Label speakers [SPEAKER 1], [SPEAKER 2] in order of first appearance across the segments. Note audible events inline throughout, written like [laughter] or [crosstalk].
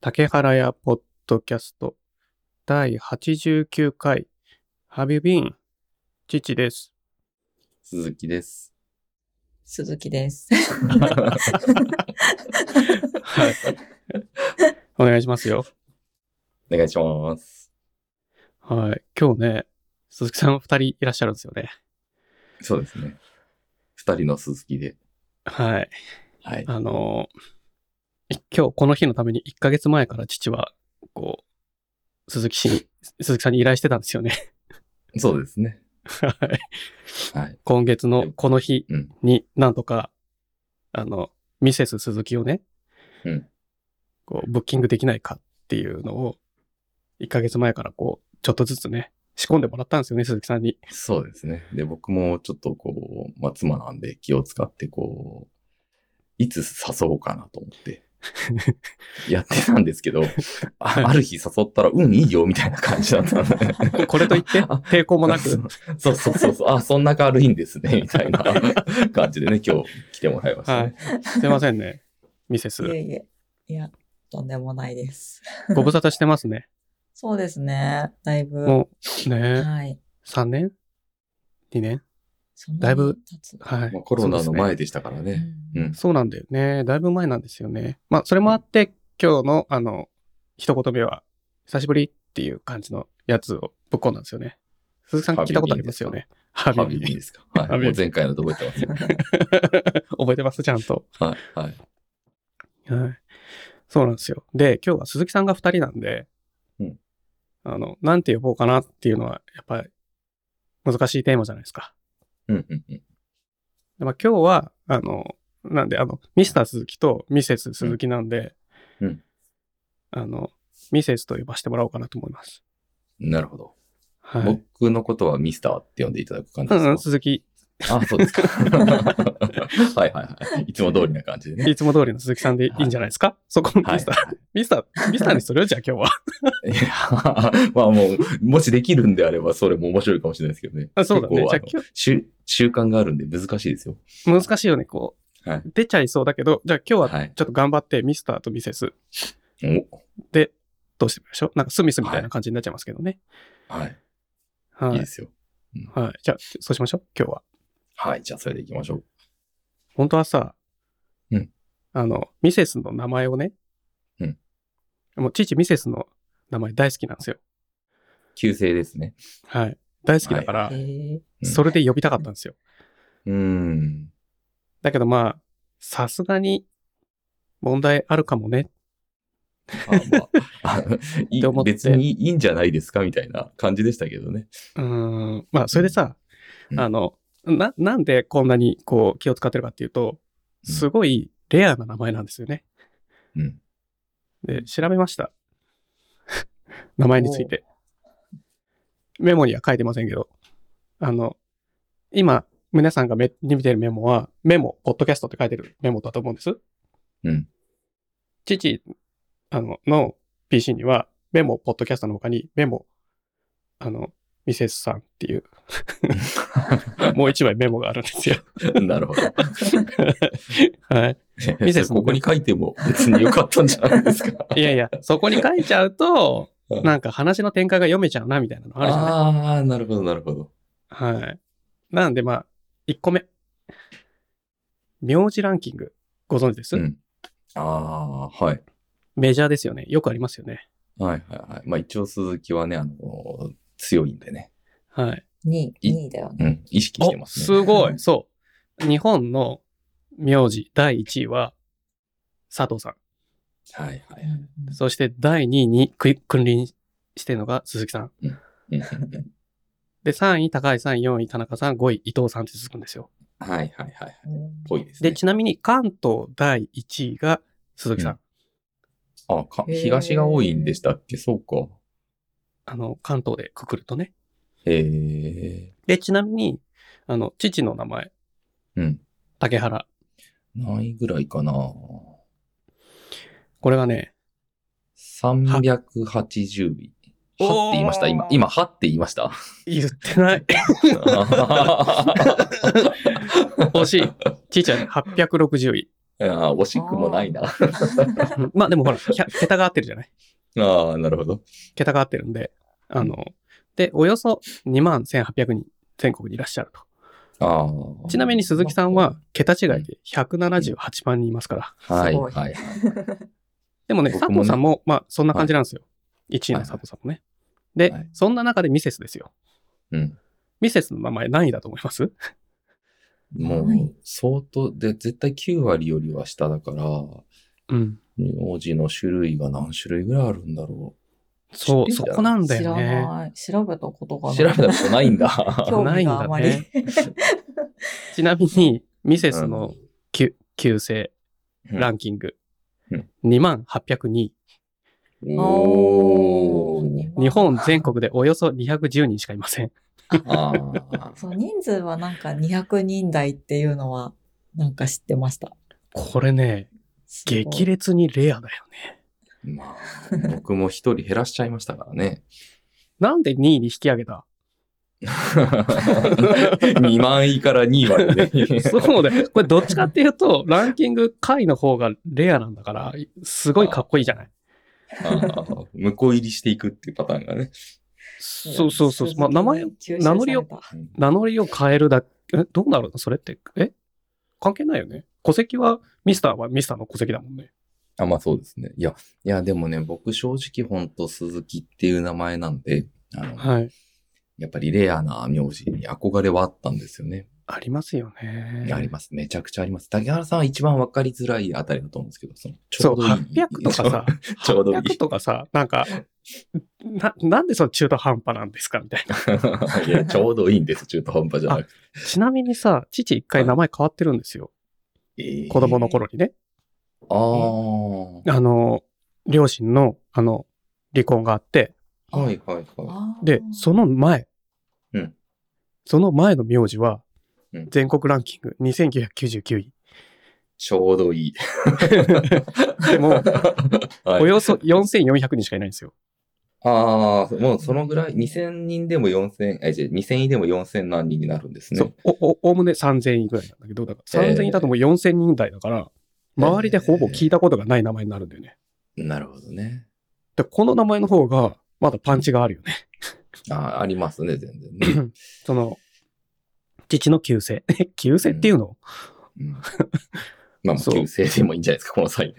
[SPEAKER 1] 竹原屋ポッドキャスト第89回 Have you been? 父です。
[SPEAKER 2] 鈴木です。
[SPEAKER 3] 鈴木です。
[SPEAKER 1] はい。お願いしますよ。
[SPEAKER 2] お願いします。
[SPEAKER 1] はい。今日ね、鈴木さん二人いらっしゃるんですよね。
[SPEAKER 2] そうですね。二人の鈴木で。
[SPEAKER 1] はい。
[SPEAKER 2] はい。
[SPEAKER 1] あのー今日この日のために1ヶ月前から父は、こう、鈴木氏に、鈴木さんに依頼してたんですよね。
[SPEAKER 2] そうですね。
[SPEAKER 1] はい。
[SPEAKER 2] はい。
[SPEAKER 1] 今月のこの日
[SPEAKER 2] うん。
[SPEAKER 1] に、なんとか、あの、ミセス鈴木をね、
[SPEAKER 2] うん
[SPEAKER 1] こう、ブッキングできないかっていうのを、1ヶ月前からこう、ちょっとずつね、仕込んでもらったんですよね、鈴木さんに。
[SPEAKER 2] そうですね。で、僕もちょっとこう、まあ、妻なんで気を使ってこう、いつ誘おうかなと思って、
[SPEAKER 1] [laughs]
[SPEAKER 2] やってたんですけど、あある日誘ったら、うん、いいよ、みたいな感じだったので。
[SPEAKER 1] こ [laughs] これといって、
[SPEAKER 2] あ
[SPEAKER 1] 抵抗もなく。
[SPEAKER 2] そうそうそうそう。あ、そんな軽いんですね、みたいな
[SPEAKER 1] [laughs]
[SPEAKER 2] 感じでね、今日来てもらいました、
[SPEAKER 1] は
[SPEAKER 2] ね
[SPEAKER 1] い。すいませんね、ミセス
[SPEAKER 3] [laughs] い。えいえ。いや、とんでもないです。
[SPEAKER 1] ご無沙汰してますね。
[SPEAKER 3] そうですね。だいぶ。
[SPEAKER 1] もう、ね、
[SPEAKER 3] はい。
[SPEAKER 1] 3年 ?2 年
[SPEAKER 3] そん
[SPEAKER 1] だ
[SPEAKER 3] なに
[SPEAKER 1] いぶ
[SPEAKER 3] 経つ。
[SPEAKER 1] はい。
[SPEAKER 2] まあコロ
[SPEAKER 1] そう
[SPEAKER 2] ナの
[SPEAKER 1] ですね
[SPEAKER 2] 前でしたからね。
[SPEAKER 3] う
[SPEAKER 2] うんん。
[SPEAKER 1] そうなんだよね。だいぶ前なんですよね。まあ、それもあって、今日の、あの、一言目は、久しぶりっていう感じのやつをぶっこんだんですよね。鈴木さん聞いたことありますよね。ハ
[SPEAKER 2] ハ
[SPEAKER 1] ビ
[SPEAKER 2] ビ
[SPEAKER 1] ビ
[SPEAKER 2] ビ
[SPEAKER 1] ー
[SPEAKER 2] ですか。はい。
[SPEAKER 1] ハビビ
[SPEAKER 2] もう前回のと覚えてます。
[SPEAKER 1] [laughs] 覚えてますちゃんと。
[SPEAKER 2] はい、はい。
[SPEAKER 1] はい。そうなんですよ。で、今日は鈴木さんが二人なんで、
[SPEAKER 2] うん
[SPEAKER 1] あの、なんて呼ぼうかなっていうのは、やっぱり、難しいテーマじゃないですか。
[SPEAKER 2] うんうんうん。
[SPEAKER 1] でまあ、今日は、あの、なんで、あの、ミスター鈴木とミセス鈴木なんで、
[SPEAKER 2] うんうん
[SPEAKER 1] あの、ミセスと呼ばせてもらおうかなと思います。
[SPEAKER 2] なるほど。
[SPEAKER 1] はい。
[SPEAKER 2] 僕のことはミスターって呼んでいただく感じ
[SPEAKER 1] うんうん、
[SPEAKER 2] です
[SPEAKER 1] 鈴木。
[SPEAKER 2] か。あ、そうですか。 [laughs] はいはいはい。いつも通りな感じでね。
[SPEAKER 1] いつも通りの鈴木さんでいいんじゃないですか、そこ、
[SPEAKER 2] はい
[SPEAKER 1] ミスター、ミスター、ミスターにす
[SPEAKER 2] [laughs]
[SPEAKER 1] るよ、じゃあ今日は。
[SPEAKER 2] いや [laughs] まあもう、もしできるんであれば、それも面白いかもしれないですけどね。
[SPEAKER 1] あそうだね。
[SPEAKER 2] 結
[SPEAKER 1] じゃ
[SPEAKER 2] 構
[SPEAKER 1] あ今
[SPEAKER 2] 習習慣があるんで難しいですよ。
[SPEAKER 1] 日、難しいよね、こう、
[SPEAKER 2] はい
[SPEAKER 1] 出ちゃいそうだけど、じゃあ今日はち
[SPEAKER 2] はい
[SPEAKER 1] ょっと頑張って、ミスターとミセス、
[SPEAKER 2] お
[SPEAKER 1] どうしてみましょうなんかスミスみたいな感じになっちゃいますけどね。
[SPEAKER 2] はい。
[SPEAKER 1] はい
[SPEAKER 2] い
[SPEAKER 1] い
[SPEAKER 2] で。すよ。
[SPEAKER 1] はい。じゃあ、そうしましょう、今日は。
[SPEAKER 2] はい。じゃあ、それで行きましょう。
[SPEAKER 1] 本当はさ、
[SPEAKER 2] うん
[SPEAKER 1] あの、ミセスの名前をね、
[SPEAKER 2] うん
[SPEAKER 1] もう、父ミセスの名前大好きなんですよ。
[SPEAKER 2] 旧姓ですね。
[SPEAKER 1] はい。大好きだから、
[SPEAKER 3] へえ
[SPEAKER 2] うん
[SPEAKER 1] それで呼びたかったんですよ。
[SPEAKER 2] うーん。
[SPEAKER 1] だけどまあ、さすがに問題あるかもね。
[SPEAKER 2] まあま
[SPEAKER 1] [laughs]
[SPEAKER 2] あ、あのい
[SPEAKER 1] って思って
[SPEAKER 2] 別にいいんじゃないですかみたいな感じでしたけどね。 [laughs]
[SPEAKER 1] うーん。まあ、それでさ、
[SPEAKER 2] うん
[SPEAKER 1] あの、な、なんでこんなにこう気を使ってるかっていうと、
[SPEAKER 2] うん
[SPEAKER 1] すごいレアな名前なんですよね。
[SPEAKER 2] うん。
[SPEAKER 1] で、調べました。 [laughs] 名前について。メモには書いてませんけど、あの、今、皆さんが目に見てるメモは、メモ、ポッドキャストって書いてるメモだと思うんです。
[SPEAKER 2] うん。
[SPEAKER 1] 父あのの PC には、メモ、ポッドキャストの他に、メモ、あの、ミセスさんって
[SPEAKER 2] [laughs]
[SPEAKER 1] いう、 [laughs] もう一枚メモがあるんですよ。
[SPEAKER 2] な
[SPEAKER 1] [laughs]
[SPEAKER 2] るほど。
[SPEAKER 1] はい。ミセスの
[SPEAKER 2] [laughs] ここに書いても別に良かったんじゃないですか。
[SPEAKER 1] [laughs] いやいや、そこに書いちゃうと、
[SPEAKER 2] うん
[SPEAKER 1] なんか話の展開が読めちゃうな、みたいなのあるじゃない
[SPEAKER 2] ああ、なるほど、なるほど。
[SPEAKER 1] はい。なんで、まあ、1個目。名字ランキング、ご存知です、
[SPEAKER 2] うん。ああー、はい。
[SPEAKER 1] メジャーですよね。よくありますよね。
[SPEAKER 2] はいはいはい。まあ一応鈴木はね、あのー強いんでね。
[SPEAKER 1] はい。
[SPEAKER 3] 2位、
[SPEAKER 2] い
[SPEAKER 3] 2位だよね。
[SPEAKER 2] うん。意識してますね。
[SPEAKER 1] すごい。そう。日本の名字第1位は、佐藤さ
[SPEAKER 2] はいは
[SPEAKER 3] う
[SPEAKER 2] い。
[SPEAKER 3] ん
[SPEAKER 1] ん。そして第2位にく君臨してるのが鈴木さん。
[SPEAKER 2] うんうんうん
[SPEAKER 1] で、3位、高井さん、4位、田中さん、5位、伊藤さんって続くんですよ。
[SPEAKER 2] はいはいはい。
[SPEAKER 3] うん
[SPEAKER 2] ぽいですね。
[SPEAKER 1] で、ちなみに関東第1位が鈴木さん。
[SPEAKER 2] うあか、
[SPEAKER 3] へー
[SPEAKER 2] 東が多いんでしたっけそうか。
[SPEAKER 1] あの、関東でくくるとね。
[SPEAKER 2] へえ。
[SPEAKER 1] で、ちなみに、あの、父の名前、
[SPEAKER 2] うん。
[SPEAKER 1] 竹原。
[SPEAKER 2] ないぐらいかな。
[SPEAKER 1] これがね、
[SPEAKER 2] 380位。
[SPEAKER 1] は
[SPEAKER 2] はって言いました今、今、はって言いま [laughs] した
[SPEAKER 1] 言って
[SPEAKER 2] [laughs]
[SPEAKER 1] ない。惜しい。ちいちゃん860位。
[SPEAKER 2] ああ、惜しくもないな。あ
[SPEAKER 1] うんまあでもほら、ひゃ桁が合ってるじゃない
[SPEAKER 2] あ、なるほど。
[SPEAKER 1] 桁が合ってるんで、あの、で、およそ2万1800人全国にいらっしゃると。
[SPEAKER 2] ああ。
[SPEAKER 1] ちなみに鈴木さんは、桁違いで178万人いますから。
[SPEAKER 2] はい、
[SPEAKER 3] すごい
[SPEAKER 2] はい。
[SPEAKER 1] でもね、佐
[SPEAKER 2] 僕もね
[SPEAKER 1] 藤さんも、まあ、そんな感じなんですよ。1位の佐藤さんもね。で、
[SPEAKER 2] はい
[SPEAKER 1] そんな中でミセスですよ。
[SPEAKER 2] うん。
[SPEAKER 1] ミセスの名前何位だと思います
[SPEAKER 2] も、
[SPEAKER 3] はいう
[SPEAKER 2] 相当、で、絶対9割よりは下だから、
[SPEAKER 1] うん。
[SPEAKER 2] 名字の種類が何種類ぐらいあるんだろ
[SPEAKER 1] そう、
[SPEAKER 2] 知ってん
[SPEAKER 1] そ
[SPEAKER 2] じゃん
[SPEAKER 1] こなんだ
[SPEAKER 3] 知ら
[SPEAKER 1] よね。
[SPEAKER 3] ない。調べたことが
[SPEAKER 2] う。
[SPEAKER 3] ない。
[SPEAKER 2] 調べたことないんだ。 [laughs]
[SPEAKER 3] 興味があまり。
[SPEAKER 1] ないん [laughs] ちなみに、ミセスのきゅ旧姓
[SPEAKER 2] うん
[SPEAKER 1] ランキング
[SPEAKER 2] うん、
[SPEAKER 1] 2万802位。
[SPEAKER 2] お
[SPEAKER 3] お
[SPEAKER 2] ー。
[SPEAKER 3] ー
[SPEAKER 1] 日本全国でおよそ210人しかいません。
[SPEAKER 2] ああ。
[SPEAKER 3] そう、人数はなんか200人台っていうのは、なんか知ってました。
[SPEAKER 1] これね、
[SPEAKER 3] すごい
[SPEAKER 1] 激烈にレアだよね。
[SPEAKER 2] まあ、僕も一人減らしちゃいましたからね。
[SPEAKER 1] なんで2位に引き上げた
[SPEAKER 2] [laughs] 2万位から2位までね。
[SPEAKER 1] そうだよ。これどっちかっていうと、ランキング下位の方がレアなんだから、すごいかっこいいじゃない
[SPEAKER 2] ああ向こう入りしていくっていうパターンがね。
[SPEAKER 1] そうそうそう。まあ、名前、
[SPEAKER 3] 吸収
[SPEAKER 1] 名
[SPEAKER 3] された
[SPEAKER 1] 乗りを、名乗りを変えるだけ、えどうなるのそれって、え関係ないよね。戸籍は、ミスターはミスターの戸籍だもんね。
[SPEAKER 2] あ、まあそうですね。いや、いや、でもね、僕正直ほんと鈴木っていう名前なんで、あの、
[SPEAKER 1] はい。
[SPEAKER 2] やっぱりレアな名字に憧れはあったんですよね。
[SPEAKER 1] ありますよね。
[SPEAKER 2] あります。めちゃくちゃあります。竹原さんは一番わかりづらいあたりだと思うんですけど、その、ち
[SPEAKER 1] そ
[SPEAKER 2] ょ
[SPEAKER 1] う、
[SPEAKER 2] うどいい。
[SPEAKER 1] 800とかさ、
[SPEAKER 2] ちょうどいい
[SPEAKER 1] 800とかさ、なんか、な、なんでその中途半端なんですかみたいな。
[SPEAKER 2] [laughs] いや、ちょうどいいんです、中途半端じゃなくて。
[SPEAKER 1] ちなみにさ、父一回名前変わってるんですよ。
[SPEAKER 2] ええ
[SPEAKER 1] 子供の頃にね。
[SPEAKER 2] あ
[SPEAKER 1] あの、両親の、あの、離婚があって、
[SPEAKER 2] あ。はいはいは
[SPEAKER 3] あー
[SPEAKER 1] で、その前、
[SPEAKER 2] うん
[SPEAKER 1] その前の名字は
[SPEAKER 2] うん、
[SPEAKER 1] 全国ランキング2999位。
[SPEAKER 2] [laughs] い。ちょうどいい。
[SPEAKER 1] でも、
[SPEAKER 2] [laughs] はい
[SPEAKER 1] およそ4400人しかいないんですよ。
[SPEAKER 2] ああ、もうそのぐらい、2000人でも4000、え、じゃあ2000人でも4000何人になるんです
[SPEAKER 1] そ
[SPEAKER 2] ね
[SPEAKER 1] う。、お、お、おおむね3000位ぐらいなんだけど、だから
[SPEAKER 2] えー
[SPEAKER 1] 3000位だともう4000人台だから、周りでほぼ聞いたことがない名前になるんだよね。
[SPEAKER 2] なるほどね。
[SPEAKER 1] で、この名前の方が、まだパンチがあるよ
[SPEAKER 2] [laughs]
[SPEAKER 1] ね。
[SPEAKER 2] ああ、ありますね、全 [laughs] 然ね。
[SPEAKER 1] その、父の旧姓。 [laughs] え旧姓っていうの、
[SPEAKER 2] うんまあ、もう
[SPEAKER 1] そう
[SPEAKER 2] 旧姓でもいいんじゃないですか、この [laughs] 際。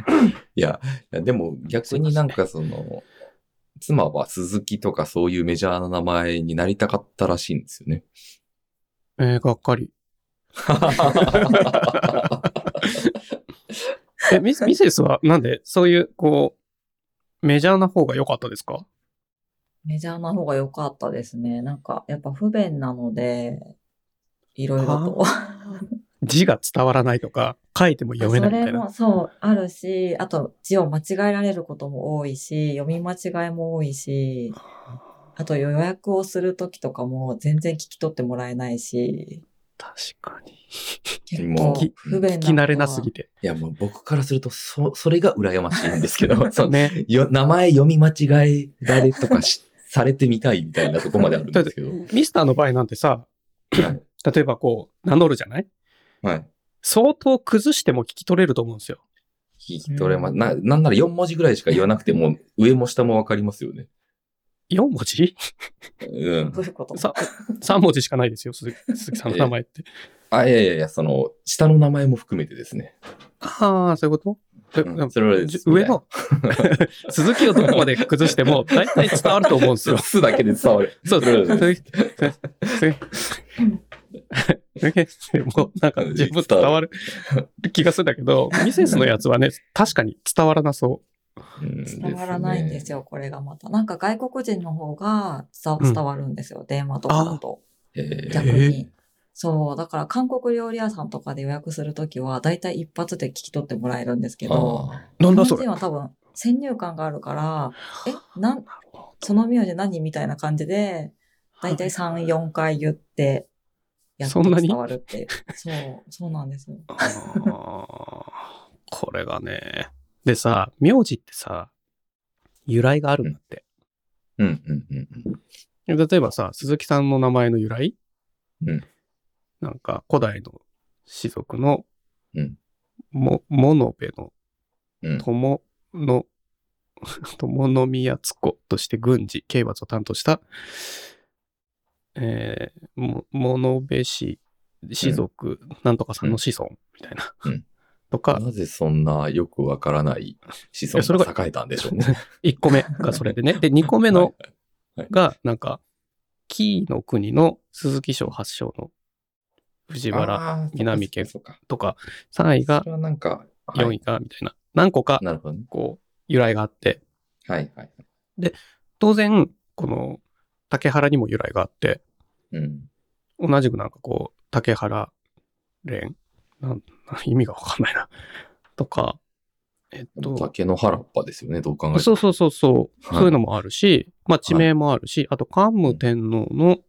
[SPEAKER 2] いや、いやでも逆になんかその、妻は鈴木とかそういうメジャーな名前になりたかったらしいんですよね。
[SPEAKER 1] えー、がっかり。え、ミスミセスはなんで、そういう、こう、メジャーな方が良かったですか
[SPEAKER 3] メジャーな方が良かったですね。なんか、やっぱ不便なので、いろいろと。 [laughs]
[SPEAKER 1] 字が伝わらないとか、書いても読めないみたいな。
[SPEAKER 3] それもそう、あるし、あと字を間違えられることも多いし、読み間違いも多いし、あと予約をするときとかも全然聞き取ってもらえないし、
[SPEAKER 1] 確かに。
[SPEAKER 3] 結
[SPEAKER 2] も
[SPEAKER 3] 構
[SPEAKER 2] う
[SPEAKER 3] 不便な
[SPEAKER 1] 聞き慣れなすぎて。
[SPEAKER 2] [laughs] いや、もう僕からすると、そ、それが羨ましいんですけ [laughs] ど、 [laughs] その
[SPEAKER 1] ね。
[SPEAKER 2] よ名前読み間違えられとかしされてみたいみたいなとこまであるんですけど。
[SPEAKER 1] ミスターの場合なんてさ、
[SPEAKER 2] [laughs] はい
[SPEAKER 1] 例えばこう、名乗るじゃない
[SPEAKER 2] はい。
[SPEAKER 1] 相当崩しても聞き取れると思うんですよ。
[SPEAKER 2] 聞き取れます。な、なんなら4文字ぐらいしか言わなくても、上も下もわかりますよね。
[SPEAKER 1] 4文字
[SPEAKER 2] うん
[SPEAKER 3] ど。ういうこと
[SPEAKER 1] さ3文字しかないですよ、鈴木鈴木さんの名前って。
[SPEAKER 2] あ、いやいやいや、その、下の名前も含めてですね。
[SPEAKER 1] ああ、そういうこと、
[SPEAKER 2] うん
[SPEAKER 1] ででも
[SPEAKER 2] それはです
[SPEAKER 1] 上
[SPEAKER 2] [laughs]
[SPEAKER 1] の [laughs] 鈴木をどこまで崩しても大体伝わると思うんですよ。
[SPEAKER 2] すだけで伝わる。
[SPEAKER 1] [laughs] そう
[SPEAKER 2] [laughs] それ
[SPEAKER 1] で
[SPEAKER 2] は
[SPEAKER 1] す。
[SPEAKER 2] で
[SPEAKER 1] 鈴木鈴木鈴木もうなんか十分伝わる気がするんだけど、ミセスのやつはね、確かに伝わらなそう。
[SPEAKER 2] うん
[SPEAKER 3] 伝わらないんです
[SPEAKER 2] よ。
[SPEAKER 3] よ、これがまた。なんか外国人の方が伝
[SPEAKER 1] うん
[SPEAKER 3] 伝わるんですよ、電話とかだと。
[SPEAKER 2] えー
[SPEAKER 3] 逆に。そう、だから韓国料理屋さんとかで予約するときは、だいたい一発で聞き取ってもらえるんですけど、
[SPEAKER 2] あ
[SPEAKER 1] なんだ
[SPEAKER 3] 日
[SPEAKER 1] そ
[SPEAKER 3] 本
[SPEAKER 1] れ
[SPEAKER 3] 人。は多分先入観があるから、え、なん、その名字何みたいな感じで、だいたい3、4回言って、やっ
[SPEAKER 1] そ
[SPEAKER 3] と
[SPEAKER 1] んなに
[SPEAKER 3] 伝わるっていう。そう、そうなんですよ。
[SPEAKER 1] あーこれがね。でさ、名字ってさ、由来があるんだって。
[SPEAKER 2] ーうんうんうんうん。
[SPEAKER 1] 例えばさ、鈴木さんの名前の由来、
[SPEAKER 2] うん
[SPEAKER 1] なんか古代の士族の
[SPEAKER 2] うん
[SPEAKER 1] も、ものべの、
[SPEAKER 2] うん。
[SPEAKER 1] ともの、 [laughs] とものみやつことして軍事、刑罰を担当した、えー、も、ものべ氏、氏族、なんとかさんの子孫、みたいな。
[SPEAKER 2] うん
[SPEAKER 1] とか、
[SPEAKER 2] なぜそんなよくわからない
[SPEAKER 1] いや
[SPEAKER 2] 子
[SPEAKER 1] それが
[SPEAKER 2] 孫が栄えたんでしょう
[SPEAKER 1] [laughs]
[SPEAKER 2] ね。
[SPEAKER 1] 1個目がそれでね。で、2個目の
[SPEAKER 2] はい
[SPEAKER 1] が、なんか、紀伊の国の鈴木省発祥の藤原
[SPEAKER 2] あー
[SPEAKER 1] 南家
[SPEAKER 2] そうか。
[SPEAKER 1] とか、3位
[SPEAKER 2] そ
[SPEAKER 1] が
[SPEAKER 2] れはなんか、はい
[SPEAKER 1] 4位がみたいな、何個か、
[SPEAKER 2] なるほどね。
[SPEAKER 1] こう、由来があって、
[SPEAKER 2] はいはい。
[SPEAKER 1] 当然、この竹原にも由来があって、
[SPEAKER 2] うん。
[SPEAKER 1] 同じくなんかこう、竹原連、なん、意味がわかんないな、とか、えっ
[SPEAKER 2] でも
[SPEAKER 1] と、
[SPEAKER 2] 竹の原っぱですよね、どう考えても。
[SPEAKER 1] そうそうそうそう、
[SPEAKER 2] はい
[SPEAKER 1] そういうのもあるし、まあ地名もあるし、あと桓武天皇の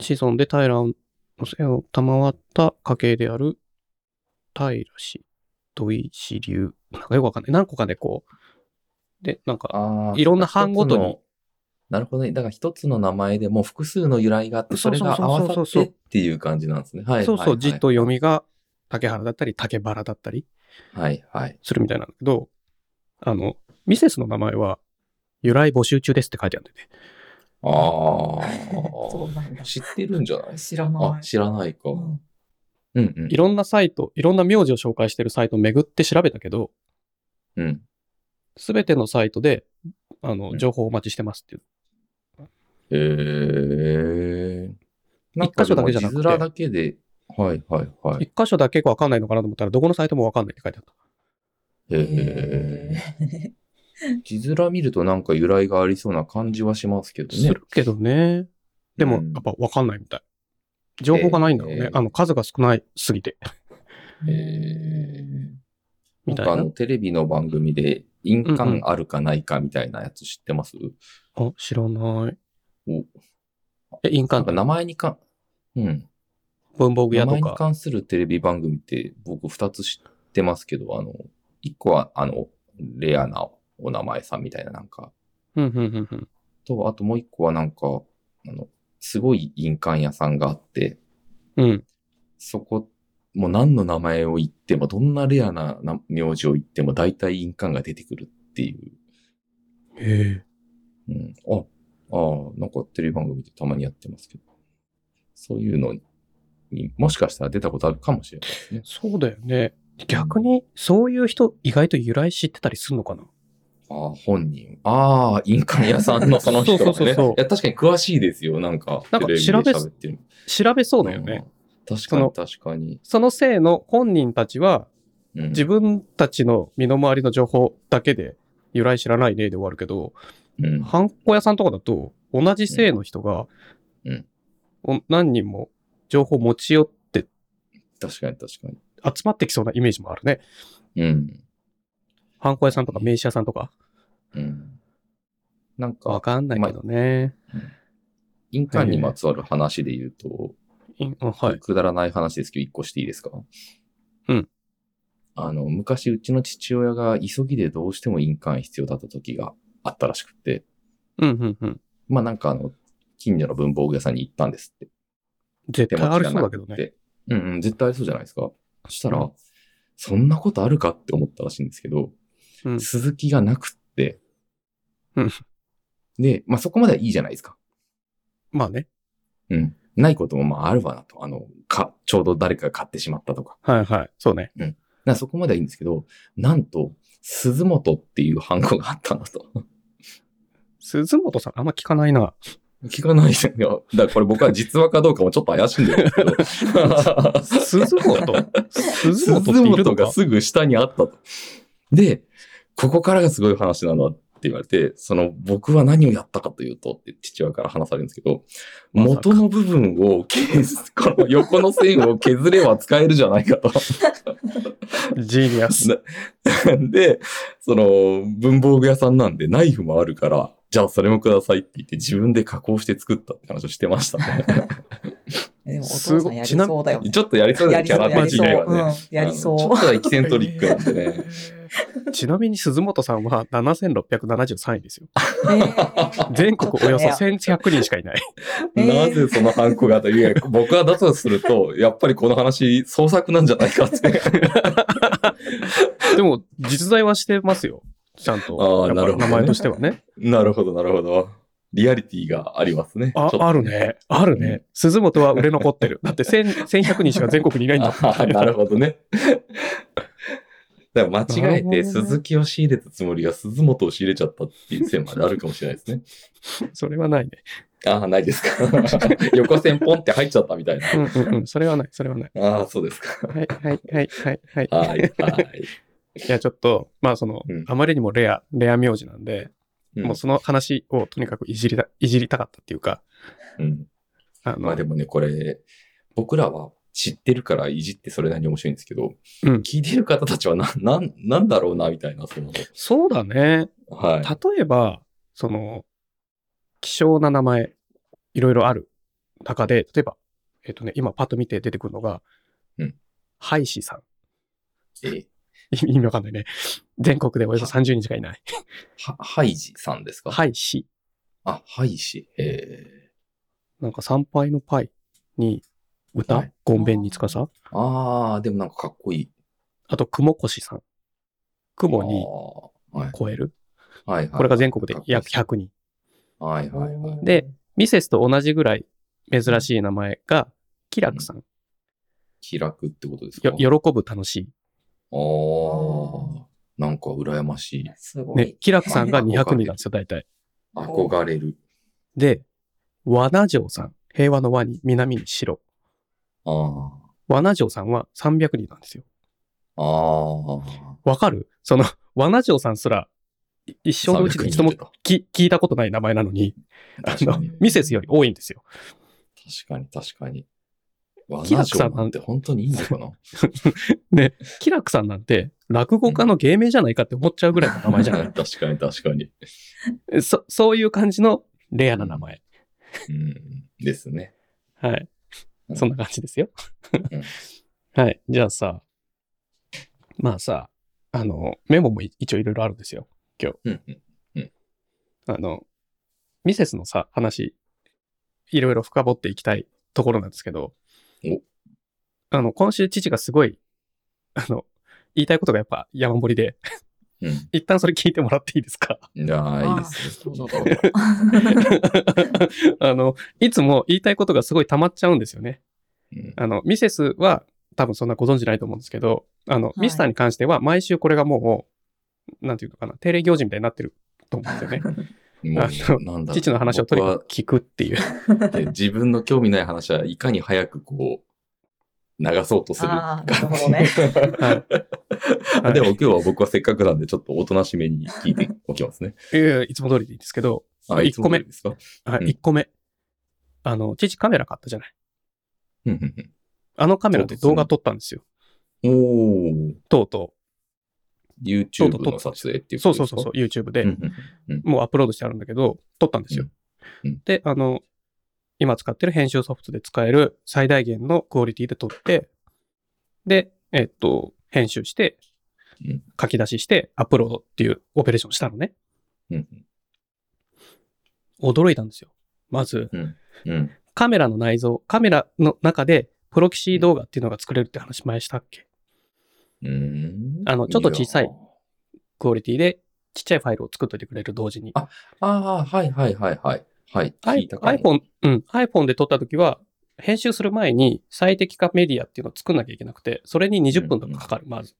[SPEAKER 1] し子孫で平の姓を賜った家系である平氏、土井氏流、なんかよくわかんない。何個かね、こう、で、なんか、
[SPEAKER 2] あー
[SPEAKER 1] いろんな班ごとに。
[SPEAKER 2] 一つのなるほどね。だから一つの名前でも複数の由来があって、
[SPEAKER 1] そ
[SPEAKER 2] そうれ
[SPEAKER 1] そうそうそう
[SPEAKER 2] が
[SPEAKER 1] そう
[SPEAKER 2] 合わさってっていう感じなんですね。はい。
[SPEAKER 1] そうそう、
[SPEAKER 2] じ
[SPEAKER 1] 字と読。みが竹原だったり竹原だったり
[SPEAKER 2] はいはい。
[SPEAKER 1] するみたいなんだけど、あの、ミセスの名前は由来募集中ですって書いてあるんだよね。
[SPEAKER 2] あ
[SPEAKER 3] そうなんだ
[SPEAKER 2] あ。 [laughs] 知ってるんじゃない
[SPEAKER 3] 知らな
[SPEAKER 2] あ、
[SPEAKER 3] い。
[SPEAKER 2] 知らないか。
[SPEAKER 3] う
[SPEAKER 2] うん
[SPEAKER 3] ん
[SPEAKER 2] うん
[SPEAKER 1] い。ろんなサイト、いろんな名字を紹介してるサイトを巡って調べたけど、
[SPEAKER 2] うん。
[SPEAKER 1] すべてのサイトで、あ
[SPEAKER 2] う
[SPEAKER 1] の、
[SPEAKER 2] ん
[SPEAKER 1] 情報をお待ちしてますっていう。
[SPEAKER 2] えー。なん
[SPEAKER 1] 一
[SPEAKER 2] か
[SPEAKER 1] 箇所だけじゃなくて
[SPEAKER 2] でも字面だけで。はいはいはい。
[SPEAKER 1] 一箇所だけわかんないのかなと思ったら、どこのサイトもわかんないって書いてあった。
[SPEAKER 2] え
[SPEAKER 3] へー
[SPEAKER 2] ー、字面見るとなんか由来がありそうな感じはしますけど
[SPEAKER 1] す
[SPEAKER 2] ね。
[SPEAKER 1] るけどね。でも、
[SPEAKER 2] う
[SPEAKER 1] や
[SPEAKER 2] ん
[SPEAKER 1] っぱわかんないみたい。情報がないんだろうね。
[SPEAKER 2] えー
[SPEAKER 1] あの、数が少ないすぎて。
[SPEAKER 2] えー
[SPEAKER 1] みたい
[SPEAKER 2] ん
[SPEAKER 1] な
[SPEAKER 2] かあの、テレビの番組で、印鑑あるかないかみたいなやつ知ってます、
[SPEAKER 1] あ、知らない。
[SPEAKER 2] お
[SPEAKER 1] え、印
[SPEAKER 2] な
[SPEAKER 1] 鑑
[SPEAKER 2] んか
[SPEAKER 1] と
[SPEAKER 2] 名前にか、うん。
[SPEAKER 1] 文房具
[SPEAKER 2] 名
[SPEAKER 1] 屋と
[SPEAKER 2] 前に
[SPEAKER 1] か。
[SPEAKER 2] 関するテレビ番組って僕二つ知ってますけど、あの、一個は、あの、レアなお名前さんみたいななんか、
[SPEAKER 1] うん、うん、うん、うん。
[SPEAKER 2] と、あともう一個はなんか、あの、すごい印鑑屋さんがあって、
[SPEAKER 1] うん。
[SPEAKER 2] そこ、もう何の名前を言っても、どんなレアなな名字を言っても、大体印鑑が出てくるっていう
[SPEAKER 1] へえ。
[SPEAKER 2] うん。あ、ああ、なんかテレビ番組でたまにやってますけど。そういうのに、もしかしたら出たことあるかもしれないですね。
[SPEAKER 1] そうだよね。逆に、そういう人、意外と由来知ってたりするのかな
[SPEAKER 2] ああ、本人。ああ、印鑑屋さんのその人が
[SPEAKER 1] そ
[SPEAKER 2] ね。
[SPEAKER 1] うそうそうそう
[SPEAKER 2] いや、確かに詳しいですよ。なんか、
[SPEAKER 1] なんか
[SPEAKER 2] テレビで
[SPEAKER 1] 調べ
[SPEAKER 2] 喋ってる。
[SPEAKER 1] 調べそうだよね。
[SPEAKER 2] うん。確
[SPEAKER 1] そ
[SPEAKER 2] か
[SPEAKER 1] の
[SPEAKER 2] に、確かに。
[SPEAKER 1] その姓の本人たちは、
[SPEAKER 2] うん
[SPEAKER 1] 自分たちの身の回りの情報だけで、由来知らない例で終わるけど、
[SPEAKER 2] うん。
[SPEAKER 1] ハンコ屋さんとかだと、同じ姓の人が、
[SPEAKER 2] うん
[SPEAKER 1] お何人も情報持ち寄って
[SPEAKER 2] 確かに、確か
[SPEAKER 1] 集まってきそうなイメージもあるね。
[SPEAKER 2] に。うん。
[SPEAKER 1] ハンコ屋さんとか名刺屋さんとか。
[SPEAKER 2] うん。なん
[SPEAKER 1] わ
[SPEAKER 2] か、
[SPEAKER 1] かんないけどね。
[SPEAKER 2] 印鑑にまつわる話で言うと、
[SPEAKER 1] いうんはい。
[SPEAKER 2] くだらない話ですけど、一個していいですか
[SPEAKER 1] うん。
[SPEAKER 2] あの、昔、うちの父親が急ぎでどうしても印鑑必要だった時があったらしくって、
[SPEAKER 1] うんうんうん。
[SPEAKER 2] まあなんかあの、近所の文房具屋さんに行ったんですって。
[SPEAKER 1] 絶
[SPEAKER 2] 手
[SPEAKER 1] 対あ
[SPEAKER 2] 持ち
[SPEAKER 1] り
[SPEAKER 2] が
[SPEAKER 1] そう
[SPEAKER 2] な
[SPEAKER 1] だけど
[SPEAKER 2] く
[SPEAKER 1] ね。
[SPEAKER 2] て。うんうん、絶対ありそうじゃないですか。そしたら、
[SPEAKER 1] うん
[SPEAKER 2] そんなことあるかって思ったらしいんですけど、
[SPEAKER 1] うん
[SPEAKER 2] 鈴木がなくって、
[SPEAKER 1] うん
[SPEAKER 2] で、まあそこまではいいじゃないですか。
[SPEAKER 1] まあね。
[SPEAKER 2] うん。ないこともまああるわなと。あの、か、ちょうど誰かが買ってしまったとか。
[SPEAKER 1] はいはい。そうね。
[SPEAKER 2] なそこまではいいんですけど、なんと、鈴本っていうハンコがあったんだと。
[SPEAKER 1] 鈴本さんあんま聞かない
[SPEAKER 2] [laughs]
[SPEAKER 1] な。
[SPEAKER 2] 聞かないですよ。だからこれ僕は実話かどうかもちょっと怪しんでるんですけ
[SPEAKER 1] [laughs]
[SPEAKER 2] ど。
[SPEAKER 1] 鈴本鈴
[SPEAKER 2] 鈴
[SPEAKER 1] 本っているの
[SPEAKER 2] 本が
[SPEAKER 1] か
[SPEAKER 2] すぐ下にあったと。で、ここからがすごい話なんだって言われて、その僕は何をやったかというとって父親から話されるんですけど、
[SPEAKER 1] まさか
[SPEAKER 2] 元の部分を削す、この横の線を削れば使えるじゃない
[SPEAKER 3] [laughs]
[SPEAKER 2] かと。
[SPEAKER 1] ジーニアス。
[SPEAKER 2] で、その、文房具屋さんなんでナイフもあるから、じゃあそれもくださいって言って自分で加工して作ったって話をしてましたね。
[SPEAKER 3] [laughs] でもお
[SPEAKER 1] す
[SPEAKER 3] 父
[SPEAKER 1] ごい
[SPEAKER 3] さんやりそうだよね。
[SPEAKER 2] ちょっとやりそうな
[SPEAKER 3] やり
[SPEAKER 2] キ
[SPEAKER 3] そ
[SPEAKER 2] ャ
[SPEAKER 3] う、
[SPEAKER 2] ラ
[SPEAKER 3] やり
[SPEAKER 2] 的
[SPEAKER 3] そ
[SPEAKER 2] に
[SPEAKER 3] う
[SPEAKER 2] はね。。
[SPEAKER 3] うんやり
[SPEAKER 2] あのちょ
[SPEAKER 3] そ
[SPEAKER 2] っとエキセントリックなんでね。
[SPEAKER 1] ちなみに鈴本さんは7673位ですよ。
[SPEAKER 3] えー
[SPEAKER 1] 全国およそ1100人しかい
[SPEAKER 2] [laughs]
[SPEAKER 1] ない。
[SPEAKER 3] えー
[SPEAKER 2] なぜそのハンコがという
[SPEAKER 1] [laughs]
[SPEAKER 2] か、僕はだとすると、やっぱりこの話、創作なんじゃないか
[SPEAKER 1] [laughs]
[SPEAKER 2] って。
[SPEAKER 1] でも、実在はしてますよ。ちゃんと。
[SPEAKER 2] あ
[SPEAKER 1] やっぱ
[SPEAKER 2] ーなるほどね
[SPEAKER 1] 名前としてはね。
[SPEAKER 2] なるほど、なるほど。リアリティがありますね。
[SPEAKER 1] あ
[SPEAKER 2] ちょっ、と
[SPEAKER 1] ある。ね。あるね。鈴本は売れ残ってる。だって1000 1100人しか全国にいないんだもん
[SPEAKER 2] [laughs] あなるほ
[SPEAKER 1] [laughs]
[SPEAKER 2] どね。だから間違え
[SPEAKER 1] なる
[SPEAKER 2] て
[SPEAKER 1] ほどね
[SPEAKER 2] 鈴木を仕入れたつもりが鈴本を仕入れちゃったっていう線まであるかもしれないです
[SPEAKER 1] [laughs]
[SPEAKER 2] ね。
[SPEAKER 1] それはないね。
[SPEAKER 2] ああ、ないですか。 [laughs] 横線ポンって入っちゃったみたいな。
[SPEAKER 1] [laughs] うんうんうん。それはない。それはない。
[SPEAKER 2] ああ、そうですか。
[SPEAKER 1] はいはいはいはいはい。
[SPEAKER 2] はい、
[SPEAKER 1] [laughs]
[SPEAKER 2] はい。
[SPEAKER 1] いや、ちょっと、まあその、
[SPEAKER 2] うん
[SPEAKER 1] あまりにもレア、レア名字なんで、
[SPEAKER 2] うん
[SPEAKER 1] もうその話をとにかくいじりた、いじりたかったっていうか、
[SPEAKER 2] うん
[SPEAKER 1] あの、
[SPEAKER 2] まあでもね、これ、僕らは知ってるからいじってそれなりに面白いんですけど、
[SPEAKER 1] うん
[SPEAKER 2] 聞いてる方たちはな、なん、なんだろうな、みたいな、その、
[SPEAKER 1] そうだね。
[SPEAKER 2] はい。
[SPEAKER 1] 例えば、その、希少な名前、いろいろある中で、例えば、えっ、とね、今パッと見て出てくるのが、
[SPEAKER 2] うん。
[SPEAKER 1] ハイシさん。 [laughs]
[SPEAKER 2] えー
[SPEAKER 1] 意味わかんないね。全国でおよそ30人しかいない。
[SPEAKER 2] は、ハイジさんですか
[SPEAKER 1] ハ
[SPEAKER 2] い。
[SPEAKER 1] イシ。
[SPEAKER 2] あ、ハイジ。え
[SPEAKER 1] なんか参拝のパイに
[SPEAKER 2] は
[SPEAKER 1] 歌
[SPEAKER 2] い、
[SPEAKER 1] ごんべんにつかさ。
[SPEAKER 2] ー、あー、でもなんかかっこいい。
[SPEAKER 1] あと、雲越さん。雲に
[SPEAKER 2] あーはい。
[SPEAKER 1] 超える。
[SPEAKER 2] はい、はい。
[SPEAKER 1] これが全国で約
[SPEAKER 2] かっ
[SPEAKER 1] 100人。
[SPEAKER 2] こいいです。はい、はい、はい。
[SPEAKER 1] で、ミセスと同じぐらい珍しい名前が、気楽さん。
[SPEAKER 2] 気楽ってことですか
[SPEAKER 1] よ、喜ぶ楽し
[SPEAKER 2] あー、なんか羨ましい。
[SPEAKER 3] す
[SPEAKER 1] い。
[SPEAKER 3] ご
[SPEAKER 1] ね
[SPEAKER 3] [laughs] い。。
[SPEAKER 1] 気楽さんが200人なんですよ、大体。
[SPEAKER 2] 憧れる。
[SPEAKER 1] で、和名城さん。平和の和に、南に白。
[SPEAKER 2] あー、
[SPEAKER 1] 和名城さんは300人なんですよ。
[SPEAKER 2] あー。
[SPEAKER 1] わかるその、和名城さんすら、い一生のうちで一度も聞聞いたことない名前なのに、あ
[SPEAKER 2] 確か
[SPEAKER 1] の
[SPEAKER 2] に、
[SPEAKER 1] ミセスより多いんですよ。
[SPEAKER 2] 確かに、確かに。和
[SPEAKER 1] キラ
[SPEAKER 2] 田
[SPEAKER 1] クさ
[SPEAKER 2] 城
[SPEAKER 1] んなん
[SPEAKER 2] なんて本当にいいのかな
[SPEAKER 1] キラクさんなんて落語家の芸名じゃないかって思っちゃうぐらいの [laughs] 名前じゃない、
[SPEAKER 2] [laughs] 確かに、確かに。
[SPEAKER 1] [laughs] そそういう感じのレアな名前。
[SPEAKER 2] うん。ですね。
[SPEAKER 1] はい。
[SPEAKER 2] うん
[SPEAKER 1] そんな感じですよ
[SPEAKER 2] うん。
[SPEAKER 1] はい。じゃあさ、まあさ、あの、メモもい一応いろいろあるんですよ。
[SPEAKER 2] うんうん。
[SPEAKER 1] あの、ミセスのさ、話、いろいろ深掘っていきたいところなんですけど
[SPEAKER 2] お、
[SPEAKER 1] あの、今週父がすごい、あの、言いたいことがやっぱ山盛りで、
[SPEAKER 2] うん
[SPEAKER 1] 一旦それ聞いてもらっていいです [laughs] か
[SPEAKER 2] いや、いいです
[SPEAKER 3] どうぞ
[SPEAKER 2] ね。
[SPEAKER 3] どうぞ。
[SPEAKER 1] あの、いつも言いたいことがすごい溜まっちゃうんですよね。
[SPEAKER 2] うん
[SPEAKER 1] あの、ミセスは多分そんなご存知ないと思うんですけど、あの、
[SPEAKER 3] い
[SPEAKER 1] ミスターに関しては毎週これがもう、なんていうのかな、定例行事みたいになってると思うんです [laughs] よね。
[SPEAKER 2] も
[SPEAKER 1] あの
[SPEAKER 2] う、なんだろう
[SPEAKER 1] 父の話をとにかく聞くって [laughs] いう。
[SPEAKER 2] 僕はで自分の興味ない話はいかに早くこう、流そうとする
[SPEAKER 3] あ
[SPEAKER 2] か
[SPEAKER 3] ーなるほどね
[SPEAKER 1] はい
[SPEAKER 2] [laughs] あでも今日は僕はせっかくなんで、ちょっとおとなしめに聞いておきますね。
[SPEAKER 1] いやいやいつも通りでいいんですけど、
[SPEAKER 2] あ、
[SPEAKER 1] 一個目
[SPEAKER 2] いつも通りですか
[SPEAKER 1] は
[SPEAKER 2] う
[SPEAKER 1] い、
[SPEAKER 2] ん
[SPEAKER 1] 1個目。あの、父カメラ買ったじゃない。
[SPEAKER 2] うんうん
[SPEAKER 1] あのカメラで動画撮ったんですよ。
[SPEAKER 2] うん。おー、
[SPEAKER 1] とうと。
[SPEAKER 2] YouTube の撮影ってい
[SPEAKER 1] そう
[SPEAKER 2] ううことです
[SPEAKER 1] そ
[SPEAKER 2] か
[SPEAKER 1] うそうそう、YouTube で。
[SPEAKER 2] うんうん
[SPEAKER 1] もうアップロードしてあるんだけど、撮ったんですよ。
[SPEAKER 2] うんうん
[SPEAKER 1] で、あの、今使ってる編集ソフトで使える最大限のクオリティで撮って、で、えっと、編集して
[SPEAKER 2] うん、
[SPEAKER 1] 書き出しして、アップロードっていうオペレーションしたのね。
[SPEAKER 2] うん
[SPEAKER 1] 驚いたんですよ。まず、
[SPEAKER 2] うん。うん。
[SPEAKER 1] カメラの内蔵、カメラの中で、プロキシー動画っていうのが作れるって話前したっけ
[SPEAKER 2] うーん
[SPEAKER 1] あのちょっと小さい
[SPEAKER 2] や
[SPEAKER 1] クオリティで、ちっちゃいファイルを作っといてくれる同時に。
[SPEAKER 2] ああ、はいはいはいはい。はい。聞いたかも
[SPEAKER 1] iPhone、うん、iPhone で撮ったときは、編集する前に最適化メディアっていうのを作んなきゃいけなくて、それに20分とかかかる、まず。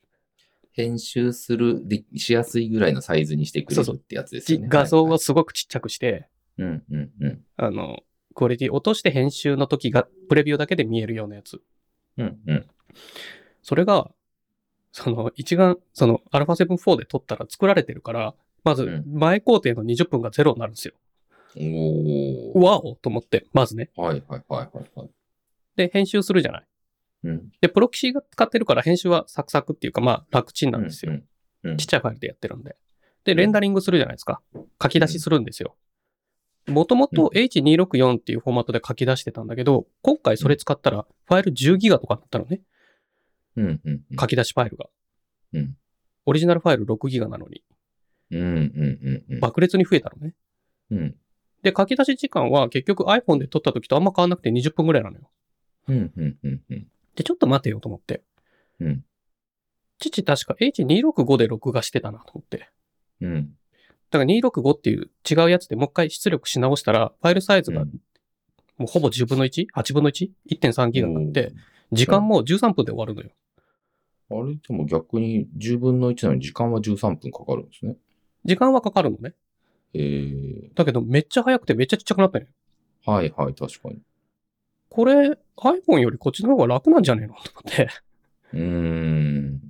[SPEAKER 2] 編集する、でしやすいぐらいのサイズにしてくれ
[SPEAKER 1] そう
[SPEAKER 2] る
[SPEAKER 1] そう
[SPEAKER 2] ってやつです
[SPEAKER 1] じ
[SPEAKER 2] よね。
[SPEAKER 1] 画像
[SPEAKER 2] はいは
[SPEAKER 1] を
[SPEAKER 2] い
[SPEAKER 1] すごくちっちゃくして、
[SPEAKER 2] うんうんうん。
[SPEAKER 1] あの、クオリティ落として編集の時が、プレビューだけで見えるようなやつ。
[SPEAKER 2] うんうん。
[SPEAKER 1] それが、その一眼、その α7-4 で撮ったら作られてるから、ま
[SPEAKER 2] う
[SPEAKER 1] ず
[SPEAKER 2] ん
[SPEAKER 1] 前工程の20分がゼロになるんですよ。
[SPEAKER 2] お
[SPEAKER 1] わおと思って、まずね。
[SPEAKER 2] お。はいはいはいはいはい。
[SPEAKER 1] で、編集するじゃない。
[SPEAKER 2] うん。
[SPEAKER 1] で、プロキシが使ってるから編集はサクサクっていうか、まあ楽ちんなんですよ。
[SPEAKER 2] うんうんうん
[SPEAKER 1] ちっちゃいファイルでやってるんで。で、レンダリングするじゃないですか。書き出しするんですよ。もともと H264 っていうフォーマットで書き出してたんだけど、今回それ使ったら、ファイル10ギガとかになったのね。
[SPEAKER 2] うんうんうん。
[SPEAKER 1] 書き出しファイルが。
[SPEAKER 2] うん
[SPEAKER 1] オリジナルファイル6ギガなのに、
[SPEAKER 2] うんうんうんうん。
[SPEAKER 1] 爆裂に増えたのね。
[SPEAKER 2] うん
[SPEAKER 1] で、書き出し時間は結局 iPhone で撮った時とあんま変わんなくて20分ぐらいなのよ。
[SPEAKER 2] うんうんうんうん。
[SPEAKER 1] で、ちょっと待てよと思って。
[SPEAKER 2] うん
[SPEAKER 1] 父確か H265 で録画してたなと思って。
[SPEAKER 2] うん。
[SPEAKER 1] だから265っていう違うやつでもう一回出力し直したら、ファイルサイズが
[SPEAKER 2] うん
[SPEAKER 1] もうほぼ10分の 1?8 分の 1?1.3 ギガになって、時間も13分で終わるのよ。
[SPEAKER 2] おー、あれでも逆に10分の1なのに時間は13分かかるんですね。
[SPEAKER 1] 時間はかかるのね。
[SPEAKER 2] えー、
[SPEAKER 1] だけどめっちゃ早くてめっちゃちっちゃくなったのよ。
[SPEAKER 2] はいはい、確かに。
[SPEAKER 1] これ iPhone よりこっちの方が楽なんじゃねえのと思って。
[SPEAKER 2] うーん。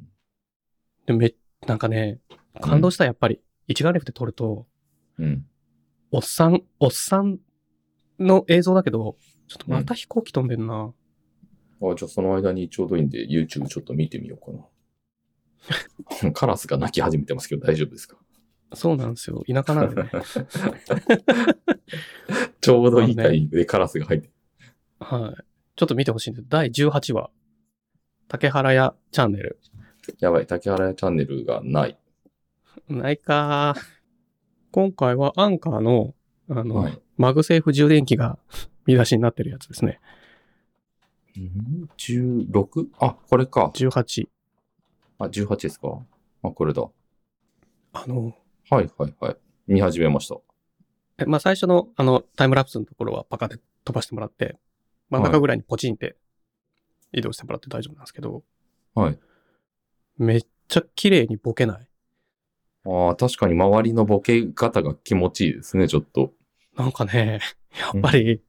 [SPEAKER 1] で、め、なんかね、感動したやっぱり。一眼レフで撮ると、
[SPEAKER 2] うん。
[SPEAKER 1] おっさん、おっさんの映像だけど、ちょっとまた飛行機飛んでんな。
[SPEAKER 2] あ、じゃあその間にちょうどいいんで、YouTube ちょっと見てみようかな。 [laughs] カラスが鳴き始めてますけど大丈夫ですか
[SPEAKER 1] そうなんですよ。田舎なんで
[SPEAKER 2] [laughs]
[SPEAKER 1] ね。
[SPEAKER 2] ちょうどいいタイミングでカラスが入って。
[SPEAKER 1] はい。ちょっと見てほしいんです。第18話。竹原屋チャンネル。
[SPEAKER 2] やばい、竹原屋チャンネルがない。
[SPEAKER 1] ないかー今回はアンカーの、あの、
[SPEAKER 2] はい
[SPEAKER 1] マグセーフ充電器が見出しになってるやつですね。
[SPEAKER 2] ん 16? あ、これか。
[SPEAKER 1] 18。
[SPEAKER 2] あ、18ですかあ、これだ。
[SPEAKER 1] あの、
[SPEAKER 2] はいはいはい。見始めました。
[SPEAKER 1] えまあ、最初のあのタイムラプスのところはパカで飛ばしてもらって、真ん中ぐらいにポチンって移動してもらって大丈夫なんですけど、
[SPEAKER 2] はい。
[SPEAKER 1] めっちゃ綺麗にボケない。
[SPEAKER 2] ああ、確かに周りのボケ方が気持ちいいですね、ちょっと。
[SPEAKER 1] なんかね、 [laughs] やっぱり、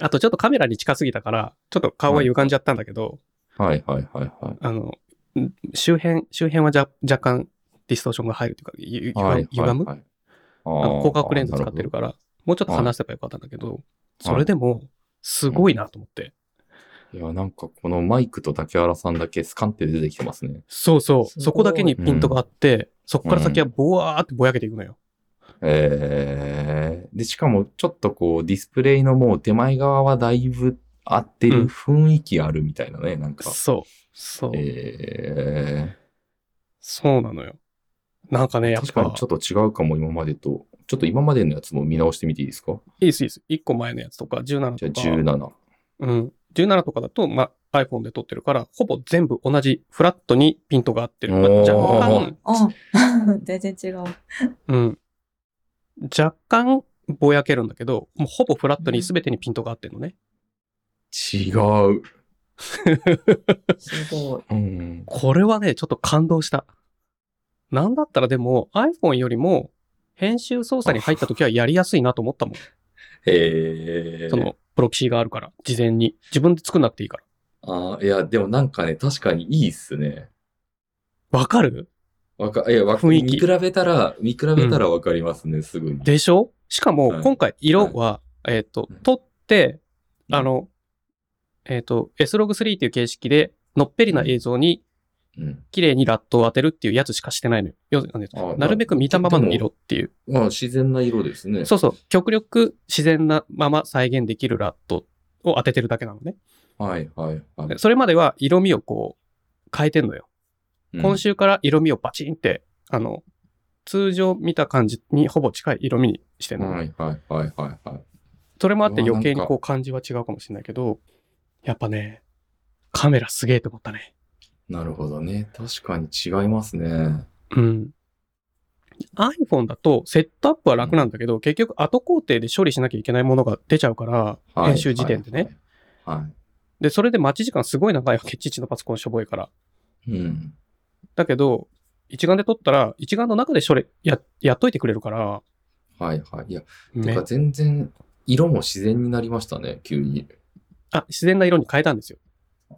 [SPEAKER 1] あとちょっとカメラに近すぎたから、ちょっと顔が歪んじゃったんだけど、
[SPEAKER 2] はいはいはいはい。
[SPEAKER 1] あの、ん周辺、周辺はじゃ若干ディストーションが入るというか、ゆゆ
[SPEAKER 2] はい
[SPEAKER 1] 歪む、
[SPEAKER 2] はいはい
[SPEAKER 1] あの
[SPEAKER 2] あー
[SPEAKER 1] 広角レンズ使ってるから、もうちょっと離せばよかったんだけど、それでも、すごいなと思って。
[SPEAKER 2] いや、なんかこのマイクと竹原さんだけスカンって出てきてますね。
[SPEAKER 1] そうそう。
[SPEAKER 3] すごい
[SPEAKER 1] そこだけにピントがあって、そこから先はぼわーってぼやけていくのよ。
[SPEAKER 2] えー、で、しかもちょっとこうディスプレイのもう手前側はだいぶ合ってる雰囲気あるみたいなね、なんか。
[SPEAKER 1] そう。そう。
[SPEAKER 2] え
[SPEAKER 1] そうなのよ。なんかね、
[SPEAKER 2] ー、
[SPEAKER 1] やっ
[SPEAKER 2] 確か
[SPEAKER 1] ぱ
[SPEAKER 2] に、ちょっと違うかも、今までと。ちょっと今までのやつも見直してみていいですか
[SPEAKER 1] いいですいいです。1個前のやつとか、17
[SPEAKER 2] じゃあ
[SPEAKER 1] とか。
[SPEAKER 2] 17。
[SPEAKER 1] うん。17とかだと、まあ、iPhone で撮ってるから、ほぼ全部同じフラットにピントが合ってる。まあ
[SPEAKER 2] おー
[SPEAKER 1] 若干、
[SPEAKER 3] あ [laughs] 全然違う。
[SPEAKER 1] うん。若干ぼやけるんだけど、もうほぼフラットに全てにピントが合ってるのね。
[SPEAKER 2] 違う。
[SPEAKER 3] すごい。
[SPEAKER 2] うん。
[SPEAKER 1] これはね、ちょっと感動した。なんだったらでも iPhone よりも編集操作に入った時はやりやすいなと思ったもん。
[SPEAKER 2] えー。
[SPEAKER 1] そのプロキシーがあるから、事前に。自分で作んなくていいか
[SPEAKER 2] ああ、いや、でもなんかね、確かにいいっすね。
[SPEAKER 1] ら。わかる
[SPEAKER 2] わか、いや、わ
[SPEAKER 1] 雰囲気
[SPEAKER 2] 見比べたら、見比べたらわかりますね、すぐに。
[SPEAKER 1] でしょしか
[SPEAKER 2] は
[SPEAKER 1] も
[SPEAKER 2] い
[SPEAKER 1] 今回色は、えっ、と
[SPEAKER 2] うん、
[SPEAKER 1] 撮って、
[SPEAKER 2] うん
[SPEAKER 1] あの、えっ、と、S-Log3 っていう形式で、のっぺりな映像に
[SPEAKER 2] うん。
[SPEAKER 1] 綺麗にラットを当てるっていうやつしかしてないのよ要するに
[SPEAKER 2] あー
[SPEAKER 1] なるべく見たままの色っていう。
[SPEAKER 2] まあ、自然な色ですね。
[SPEAKER 1] そうそう。極力自然なまま再現できるラットを当ててるだけなのね。
[SPEAKER 2] はい、はい、はい。
[SPEAKER 1] それまでは色味をこう変えてんのよ。
[SPEAKER 2] うん
[SPEAKER 1] 今。週から色味をバチンって、あの、通常見た感じにほぼ近い色味にしてんの。
[SPEAKER 2] はい、はい、はい、はい。はい
[SPEAKER 1] それもあって
[SPEAKER 2] うわ
[SPEAKER 1] 余計に
[SPEAKER 2] なん
[SPEAKER 1] こ
[SPEAKER 2] か
[SPEAKER 1] う感じは違うかもしれないけど、やっぱね、カメラすげえと思ったね。
[SPEAKER 2] なるほどね。確かに違いますね。
[SPEAKER 1] うん。iPhone だとセットアップは楽なんだけど、結局後工程で処理しなきゃいけないものが出ちゃうから、
[SPEAKER 2] はい
[SPEAKER 1] 編集時点でね。。
[SPEAKER 2] はいはい。は
[SPEAKER 1] で、それで待ち時間すごい長いわけ、父のパソコンしょぼいから。
[SPEAKER 2] いうん。
[SPEAKER 1] だけど、一眼で撮ったら、一眼の中で処理や、やっといてくれるから、
[SPEAKER 2] はい、はい。いや、て
[SPEAKER 1] め
[SPEAKER 2] か全然、色も自然になりましたね、急に。
[SPEAKER 1] あ、自然な色に変えたんですよ。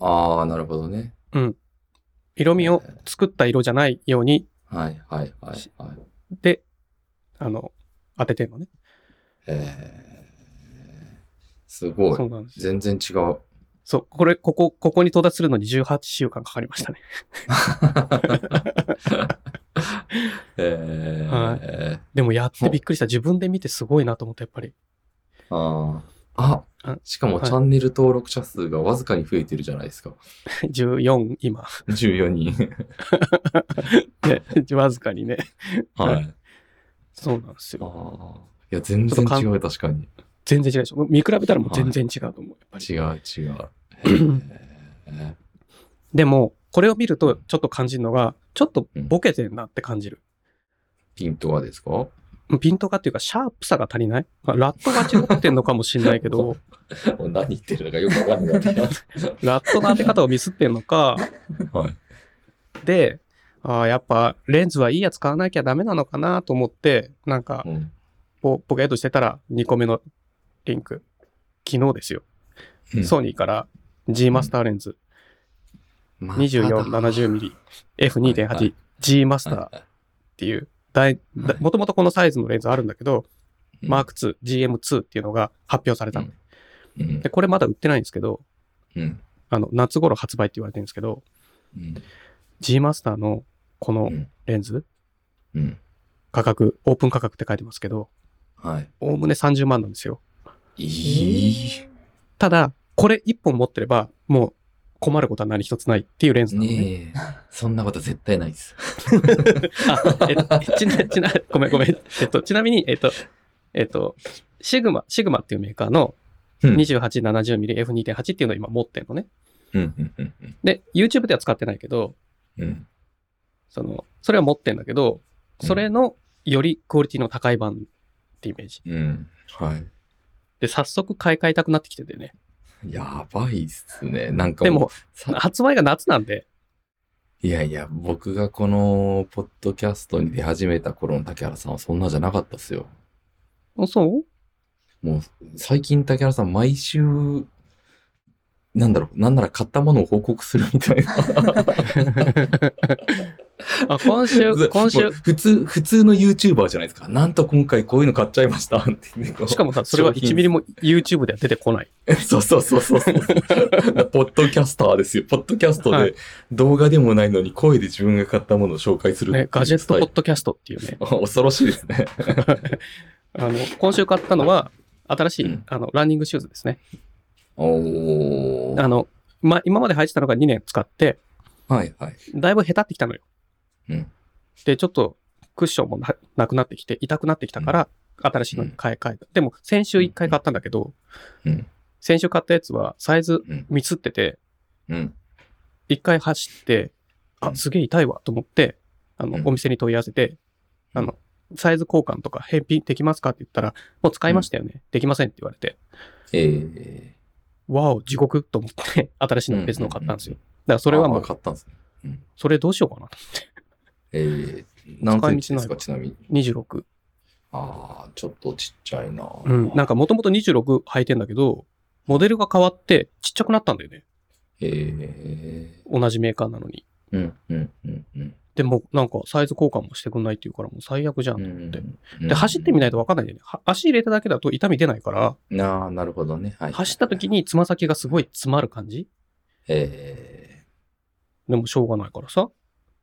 [SPEAKER 2] ああ、なるほどね。
[SPEAKER 1] 色味を作った色じゃないように、
[SPEAKER 2] はい、はい、はい、はい。
[SPEAKER 1] で、あの、当ててんのね。
[SPEAKER 2] えー、すごい
[SPEAKER 1] そ。うなんです。
[SPEAKER 2] 全然違
[SPEAKER 1] [laughs]
[SPEAKER 2] う。
[SPEAKER 1] そう、これ、ここ、ここに到達するのに18週間かかりま [laughs] したね。
[SPEAKER 2] えー、
[SPEAKER 1] はでもやってびっくりした。自分で見てすごいなと思った、やっぱり。
[SPEAKER 2] あーあ
[SPEAKER 1] あ、
[SPEAKER 2] しかも
[SPEAKER 1] はい
[SPEAKER 2] チャンネル登録者数がわずかに増えてるじゃないですか。 [laughs]
[SPEAKER 1] 14、今。
[SPEAKER 2] 14人。
[SPEAKER 1] [laughs] ね、わずかにね。
[SPEAKER 2] はい。
[SPEAKER 1] はそうなんです
[SPEAKER 2] あ
[SPEAKER 1] よ。
[SPEAKER 2] あ。いや、全
[SPEAKER 1] ちょ
[SPEAKER 2] 然
[SPEAKER 1] っとかん
[SPEAKER 2] 違う、確かに。
[SPEAKER 1] 全然違うでしょ。見比べたらもう全然違うと思う。やっぱり
[SPEAKER 2] 違う、違う。 [clears throat] へ
[SPEAKER 1] でも、これを見るとちょっと感じるのが、ちょっとボケてんなって感じる。
[SPEAKER 2] ピントはですか
[SPEAKER 1] ピントがっていうか、シャープさが足りない、まあ、ラットが違ってんのかもしれ [laughs] ないけど、
[SPEAKER 2] もう [laughs] 何言ってるのかよくわかんない。
[SPEAKER 1] ラットの当て方をミスってんのか、
[SPEAKER 2] [laughs] はい。
[SPEAKER 1] で、あーやっぱレンズはいいやつ買わなきゃダメなのかなと思って、なんか
[SPEAKER 2] うん
[SPEAKER 1] ポ、ポケットしてたら2個目のリンク。昨日ですよ。
[SPEAKER 2] うん
[SPEAKER 1] ソニーから G マスターレンズ
[SPEAKER 2] まただ
[SPEAKER 1] 2470mm、
[SPEAKER 2] はいはい
[SPEAKER 1] F2.8、G マスターっ
[SPEAKER 2] はい
[SPEAKER 1] ていう、大
[SPEAKER 2] はい
[SPEAKER 1] もともとこのサイズのレンズあるんだけど、
[SPEAKER 2] うん
[SPEAKER 1] マーク2、GM2 っていうのが発表されたの。
[SPEAKER 2] うん
[SPEAKER 1] で、これまだ売ってないんですけど、
[SPEAKER 2] うん
[SPEAKER 1] あの、夏頃発売って言われてるんですけど、
[SPEAKER 2] うん。
[SPEAKER 1] G マスターのこ
[SPEAKER 2] う
[SPEAKER 1] の
[SPEAKER 2] ん。
[SPEAKER 1] レンズ、
[SPEAKER 2] うん。
[SPEAKER 1] 価格、オープン価格って書いてますけど、
[SPEAKER 2] はい。
[SPEAKER 1] おおむね30万なんですよ。
[SPEAKER 2] いい。
[SPEAKER 1] ただ、これ1本持ってれば、もう困ることは何一つないっていうレンズなのね。
[SPEAKER 2] ねえ。そんなこと絶対ない [laughs] です。
[SPEAKER 1] あ、 [laughs] ええちな、ちな、ごめんごめん。えっと、ちなみに、えっと、えっと、シグマ、シグマっていうメーカーの
[SPEAKER 2] うん
[SPEAKER 1] 2870mmF2.8 っていうのを今持ってんのね。
[SPEAKER 2] うん。うんうんうん
[SPEAKER 1] で、YouTube では使ってないけど、
[SPEAKER 2] うん。
[SPEAKER 1] その、それは持ってんだけど、それのよりクオリティの高い版ってイメージ。
[SPEAKER 2] うん。はい。
[SPEAKER 1] で、早速買い替えたくなってきててね。
[SPEAKER 2] やばいっすね。なんか
[SPEAKER 1] でも、
[SPEAKER 2] さ
[SPEAKER 1] 発売が夏なんで、
[SPEAKER 2] いやいや、僕がこのポッドキャストに出始めた頃の竹原さんはそんなじゃなかったっすよ。
[SPEAKER 1] あそう
[SPEAKER 2] もう、最近竹原さん毎週、なんだろう、なんなら買ったものを報告するみたいな。
[SPEAKER 1] あ、今週、 [laughs]
[SPEAKER 2] [laughs]
[SPEAKER 1] 今
[SPEAKER 2] も
[SPEAKER 1] 週
[SPEAKER 2] う、普通、普通の YouTuber じゃないですか。なんと今回こういうの買っちゃいましたってね、
[SPEAKER 1] しかもさ、それは1ミリ
[SPEAKER 2] も。
[SPEAKER 1] も YouTube では出てこない。
[SPEAKER 2] [laughs] そうそうそうそ
[SPEAKER 1] [laughs]
[SPEAKER 2] うそう。ポッドキャスターですよ。ポッドキャスト
[SPEAKER 1] は
[SPEAKER 2] で
[SPEAKER 1] い
[SPEAKER 2] 動画でもないのに声で自分が買ったものを紹介するってい
[SPEAKER 1] ね
[SPEAKER 2] う、
[SPEAKER 1] ガジェッ
[SPEAKER 2] ス
[SPEAKER 1] ト
[SPEAKER 2] タイ
[SPEAKER 1] ポ
[SPEAKER 2] ル
[SPEAKER 1] ッドキャストっていうね。
[SPEAKER 2] [laughs] 恐ろしいですね。
[SPEAKER 1] あの、今週買ったのは、新しい、
[SPEAKER 2] うん
[SPEAKER 1] あの、ランニングシューズですね。
[SPEAKER 2] おー
[SPEAKER 1] あの、ま、今まで履いてたのが2年使って、
[SPEAKER 2] はいはい。
[SPEAKER 1] だいぶ下手ってきたのよ。
[SPEAKER 2] うん
[SPEAKER 1] で、ちょっと、クッションもななくなってきて、痛くなってきたから、新しいのに買い替えた。でも、先週1回買ったんだけど、
[SPEAKER 2] うん
[SPEAKER 1] 先週買ったやつは、サイズ
[SPEAKER 2] うん
[SPEAKER 1] ミスってて、
[SPEAKER 2] うん。
[SPEAKER 1] 1回走って、
[SPEAKER 2] う
[SPEAKER 1] あ、
[SPEAKER 2] ん
[SPEAKER 1] すげえ痛いわと思って、あの
[SPEAKER 2] う、ん
[SPEAKER 1] お店に問い合わせて、あの、サイズ交換とか返品できますかって言ったら、もう使いましたよね。できませんって言われて、
[SPEAKER 2] ええ
[SPEAKER 1] わお、地獄と思って、新しいの別の買ったんですよ。だからそれはも
[SPEAKER 2] あ
[SPEAKER 1] う、
[SPEAKER 2] 買ったんですね。
[SPEAKER 1] それどうしようかなと。
[SPEAKER 2] ええ何センチですか、
[SPEAKER 1] 使
[SPEAKER 2] ちなみに。
[SPEAKER 1] 26。
[SPEAKER 2] ああ、ちょっとちっちゃいな。
[SPEAKER 1] うん。なんかもともと26履いてんだけど、モデルが変わってちっちゃくなったんだよね。
[SPEAKER 2] ええ
[SPEAKER 1] 同じメーカーなのに。
[SPEAKER 2] うん、うん、うん、うん。
[SPEAKER 1] でも、なんかサイズ交換もしてくんないっていうから、もう最悪じゃんと思って。
[SPEAKER 2] うん
[SPEAKER 1] で、走ってみないとわかんないんだよね。は足入れただけだと痛み出ないから、
[SPEAKER 2] なあ、なるほどね。はい。
[SPEAKER 1] 走った時につま先がすごい詰まる感じ
[SPEAKER 2] え
[SPEAKER 1] でもしょうがないからさ、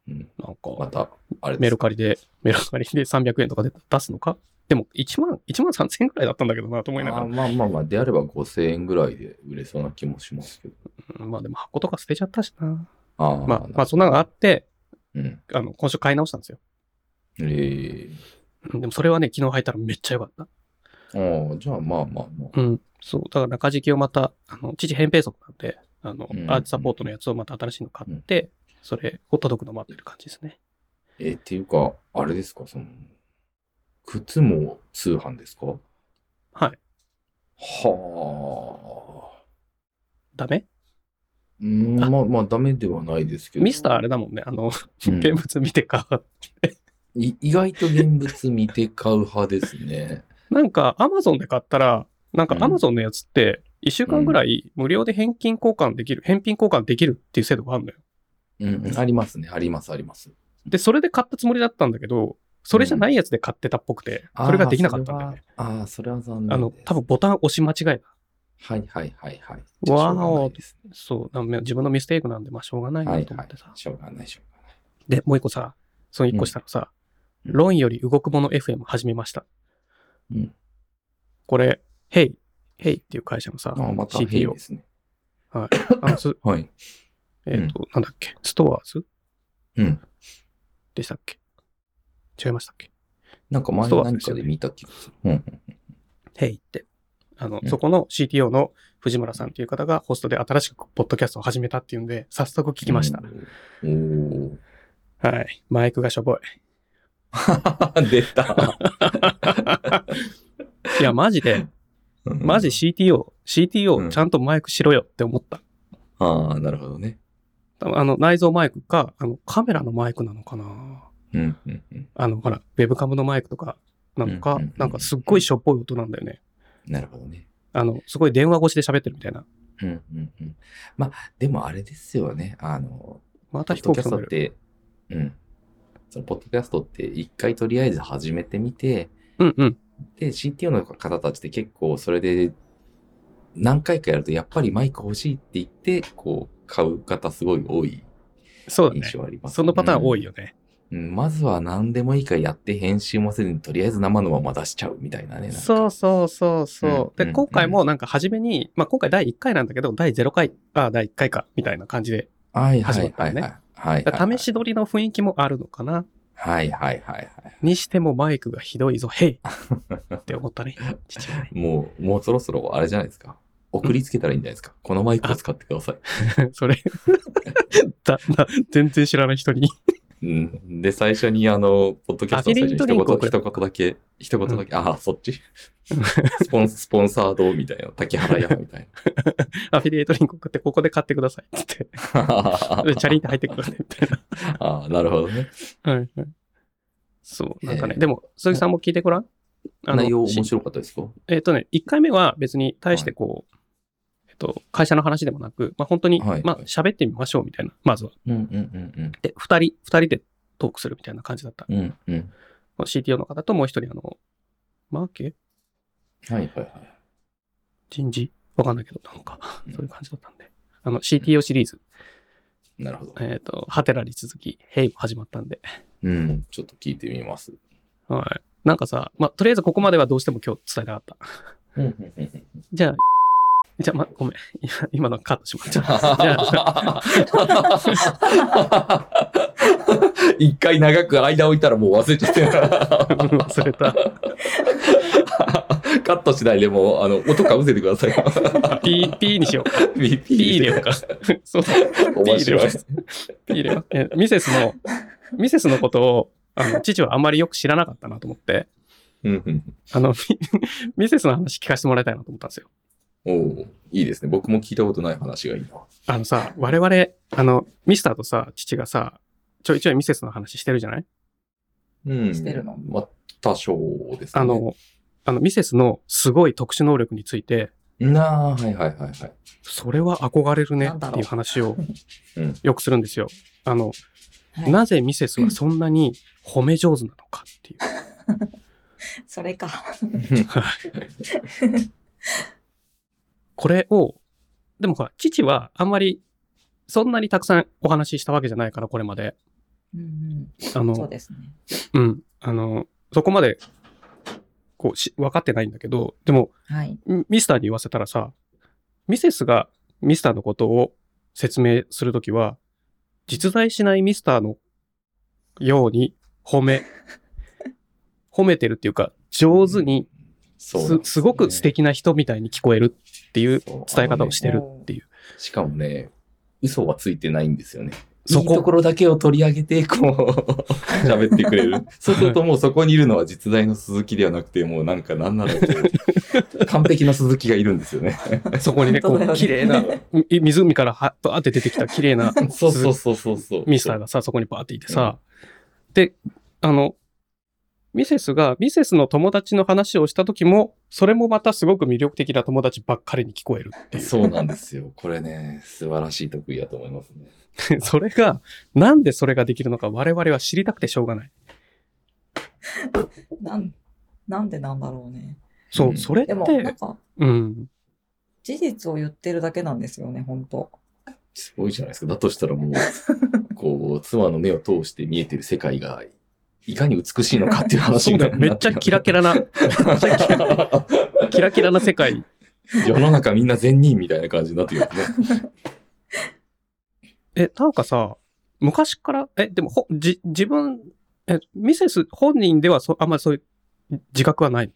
[SPEAKER 2] えうん、
[SPEAKER 1] なん
[SPEAKER 2] ま
[SPEAKER 1] か、
[SPEAKER 2] た、あれ
[SPEAKER 1] メ
[SPEAKER 2] です
[SPEAKER 1] ル。カリで、メルカリで300円とかで出すのかでも1万、1万3000円くらいだったんだけどなと思いなが
[SPEAKER 2] あ
[SPEAKER 1] ら
[SPEAKER 2] ー。まあまあまあ、であれば5000円ぐらいで売れそうな気もしますけど。
[SPEAKER 1] うんまあでも箱とか捨てちゃったしな。
[SPEAKER 2] ああ、
[SPEAKER 1] まあ、まあそんなのがあって、
[SPEAKER 2] うん。
[SPEAKER 1] あの、今週買い直したんですよ。
[SPEAKER 2] え
[SPEAKER 1] うんでもそれはね、昨日履いたらめっちゃ良かった。
[SPEAKER 2] えああ、じゃあまあまあまあ。
[SPEAKER 1] うん。そう。だから中敷きをまた、あの、父扁平足なんで、あの、
[SPEAKER 2] うん
[SPEAKER 1] アーチサポートのやつをまた新しいの買って、それを届くの待ってる感じですね。
[SPEAKER 2] えーっていうか、あれですか、その、靴も通販ですか
[SPEAKER 1] はい。
[SPEAKER 2] はあ。
[SPEAKER 1] ダメ
[SPEAKER 2] うん、
[SPEAKER 1] あ
[SPEAKER 2] まあまあ、ダメではないですけど。
[SPEAKER 1] ミスターあれだもんね。あの、
[SPEAKER 2] うん
[SPEAKER 1] 現物見て買う。 [laughs]
[SPEAKER 2] い意外と現物見て買う派です
[SPEAKER 1] [laughs]
[SPEAKER 2] ね。
[SPEAKER 1] なんか、アマゾンで買ったら、なんか
[SPEAKER 2] うん
[SPEAKER 1] アマゾンのやつって、1週間ぐらい無料で返金交換できる、返品交換できるっていう制度があるのよ。
[SPEAKER 2] うん、ありますね、あります、あります。
[SPEAKER 1] で、それで買ったつもりだったんだけど、それじゃないやつで買ってたっぽくて、それができなかったんだよね。
[SPEAKER 2] あーそれはあー、それは残念です。
[SPEAKER 1] あの、多分ボタン押し間違えた。
[SPEAKER 2] はいはいはいは
[SPEAKER 1] わ
[SPEAKER 2] い。
[SPEAKER 1] ーお
[SPEAKER 2] じゃあしょうがないですね
[SPEAKER 1] そう、なんか自分のミステイクなんで、まあ、しょうがない
[SPEAKER 2] は
[SPEAKER 1] ないと思ってさ。
[SPEAKER 2] はい。しょうがない、しょう
[SPEAKER 1] で、もう一個さ、その一個したのさ、
[SPEAKER 2] うん
[SPEAKER 1] ロンより動くもの FM 始めました。
[SPEAKER 2] うん
[SPEAKER 1] これ、ヘイ、ヘイっていう会社のさ、
[SPEAKER 2] あ、また
[SPEAKER 1] CTO
[SPEAKER 2] ヘイですね。
[SPEAKER 1] あ
[SPEAKER 2] [coughs]
[SPEAKER 1] のす
[SPEAKER 2] はい。
[SPEAKER 1] えっ、と、なんだっけ、ストアーズ
[SPEAKER 2] うん。
[SPEAKER 1] でしたっけ違いましたっけ
[SPEAKER 2] なんか前
[SPEAKER 1] そうなん
[SPEAKER 2] 何
[SPEAKER 1] です
[SPEAKER 2] か
[SPEAKER 1] よね
[SPEAKER 2] で見た気がする。うんうん。
[SPEAKER 1] ヘイって。あの、
[SPEAKER 2] うん
[SPEAKER 1] そこの CTO の藤村さんっていう方がホストで新しくポッドキャストを始めたっていうんで、早速聞きました。
[SPEAKER 2] うん。お
[SPEAKER 1] はい。マイクがしょぼい。 [laughs]
[SPEAKER 2] ー。出た。
[SPEAKER 1] いや、マジで、マジ CTO、
[SPEAKER 2] う
[SPEAKER 1] CTO
[SPEAKER 2] ん
[SPEAKER 1] ちゃんとマイクしろよって思った。
[SPEAKER 2] ああ、なるほどね。
[SPEAKER 1] 多分あの、内蔵マイクか、あの、カメラのマイクなのかな
[SPEAKER 2] うんうんうん。
[SPEAKER 1] あの、ほら、ウェブカムのマイクとかなのか、
[SPEAKER 2] うんうんうん
[SPEAKER 1] なんかすっごいしょっぽい音なんだよね。
[SPEAKER 2] なるほどね。
[SPEAKER 1] あの、すごい電話越しで喋ってるみたいな。
[SPEAKER 2] うんうんうん。まあ、でもあれですよね。あの、
[SPEAKER 1] また
[SPEAKER 2] ポ
[SPEAKER 1] 飛行機
[SPEAKER 2] ッドキャ
[SPEAKER 1] 飛
[SPEAKER 2] スト
[SPEAKER 1] ん
[SPEAKER 2] っ
[SPEAKER 1] でる。
[SPEAKER 2] て、うん。そのポッドキャストって一回とりあえず始めてみて、
[SPEAKER 1] うんうん。
[SPEAKER 2] で、CTO の方たちって結構それで何回かやるとやっぱりマイク欲しいって言って、こう、買う方すごい多い
[SPEAKER 1] そうだね
[SPEAKER 2] 印。象あります、
[SPEAKER 1] そのパターン多いよね。
[SPEAKER 2] うん、うんまずは何でもいいからやって編集もせずにとりあえず生のまま出しちゃうみたいなね。なんか
[SPEAKER 1] そうそうそうそう。
[SPEAKER 2] うん
[SPEAKER 1] で、今回もなんか初めに、まあ今回第1回なんだけど、第0回、あ、第1回か、みたいな感じで。
[SPEAKER 2] はいは
[SPEAKER 1] 始
[SPEAKER 2] い
[SPEAKER 1] まった
[SPEAKER 2] は
[SPEAKER 1] のね
[SPEAKER 2] いはい。はい
[SPEAKER 1] だから試。し撮りの雰囲気もあるのかな。
[SPEAKER 2] はいはいはいはい。
[SPEAKER 1] にしてもマイクがひどいぞ、
[SPEAKER 2] [laughs]
[SPEAKER 1] へいって思ったね。父はね
[SPEAKER 2] もう、もうそろそろあれじゃないですか。送りつけたらいいんじゃないですか。このマイクを使ってください。
[SPEAKER 1] [laughs] それだ、だ、全然知らない人に。 [laughs]
[SPEAKER 2] うん。で、最初にあの、ポッドキャストの最初に
[SPEAKER 1] アフィ
[SPEAKER 2] 一
[SPEAKER 1] リエイトリンク
[SPEAKER 2] 言、
[SPEAKER 1] 送る
[SPEAKER 2] 一言だけ、一言だけ、ああ、そ
[SPEAKER 1] [laughs]
[SPEAKER 2] っち。スポン、スポンサーどうみたいな。竹原屋みたい
[SPEAKER 1] アフィリエイトリンク送って、ここで買ってください。つ [laughs] って。
[SPEAKER 2] な。
[SPEAKER 1] で [laughs] チャリンって入ってくる
[SPEAKER 2] [laughs]
[SPEAKER 1] ね、みたい
[SPEAKER 2] ああ、なるほどね。
[SPEAKER 1] な。はいはい。そう、なんかね。
[SPEAKER 2] えー
[SPEAKER 1] でも、鈴木さんも聞いてごらん。あの
[SPEAKER 2] 内容面
[SPEAKER 1] し
[SPEAKER 2] 白かったですか
[SPEAKER 1] えっ、とね、1回目は別に対してこう、えっと、会社の話でもなく、まあ本当に、
[SPEAKER 2] はい
[SPEAKER 1] まあ喋ってみましょうみたいな、まずは。
[SPEAKER 2] うんうんうん
[SPEAKER 1] で、2人、二人でトークするみたいな感じだった。
[SPEAKER 2] うん。うんうん。
[SPEAKER 1] この CTO の方ともう一人、あの、マーケ
[SPEAKER 2] はいはいはい。
[SPEAKER 1] 人事わかんないけど、なんか、
[SPEAKER 2] うん
[SPEAKER 1] そういう感じだったんで。あの、CTO シリーズ、
[SPEAKER 2] なるほど。
[SPEAKER 1] えっ、と、ハテラに続き、ヘイも始まったんで。
[SPEAKER 2] うん。ちょっと聞いてみます。
[SPEAKER 1] はい。なんかさ、まあ、とりあえずここまではどうしても今日伝えたかった。
[SPEAKER 2] うんうんうんうん。
[SPEAKER 1] じゃあ、じゃあ、ま、ごめん。今今のカットしました。じゃあ
[SPEAKER 2] [laughs] 一回長く間置いたらもう忘れちゃってる。 [laughs]
[SPEAKER 1] 忘れた。
[SPEAKER 2] カットしないでもう、あの、音かぶせてく
[SPEAKER 1] [laughs]
[SPEAKER 2] ださい。
[SPEAKER 1] ピー、ピーにしようか。
[SPEAKER 2] ピー
[SPEAKER 1] ピー入れようか。そうだ。
[SPEAKER 2] 面白い。
[SPEAKER 1] ピー入れようえミセスの、ミセスのことを、あの、父はあんまりよく知らなかったなと思って、
[SPEAKER 2] うんうん
[SPEAKER 1] あの、ミミセスの話聞かせてもらいたいなと思ったんですよ。
[SPEAKER 2] おーいいですね。僕も聞いたことない話がいいな。
[SPEAKER 1] あのさ、我々、あの、ミスターとさ、父がさ、ちょいちょいミセスの話してるじゃない
[SPEAKER 2] うん。
[SPEAKER 3] してるの
[SPEAKER 2] まあ、多少ですね。
[SPEAKER 1] あ、の、あの、ミセスのすごい特殊能力について、
[SPEAKER 2] なあ、はいはいはいはい。
[SPEAKER 1] それは憧れるね
[SPEAKER 3] なんだ
[SPEAKER 1] っ
[SPEAKER 3] ろ
[SPEAKER 1] て
[SPEAKER 3] う
[SPEAKER 1] いう話
[SPEAKER 3] [laughs]
[SPEAKER 1] を
[SPEAKER 2] うん
[SPEAKER 1] よくするんですよ。あの、
[SPEAKER 3] はい
[SPEAKER 1] なぜミセスはそんなに褒め上手なのかって
[SPEAKER 3] [laughs]
[SPEAKER 1] いう。
[SPEAKER 3] それか。
[SPEAKER 1] これを、でもほら、父はあんまりそんなにたくさんお話ししたわけじゃないから、これまで。
[SPEAKER 3] うん
[SPEAKER 1] あ
[SPEAKER 3] うん、そ
[SPEAKER 1] の、
[SPEAKER 3] うですね。
[SPEAKER 1] うん。あの、そこまで、こうし、分かってないんだけど、でも、
[SPEAKER 3] はい。
[SPEAKER 1] ミミスターに言わせたらさ、ミセスがミスターのことを説明するときは、実在しないミスターのように褒
[SPEAKER 2] [laughs]
[SPEAKER 1] め、褒めてるっていうか、上手に
[SPEAKER 2] そ
[SPEAKER 1] す
[SPEAKER 2] うなんですね
[SPEAKER 1] すごく素敵な人みたいに聞こえるっていう伝え方をしてるっていう。
[SPEAKER 2] しかもね、嘘はついてないんですよね。
[SPEAKER 1] そ
[SPEAKER 2] そ
[SPEAKER 1] こ
[SPEAKER 2] こいいところだけを取り上げて、 [laughs] こう、喋ってくれる。そうするともうそこにいるのは実在の鈴木ではなくて、もうなんかなんならこう、完璧な鈴木がいるんですよね。
[SPEAKER 1] そこにね、こ
[SPEAKER 3] 本当だよ
[SPEAKER 1] う、
[SPEAKER 3] ね
[SPEAKER 1] 綺麗な、み [laughs] 湖からはバーって出てきた綺麗な
[SPEAKER 2] [laughs] そうそうそうそうそう。
[SPEAKER 1] ミスターがさ、そこにバーっていてさ、で、あの、ミセスが、ミセスの友達の話をした時も、それもまたすごく魅力的な友達ばっかりに聞こえ [laughs] るってい
[SPEAKER 2] そうなんですよ。これね、素晴らしい得意だと思いますね。
[SPEAKER 1] う。それが、なんでそれができるのか我々は知りたくてしょうがない。
[SPEAKER 3] なん、なんでなんだろうね。
[SPEAKER 1] そうう、
[SPEAKER 2] ん
[SPEAKER 1] それっ
[SPEAKER 3] でも、なん
[SPEAKER 1] て、
[SPEAKER 3] か、
[SPEAKER 1] うん。
[SPEAKER 3] 事実を言ってるだけなんですよね、本当
[SPEAKER 2] すごいじゃないですか。だとしたらもう、こう、妻の目を通して見えてる世界が、いかに美しいのかっていう話
[SPEAKER 1] そう
[SPEAKER 2] に
[SPEAKER 1] だ [laughs]
[SPEAKER 2] な [laughs]
[SPEAKER 1] よ。めっちゃキラキラな、
[SPEAKER 2] ラ。
[SPEAKER 1] キラキラな世界
[SPEAKER 2] [laughs] 世の中みんな善人みたいな感じになってくるね。
[SPEAKER 1] え、なんかさ、昔から、え、でもほ、じ、自分、え、ミセス本人ではそ、あんまりそういう自覚はない。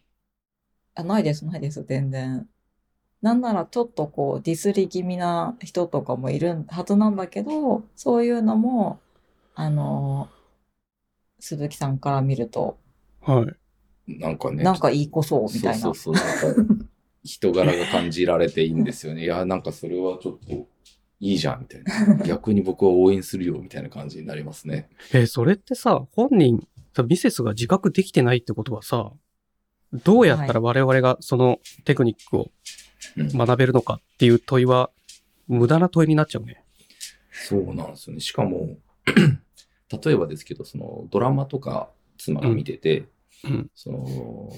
[SPEAKER 3] あないです、ないです、全然。なんならちょっとこうディスり気味な人とかもいるはずなんだけど、そういうのも、あの鈴木さんから見ると、
[SPEAKER 1] はい。
[SPEAKER 2] なんかね。
[SPEAKER 3] なんかいい子そうみたいな
[SPEAKER 2] そう。そうそう。なんか人柄が感じられていいんですよ
[SPEAKER 3] [laughs]
[SPEAKER 2] ね。いや、なんかそれはちょっといいじゃんみたいな。逆に僕は応援するよみたいな感じになりますね。
[SPEAKER 1] え、それってさ、本人、さミセスが自覚できてないってことはさ、どうやったら我々がそのテクニックを
[SPEAKER 2] うん
[SPEAKER 1] 学べるのかっていう問いは、無駄な問いになっちゃうね。
[SPEAKER 2] そうなんですよね。しかも、 [clears throat] 例えばですけど、そのドラマとか妻が見てて、
[SPEAKER 1] うん。
[SPEAKER 2] その、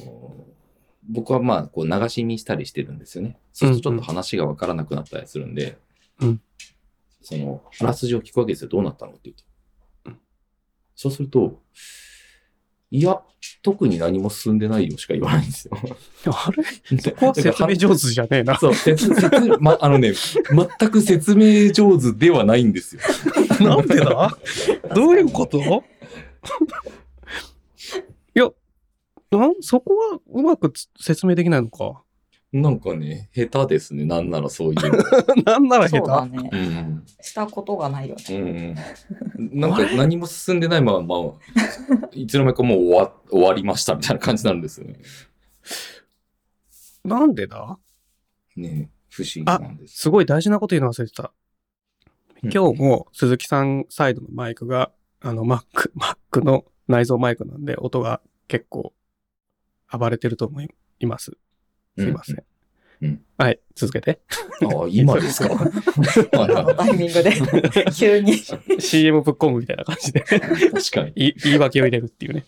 [SPEAKER 2] 僕はまあ、こう流し見したりしてるんですよね。そうするとちょっと話がわからなくなったりするんで、
[SPEAKER 1] うん
[SPEAKER 2] その、あらすじを聞くわけですよ。どうなったのって言うと。
[SPEAKER 1] うん
[SPEAKER 2] そうすると、いや、特に何も進んでないよしか言わないんですよ。
[SPEAKER 1] あれ
[SPEAKER 2] そ
[SPEAKER 1] ここは説明上手じゃねえな。
[SPEAKER 2] そう、説、説、ま、あのね、全く説明上手では [laughs] ないんですよ。
[SPEAKER 1] [laughs] なんでだ [laughs] どういう [laughs] こといや、なんそこはうまくつ説明できないの [laughs] か。
[SPEAKER 2] なんかね、下手ですね。なんならそういうの。
[SPEAKER 1] なんなら
[SPEAKER 3] そ
[SPEAKER 1] 下
[SPEAKER 3] うだ
[SPEAKER 1] 手。
[SPEAKER 3] ね
[SPEAKER 2] う。ん
[SPEAKER 3] したことがないよね。
[SPEAKER 2] うんうん、なんか何も進んでないまま、いつの間にかもう終わ終わりましたみたいな感じなんですよね。
[SPEAKER 1] なんでだ
[SPEAKER 2] ねえ不思議なんです。
[SPEAKER 1] すごい大事なこと言うの忘れてた。
[SPEAKER 2] うん
[SPEAKER 1] 今日も鈴木さんサイドのマイクが、あの Mac、Mac の内蔵マイクなんで音が結構暴れてると思います。すいません。
[SPEAKER 2] うんうん
[SPEAKER 1] はい、続けて。 [laughs]
[SPEAKER 2] ああ、今です [laughs] か。はいはいは
[SPEAKER 3] タイミ
[SPEAKER 1] [laughs]
[SPEAKER 3] ングで急に
[SPEAKER 1] CM ぶっ込むみたいな感じで。
[SPEAKER 2] [laughs] い確かに。
[SPEAKER 1] い言い訳を入れるっていうね。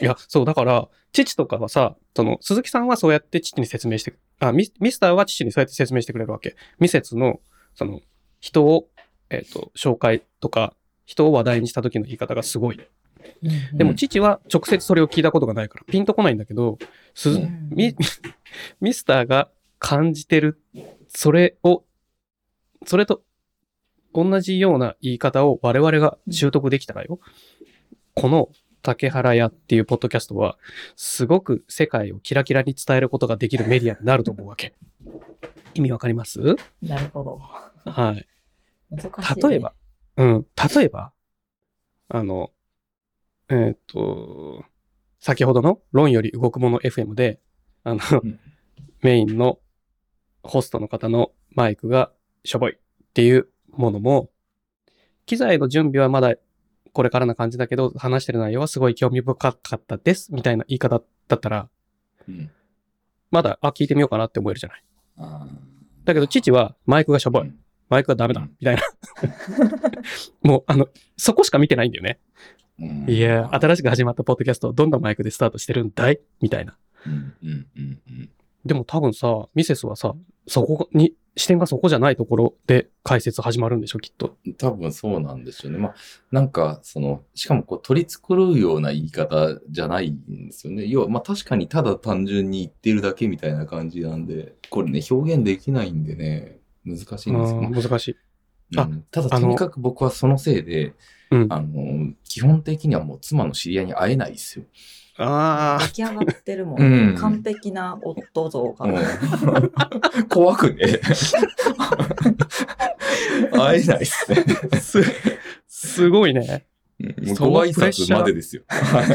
[SPEAKER 1] いや、そう、だから、父とかはさ、その、鈴木さんはそうやって父に説明して、あ、ミミスターは父にそうやって説明してくれるわけ。ミセスの、その、人を、えっ、と、紹介とか、人を話題にした時の言い方がすごい。でも父は直接それを聞いたことがないから、ピンとこないんだけど、す
[SPEAKER 2] うん
[SPEAKER 1] ミ [laughs] ミスターが感じてる、それを、それと同じような言い方を我々が習得できたらよ。この竹原屋っていうポッドキャストは、すごく世界をキラキラに伝えることができるメディアになると思うわけ。意味わかります
[SPEAKER 3] なるほど。
[SPEAKER 1] はい。
[SPEAKER 3] 難しい、
[SPEAKER 1] 例えば。、うん、例えば、あの、えーっ、と、先ほどの論より動くもの FM で、あの、
[SPEAKER 2] うん
[SPEAKER 1] メインのホストの方のマイクがしょぼいっていうものも、機材の準備はまだこれからな感じだけど、話してる内容はすごい興味深かったです、みたいな言い方だったら、
[SPEAKER 2] うん
[SPEAKER 1] まだ、あ、聞いてみようかなって思えるじゃない。
[SPEAKER 2] あ
[SPEAKER 1] だけど、父はマイクがしょぼ
[SPEAKER 2] あ
[SPEAKER 1] い。マイクはダメだ
[SPEAKER 2] うん、
[SPEAKER 1] みたいな。もう、あの、そこしか見てないんだよね。
[SPEAKER 2] うん
[SPEAKER 1] いやー、新しく始まったポッドキャストをどんなマイクでスタートしてるんだいみたいな。
[SPEAKER 2] うんうんうんうん
[SPEAKER 1] でも多分さ、ミセスはさ、そこに、視点がそこじゃないところで解説始まるんでしょ、きっと。
[SPEAKER 2] 多分そうなんですよね。まあ、なんか、その、しかもこう取り繕うような言い方じゃないんですよね。要は、まあ確かにただ単純に言ってるだけみたいな感じなんで、これね、表現できないんでね、難しいんです
[SPEAKER 1] うん、
[SPEAKER 2] よ。
[SPEAKER 1] 難しい。あ
[SPEAKER 2] うんただ
[SPEAKER 1] あ
[SPEAKER 2] と
[SPEAKER 1] の
[SPEAKER 2] にかく僕はそのせいで、
[SPEAKER 1] うん。
[SPEAKER 2] あの、基本的にはもう妻の知り合いに会えないですよ。
[SPEAKER 1] あ
[SPEAKER 3] 出来上がってるもん。
[SPEAKER 2] うん
[SPEAKER 3] 完璧な夫像が。
[SPEAKER 2] うん [laughs] 怖
[SPEAKER 1] [laughs]
[SPEAKER 2] くね。会えないですね。
[SPEAKER 1] ー、す、すごいね。
[SPEAKER 2] もう
[SPEAKER 1] その
[SPEAKER 2] ご挨
[SPEAKER 1] プレッシ
[SPEAKER 2] 拶
[SPEAKER 1] ャー
[SPEAKER 2] までですよ。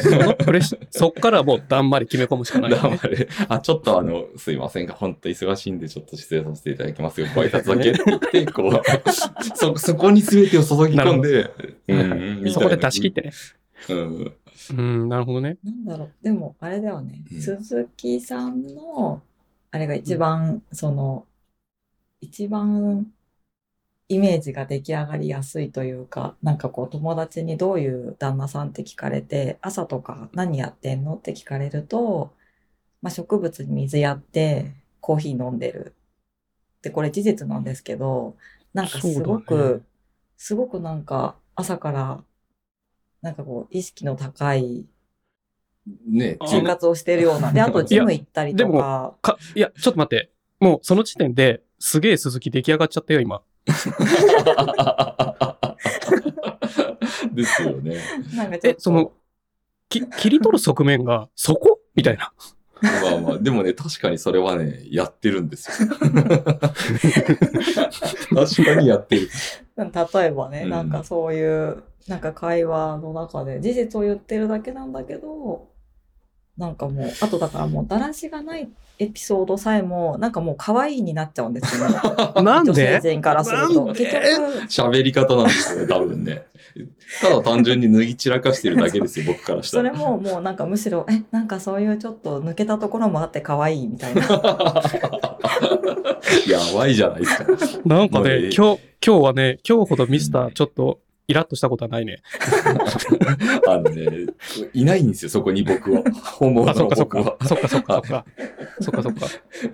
[SPEAKER 1] そのプレッシャーそっからもうだんまり決め込むしかない、
[SPEAKER 2] 黙
[SPEAKER 1] ね。
[SPEAKER 2] れ。 [laughs] あ、ちょっとあの、すいませんが、本当忙しいんで、ちょっと失礼させていただきますよ。ご挨拶だけって言って、こう、そ、 [laughs] そこに全てを注ぎ込んで、うんうんみたいな
[SPEAKER 1] そこで出し切ってね。
[SPEAKER 2] うん
[SPEAKER 1] うん、なるほどね。
[SPEAKER 3] なんだろう。でも、あれだよね
[SPEAKER 2] う。ん
[SPEAKER 3] 鈴木さんの、あれが一番、その、一番、イメージが出来上がりやすいというか、なんかこう友達にどういう旦那さんって聞かれて、朝とか何やってんのって聞かれると、まあ、植物に水やって、コーヒー飲んでる。で、これ事実なんですけど、なんかすご
[SPEAKER 1] そうだね
[SPEAKER 3] く、すごくなんか朝から、なんかこう意識の高い
[SPEAKER 2] ね
[SPEAKER 1] あ
[SPEAKER 2] 急
[SPEAKER 3] 生
[SPEAKER 2] に
[SPEAKER 3] 活をしてるような。で、あとジム行ったりと
[SPEAKER 1] い
[SPEAKER 3] か、
[SPEAKER 1] か、いや、ちょっと待って。もうその時点ですげえ鈴木出来上がっちゃったよ、今。
[SPEAKER 2] [laughs] ですよね。
[SPEAKER 3] なんかちょっ
[SPEAKER 1] え
[SPEAKER 3] と、
[SPEAKER 1] その、き切り取る側面がそこみたいな。
[SPEAKER 2] まあまあ、でもね、確かにそれはね、やってるんですよ。 [laughs] 確かにやってる。
[SPEAKER 3] 例えばね、
[SPEAKER 2] うん
[SPEAKER 3] なんかそういうなんか会話の中で事実を言ってるだけなんだけどなんかもうあとだからもうだらしがないエピソードさえもなんかもう可愛いになっちゃうんですよね
[SPEAKER 1] [laughs] なん
[SPEAKER 3] 女性
[SPEAKER 1] で
[SPEAKER 3] 陣からすると
[SPEAKER 1] なん
[SPEAKER 3] 結
[SPEAKER 1] で
[SPEAKER 3] 局
[SPEAKER 2] 喋り方なんですよね、多分ね。ただ単純に脱ぎ散らかしてるだけですよ、僕からした
[SPEAKER 3] それ
[SPEAKER 2] ら。
[SPEAKER 3] ももうなんかむしろえなんかそういうちょっと抜けたところもあって可愛いみたいな
[SPEAKER 1] [laughs]
[SPEAKER 2] [laughs] やばいじゃないですか。
[SPEAKER 1] なんか
[SPEAKER 2] もう
[SPEAKER 1] ね
[SPEAKER 2] え、
[SPEAKER 1] 今日、今日はね、今日ほどミスターちょっとイラッとしたことはないね。
[SPEAKER 2] あのね、いないんですよ、そこに僕は。本物
[SPEAKER 1] あ、そ
[SPEAKER 2] の
[SPEAKER 1] っかそっ
[SPEAKER 2] 僕
[SPEAKER 1] か
[SPEAKER 2] は。。
[SPEAKER 1] そっか
[SPEAKER 2] [laughs]
[SPEAKER 1] そっかそっか。そっかそっか。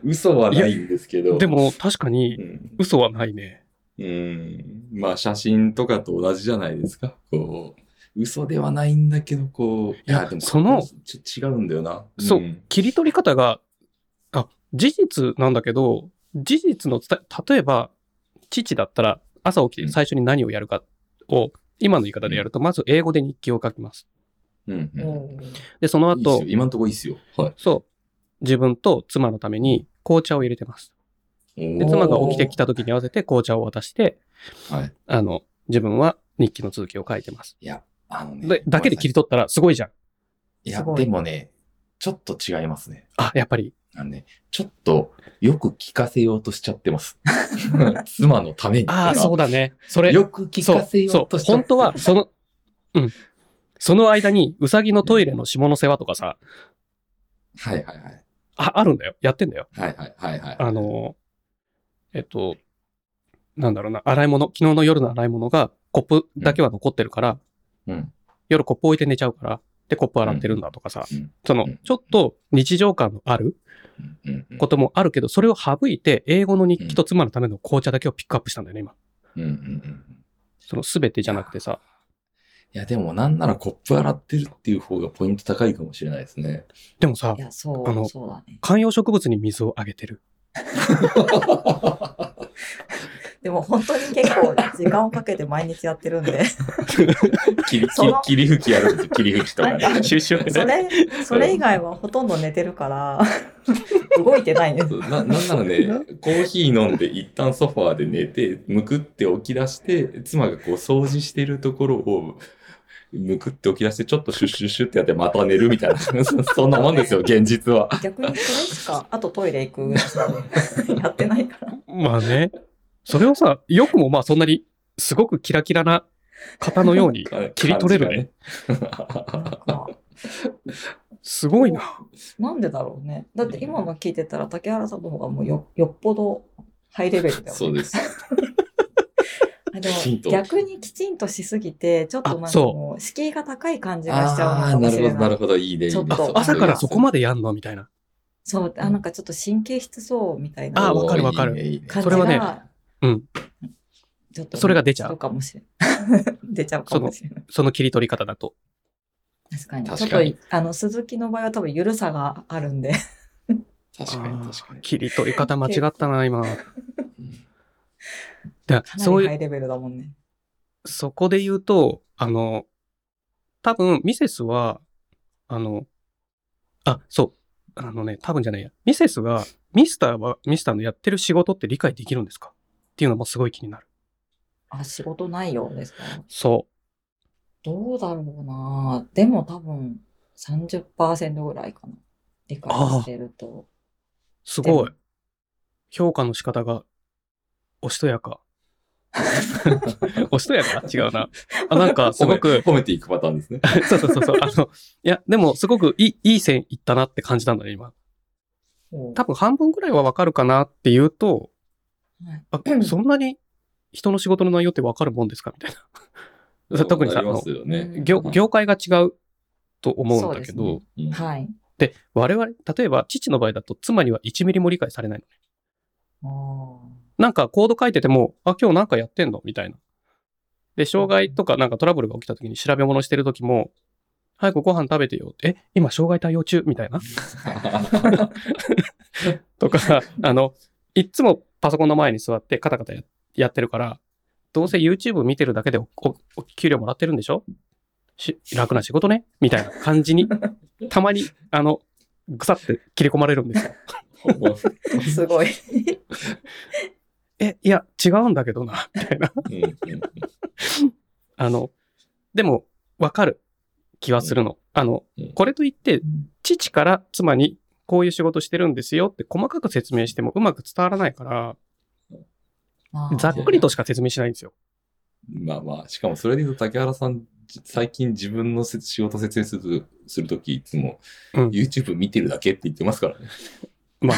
[SPEAKER 2] 嘘はないんですけど。
[SPEAKER 1] でも確か
[SPEAKER 2] う
[SPEAKER 1] に
[SPEAKER 2] ん、
[SPEAKER 1] 嘘はないね。
[SPEAKER 2] うん。まあ、写真とかと同じじゃないですか。こう、嘘ではないんだけど、こう、い
[SPEAKER 1] やその
[SPEAKER 2] ちょ違うんだよな。
[SPEAKER 1] そうん切り取り方が、あ、事実なんだけど、事実の伝え、例えば、父だったら朝起きて最初に何をやるかを、今の言い方でやると、まず英語で日記を書きます。
[SPEAKER 2] うんうん。
[SPEAKER 3] も
[SPEAKER 1] で、その
[SPEAKER 2] いいっす
[SPEAKER 1] 後
[SPEAKER 2] よ、今んとこいいっすよ。はい。
[SPEAKER 1] そう、自分と妻のために紅茶を入れてます。で、
[SPEAKER 2] おー
[SPEAKER 1] 妻が起きてきた時に合わせて紅茶を渡して、
[SPEAKER 2] はい。
[SPEAKER 1] あの、自分は日記の続きを書いてます。
[SPEAKER 2] いや、あのね。
[SPEAKER 1] で、だけで切り取ったらすごいじゃん。
[SPEAKER 2] い
[SPEAKER 3] す
[SPEAKER 2] や、
[SPEAKER 3] ごい
[SPEAKER 2] でもね、ちょっと違いますね。
[SPEAKER 1] あ、やっぱり。
[SPEAKER 2] あのね、ちょっとよく聞かせようとしちゃっ
[SPEAKER 1] [laughs]
[SPEAKER 2] てます。妻のために。
[SPEAKER 1] ああ、そうだね。それ、
[SPEAKER 2] よく聞かせようとしち
[SPEAKER 1] そうそ
[SPEAKER 2] ゃ
[SPEAKER 1] う、本当は、その、うん。その間に、うさぎのトイレの下の世話とかさ、
[SPEAKER 2] はいはいはい。
[SPEAKER 1] あ、あるんだよ。やってんだよ。
[SPEAKER 2] はいはいはいはい。
[SPEAKER 1] あの、えっと、なんだろうな、洗い物、昨日の夜の洗い物が、コップだけは残ってるから、
[SPEAKER 2] うん。
[SPEAKER 1] 夜コップ置いて寝ちゃうから、で、コップ洗ってるんだとかさ、
[SPEAKER 2] うん
[SPEAKER 1] その
[SPEAKER 2] うん、
[SPEAKER 1] ちょっと日常感のある
[SPEAKER 2] うんうんうん。
[SPEAKER 1] こともあるけど、それを省いて、英語の日記と妻のための紅茶だけをピックアップしたんだよね、今。
[SPEAKER 2] うんうんうん。
[SPEAKER 1] その全てじゃなくてさ、
[SPEAKER 2] いや、でもなんならコップ洗ってるっていう方がポイント高いかもしれないで
[SPEAKER 1] [laughs]
[SPEAKER 2] すね。
[SPEAKER 1] でもさ
[SPEAKER 3] うい、やそ
[SPEAKER 1] あの
[SPEAKER 3] うそうだね
[SPEAKER 1] 観葉植物に水をあげてる。
[SPEAKER 3] でも本当に結構時間をかけて毎日やってるんで
[SPEAKER 2] 霧
[SPEAKER 3] その
[SPEAKER 2] 霧吹きやるんですよ。霧吹きと
[SPEAKER 1] [laughs]
[SPEAKER 2] かね。
[SPEAKER 1] 収集って
[SPEAKER 2] [laughs]
[SPEAKER 3] それそれ以外はほとんど寝てるから動いてないね
[SPEAKER 2] そうななんならね、コーヒー飲んで一旦ソファーで寝て、むくって起き出して、妻がこう掃除してるところを、むくって起き出して、ちょっとシュッシュッシュッってやって、また寝るみたいな、 [laughs] そんなも
[SPEAKER 1] [laughs]
[SPEAKER 2] んですよ、現実は。
[SPEAKER 3] 逆にそれしか、あとトイレ行くぐらいしか [laughs] やってない
[SPEAKER 2] [laughs]
[SPEAKER 3] から。
[SPEAKER 1] まあね。それをさ、よくもまあそんなに、すごくキラキラな方のよ
[SPEAKER 2] [laughs]
[SPEAKER 1] うに切り取れるね。
[SPEAKER 3] [laughs]
[SPEAKER 2] 感じが
[SPEAKER 3] なん
[SPEAKER 2] ね。
[SPEAKER 3] か
[SPEAKER 1] すごいな。
[SPEAKER 3] なんでだろうね。だって今の聞いてたら、竹原さんの方がもうよよっぽどハイレベルだよね。
[SPEAKER 2] そうです。
[SPEAKER 3] [laughs] あで
[SPEAKER 2] きちんと
[SPEAKER 3] も逆にきちんとしすぎて、ちょっとな
[SPEAKER 1] あ
[SPEAKER 3] んか
[SPEAKER 1] そう
[SPEAKER 3] もう敷居が高い感じがしちゃうの
[SPEAKER 2] あ
[SPEAKER 3] か
[SPEAKER 2] あー、
[SPEAKER 3] も
[SPEAKER 2] な
[SPEAKER 3] し
[SPEAKER 2] るほ
[SPEAKER 3] れ
[SPEAKER 2] ど、
[SPEAKER 3] な。
[SPEAKER 2] ないるほど、いいね、いいね
[SPEAKER 3] ちょっと
[SPEAKER 2] そう
[SPEAKER 1] あ朝からそこ
[SPEAKER 2] ま
[SPEAKER 1] までやんのみたいな。
[SPEAKER 3] そう、あなんかちょっと神経質そうみたい
[SPEAKER 1] あ
[SPEAKER 3] な
[SPEAKER 1] ーわかるわかる
[SPEAKER 2] いいねいいね
[SPEAKER 3] 感
[SPEAKER 1] そ
[SPEAKER 3] じ
[SPEAKER 1] れはね
[SPEAKER 3] が、
[SPEAKER 1] うん。
[SPEAKER 3] ちょっとね
[SPEAKER 1] それが出ちゃう
[SPEAKER 3] かもしれない。 [laughs] 出ちゃうかもしれない。
[SPEAKER 1] その切り取り方だと。
[SPEAKER 3] 確かに。
[SPEAKER 2] 確
[SPEAKER 3] ちょ
[SPEAKER 2] か
[SPEAKER 3] っ
[SPEAKER 2] に
[SPEAKER 3] と、あの、鈴木の場合は多分緩さがあるんで。
[SPEAKER 2] 確かに、確かに。
[SPEAKER 1] 切り取り方間違ったな、
[SPEAKER 2] [laughs]
[SPEAKER 1] 今。だ
[SPEAKER 3] か
[SPEAKER 1] そ
[SPEAKER 3] な
[SPEAKER 1] う
[SPEAKER 3] り
[SPEAKER 1] い
[SPEAKER 3] ハ
[SPEAKER 1] う、
[SPEAKER 3] イレベルだもんね。
[SPEAKER 1] そこで言うと、あの、多分、ミセスは、あの、あ、そう。あのね、多分じゃないや。ミセスが、ミスターは、ミスターのやってる仕事って理解できるんですかっていうのもすごい気になる。
[SPEAKER 3] あ、仕事内容ですか
[SPEAKER 1] そう。
[SPEAKER 3] どうだろうなでも多分30%ぐらいかな。理解してると。
[SPEAKER 1] すご
[SPEAKER 3] でも
[SPEAKER 1] い。評価の仕方が、おしとやか。おしとやか違うな。あ、なんか、すごく、
[SPEAKER 2] 褒めていくパターンですね。
[SPEAKER 1] そうそうそうそう。あの、いや、でも、すごくいい、いい線いったなって感じたんだね、今。
[SPEAKER 3] うん
[SPEAKER 1] 多分、半分ぐらいはわかるかなって言うと、
[SPEAKER 3] はい [clears throat]
[SPEAKER 1] あ、そんなに人の仕事の内容ってわかるもんですかみたいな。そう特にさ、あ
[SPEAKER 2] なりま
[SPEAKER 1] の
[SPEAKER 2] すよね。
[SPEAKER 1] 業、業界が違うと思うん
[SPEAKER 3] そう
[SPEAKER 1] だ
[SPEAKER 3] で
[SPEAKER 1] け
[SPEAKER 3] す
[SPEAKER 1] ど、
[SPEAKER 3] ね
[SPEAKER 2] うん
[SPEAKER 3] はい。
[SPEAKER 1] で我々、例えば、父の場合だと、妻には1ミリも理解されないの。
[SPEAKER 3] あー
[SPEAKER 1] なんかコード書いてても、あ、今日なんかやってんのみたいな。で、障害とかなんかトラブルが起きた時に調べ物してる時も、早くご飯食べてよ。え、
[SPEAKER 2] [laughs]
[SPEAKER 1] [laughs] 今障害対応中みたいな。とか、あの、いっつもパソコンの前に座ってカタカタややってるから、どうせ YouTube 見てるだけでおおお給料もらってるんでしょし楽な仕事ねみたいな感 [laughs] じに、たまに、あの、ぐさって切り込まれるんですよ。
[SPEAKER 3] すごい。
[SPEAKER 1] え、いや、違うんだけどな、みたいな。
[SPEAKER 2] うんうん
[SPEAKER 1] あの、でも、わかる気はするの。あの
[SPEAKER 2] うん、
[SPEAKER 1] これといって、父から妻にこういう仕事してるんですよって細かく説明してもうまく伝わらないから、ざっくりとしか説明しないんですよ。
[SPEAKER 2] まあまあ、しかもそれで言うと、竹原さん、じ最近自分のせ仕事説明するするとき、いつも
[SPEAKER 1] うん
[SPEAKER 2] YouTube 見てるだけって言ってますか
[SPEAKER 1] [laughs]
[SPEAKER 2] らね。
[SPEAKER 1] ま
[SPEAKER 2] [laughs]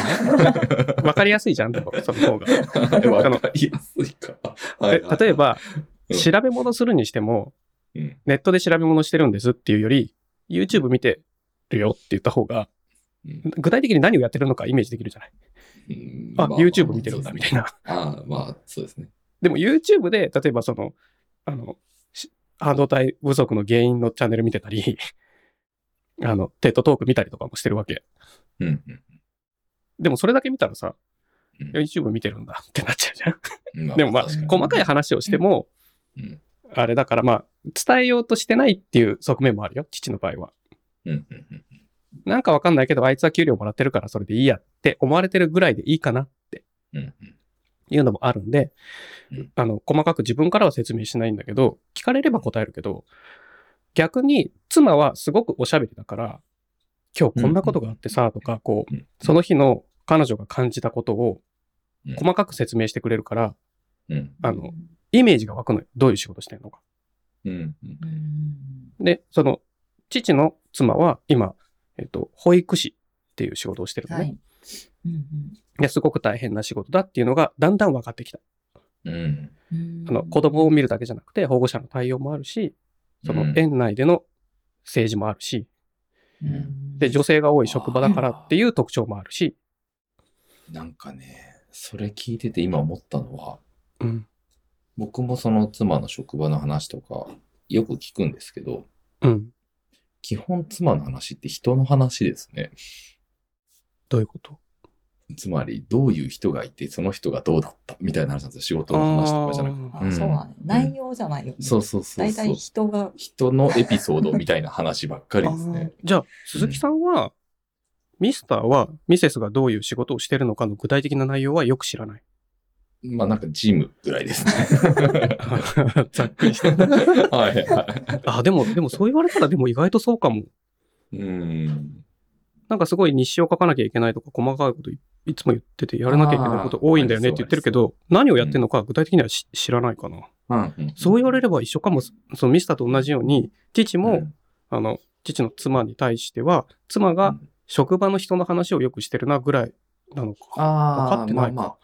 [SPEAKER 1] あ、わかりやすいじゃん、でも、その方が。
[SPEAKER 2] わかりやすいか。は
[SPEAKER 1] え
[SPEAKER 2] いはい
[SPEAKER 1] 例え、ば、
[SPEAKER 2] うん
[SPEAKER 1] 調べ物するにしても、
[SPEAKER 2] うん
[SPEAKER 1] ネットで調べ物してるんですっていうより、YouTube 見てるよって言った方が、
[SPEAKER 2] うん
[SPEAKER 1] 具体的に何をやってるのかイメージできるじゃない。
[SPEAKER 2] うん
[SPEAKER 1] あ、
[SPEAKER 2] ま
[SPEAKER 1] YouTube 見てるんだ、みたい。な。
[SPEAKER 2] ああ、まあ、そうですね。
[SPEAKER 1] でも YouTube で、例えばその、あの、し半導体不足の原因のチャンネル見てたり、あの、テッドトーク見たりとかもしてるわけ。
[SPEAKER 2] うんうん
[SPEAKER 1] でもそれだけ見たらさ、
[SPEAKER 2] うん
[SPEAKER 1] いや YouTube 見てるんだってなっちゃうじゃん。
[SPEAKER 2] うんあ
[SPEAKER 1] でもまあ、
[SPEAKER 2] 確
[SPEAKER 1] 細かい話をしても、
[SPEAKER 2] にうん
[SPEAKER 1] あれだからまあ、伝えようとしてないっていう側面もあるよ、父の場合は。
[SPEAKER 2] うんうんうん
[SPEAKER 1] なんかわかんないけど、あいつは給料もらってるからそれでいいやって思われてるぐらいでいいかなって
[SPEAKER 2] うん
[SPEAKER 1] いうのもあるんで、
[SPEAKER 2] うん
[SPEAKER 1] あの、細かく自分からは説明しないんだけど、聞かれれば答えるけど、逆に妻はすごくおしゃべりだから、今日こんなことがあってさ、とか、こ
[SPEAKER 2] うん
[SPEAKER 1] う、その日の彼女が感じたことを
[SPEAKER 2] うん
[SPEAKER 1] 細かく説明してくれるから、
[SPEAKER 2] うん
[SPEAKER 1] あの、イメージが湧くのよ。どういう仕事してるのか。
[SPEAKER 2] うんうん
[SPEAKER 3] うん。
[SPEAKER 1] で、その、父の妻は今、えっと、保育士っていう仕事をしてるの
[SPEAKER 3] は
[SPEAKER 1] ね。
[SPEAKER 3] い。うん
[SPEAKER 1] ですごく大変な仕事だっていうのがだんだん分かってきた。
[SPEAKER 2] うん
[SPEAKER 3] うん
[SPEAKER 1] あの子供を見るだけじゃなくて保護者の対応もあるし、その
[SPEAKER 2] うん
[SPEAKER 1] 園内での政治もあるし、
[SPEAKER 3] うん
[SPEAKER 1] で女性が多い職場だからっていう特徴もあるし、
[SPEAKER 2] なんかね、それ聞いてて今思ったのは、
[SPEAKER 1] うん、
[SPEAKER 2] 僕もその妻の職場の話とか、よく聞くんですけど、
[SPEAKER 1] うん、
[SPEAKER 2] 基本妻の話って人の話ですね。
[SPEAKER 1] どういうこと
[SPEAKER 2] つまり、どういう人がいて、その人がどうだったみたいな話なんですよ。仕事の話とかじゃなくて。
[SPEAKER 1] あー
[SPEAKER 3] あそうだね。内容じゃないよね。
[SPEAKER 2] そうそうそう
[SPEAKER 3] 大
[SPEAKER 2] そう
[SPEAKER 3] 体。人が、
[SPEAKER 2] 人のエピソードみたいな話ばっかりですね。
[SPEAKER 1] じゃあ、鈴木さんは、ミスターはミセスがどういう仕事をしてるのかの具体的な内容はよく知 [laughs] らない。
[SPEAKER 2] まあなんかジムぐらいですね。
[SPEAKER 1] [laughs] ざっくりして
[SPEAKER 2] [laughs] はいは
[SPEAKER 1] あ、でも、でもそう言われたらでも意外とそうかも。
[SPEAKER 2] い。うん。
[SPEAKER 1] なんかすごい日誌を書かなきゃいけないとか、細かいこといいつも言ってて、やらなきゃいけないこと多いんだよねって言ってるけど、何をやってるのか具体的にはし知らないかな。
[SPEAKER 2] うん。
[SPEAKER 1] そう言われれば一緒かも、そのミスターと同じように、父も、あの、父の妻に対しては、妻
[SPEAKER 2] う
[SPEAKER 1] が
[SPEAKER 2] ん
[SPEAKER 1] 職場の人の話をよくしてるなぐらいなのか。
[SPEAKER 2] あ
[SPEAKER 1] 分
[SPEAKER 2] あ、
[SPEAKER 1] かってないか
[SPEAKER 2] まあま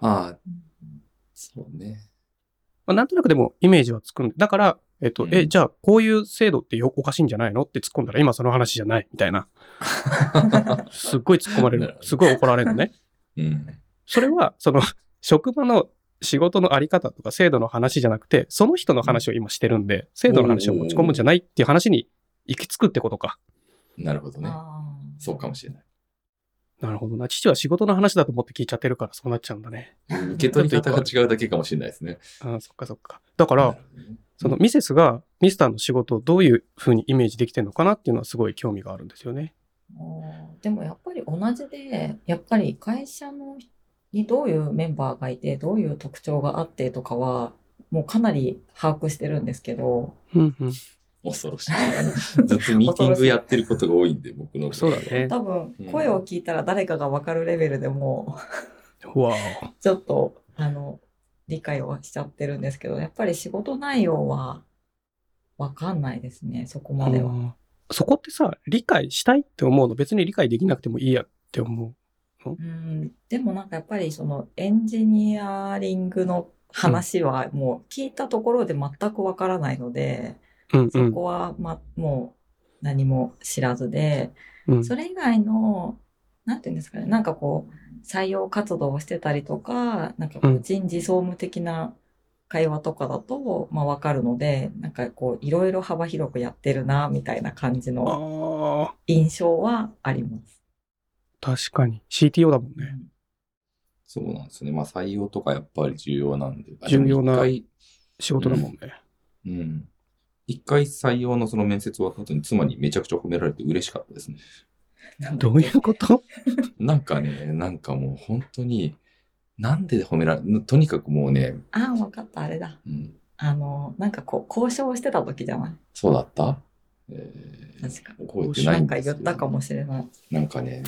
[SPEAKER 2] あ。ああ、そうね。
[SPEAKER 1] まあなんとなくでもイメージはつくんで、だから、えっと、
[SPEAKER 2] うん
[SPEAKER 1] え、じゃあこういう制度ってよおかしいんじゃないのって突っ込んだら、今その話じゃないみたい
[SPEAKER 2] [laughs]
[SPEAKER 1] な。すっごい突っ込まれ
[SPEAKER 2] なる
[SPEAKER 1] る
[SPEAKER 2] ほ。ど
[SPEAKER 1] すごい怒られるのね。
[SPEAKER 2] うん。
[SPEAKER 1] それは、その、 [laughs] 職場の仕事のあり方とか制度の話じゃなくて、その人の話を今してるんで、制度の話を持ち込むんじゃないっていう話に行き着くってことか。
[SPEAKER 2] なるほどね。
[SPEAKER 3] あー
[SPEAKER 2] そうかもしれない。
[SPEAKER 1] なるほどな。父は仕事の話だと思って聞いちゃってるから、そうなっちゃうんだね。
[SPEAKER 2] 受け取り方が違うだけかもしれないですね。
[SPEAKER 1] ああ、そっかそっか。だか
[SPEAKER 2] な
[SPEAKER 1] ら
[SPEAKER 2] る、ほどね
[SPEAKER 1] そのミセスがミスターの仕事をどういうふうにイメージできてるのかなっていうのはすごい興味があるんですよね。
[SPEAKER 3] おーでもやっぱり同じで、やっぱり会社のにどういうメンバーがいて、どういう特徴があってとかは、もうかなり把握してるんですけど、
[SPEAKER 1] うんうん。
[SPEAKER 2] 恐ろしい。
[SPEAKER 1] [laughs]
[SPEAKER 2] ずっとミーティングやってることが多いんで、僕の。
[SPEAKER 1] そうだね。
[SPEAKER 3] 多分
[SPEAKER 2] うん
[SPEAKER 3] 声を聞いたら誰かが分かるレベルでも
[SPEAKER 1] わ
[SPEAKER 3] う [laughs] ちょっとあの理解はしちゃってるんですけどやっぱり仕事内容は分かんないですねそこまでは。
[SPEAKER 1] あ。そこってさ、理解したいって思うの別に理解できなくてもいいやって思
[SPEAKER 3] うんでもなんかやっぱりそのエンジニアリングの話はもう聞いたところで全く分からないので
[SPEAKER 1] う。うんう
[SPEAKER 3] そ
[SPEAKER 1] ん
[SPEAKER 3] こは、ま、もう何も知らずで。
[SPEAKER 1] うん。
[SPEAKER 3] それ以外の、なんていうんですかね、なんかこう、採用活動をしてたりとか、なんか
[SPEAKER 1] う
[SPEAKER 3] こ
[SPEAKER 1] ん
[SPEAKER 3] う、人事総務的な会話とかだと、まあわかるので、なんかこう、いろいろ幅広くやってるな、みたいな感じの
[SPEAKER 1] ああ、
[SPEAKER 3] 印象はあります。
[SPEAKER 1] 確かに。CTO だもんね。
[SPEAKER 2] そうなんですね。まあ採用とかやっぱり重要なんで。あ
[SPEAKER 1] 重要な
[SPEAKER 2] でも一
[SPEAKER 1] 仕事だもんね。
[SPEAKER 2] 回、うん。一回採用のその面接終わった後に妻にめちゃくちゃ褒められて嬉しかったですね。
[SPEAKER 1] どういうこと
[SPEAKER 2] なんかね、なんかもう本当に、なんで褒められ、とにかくもうね、
[SPEAKER 3] ああ、わかった、あれだ。
[SPEAKER 2] うん、
[SPEAKER 3] あの、なんかこう、交渉してた時じゃない
[SPEAKER 2] そうだったえー、
[SPEAKER 3] 確か。
[SPEAKER 2] 覚えてな
[SPEAKER 3] ないん
[SPEAKER 2] ん
[SPEAKER 3] か
[SPEAKER 2] です
[SPEAKER 3] 言
[SPEAKER 2] け
[SPEAKER 3] っ
[SPEAKER 2] ど
[SPEAKER 3] たかもしれない。
[SPEAKER 2] なんかね、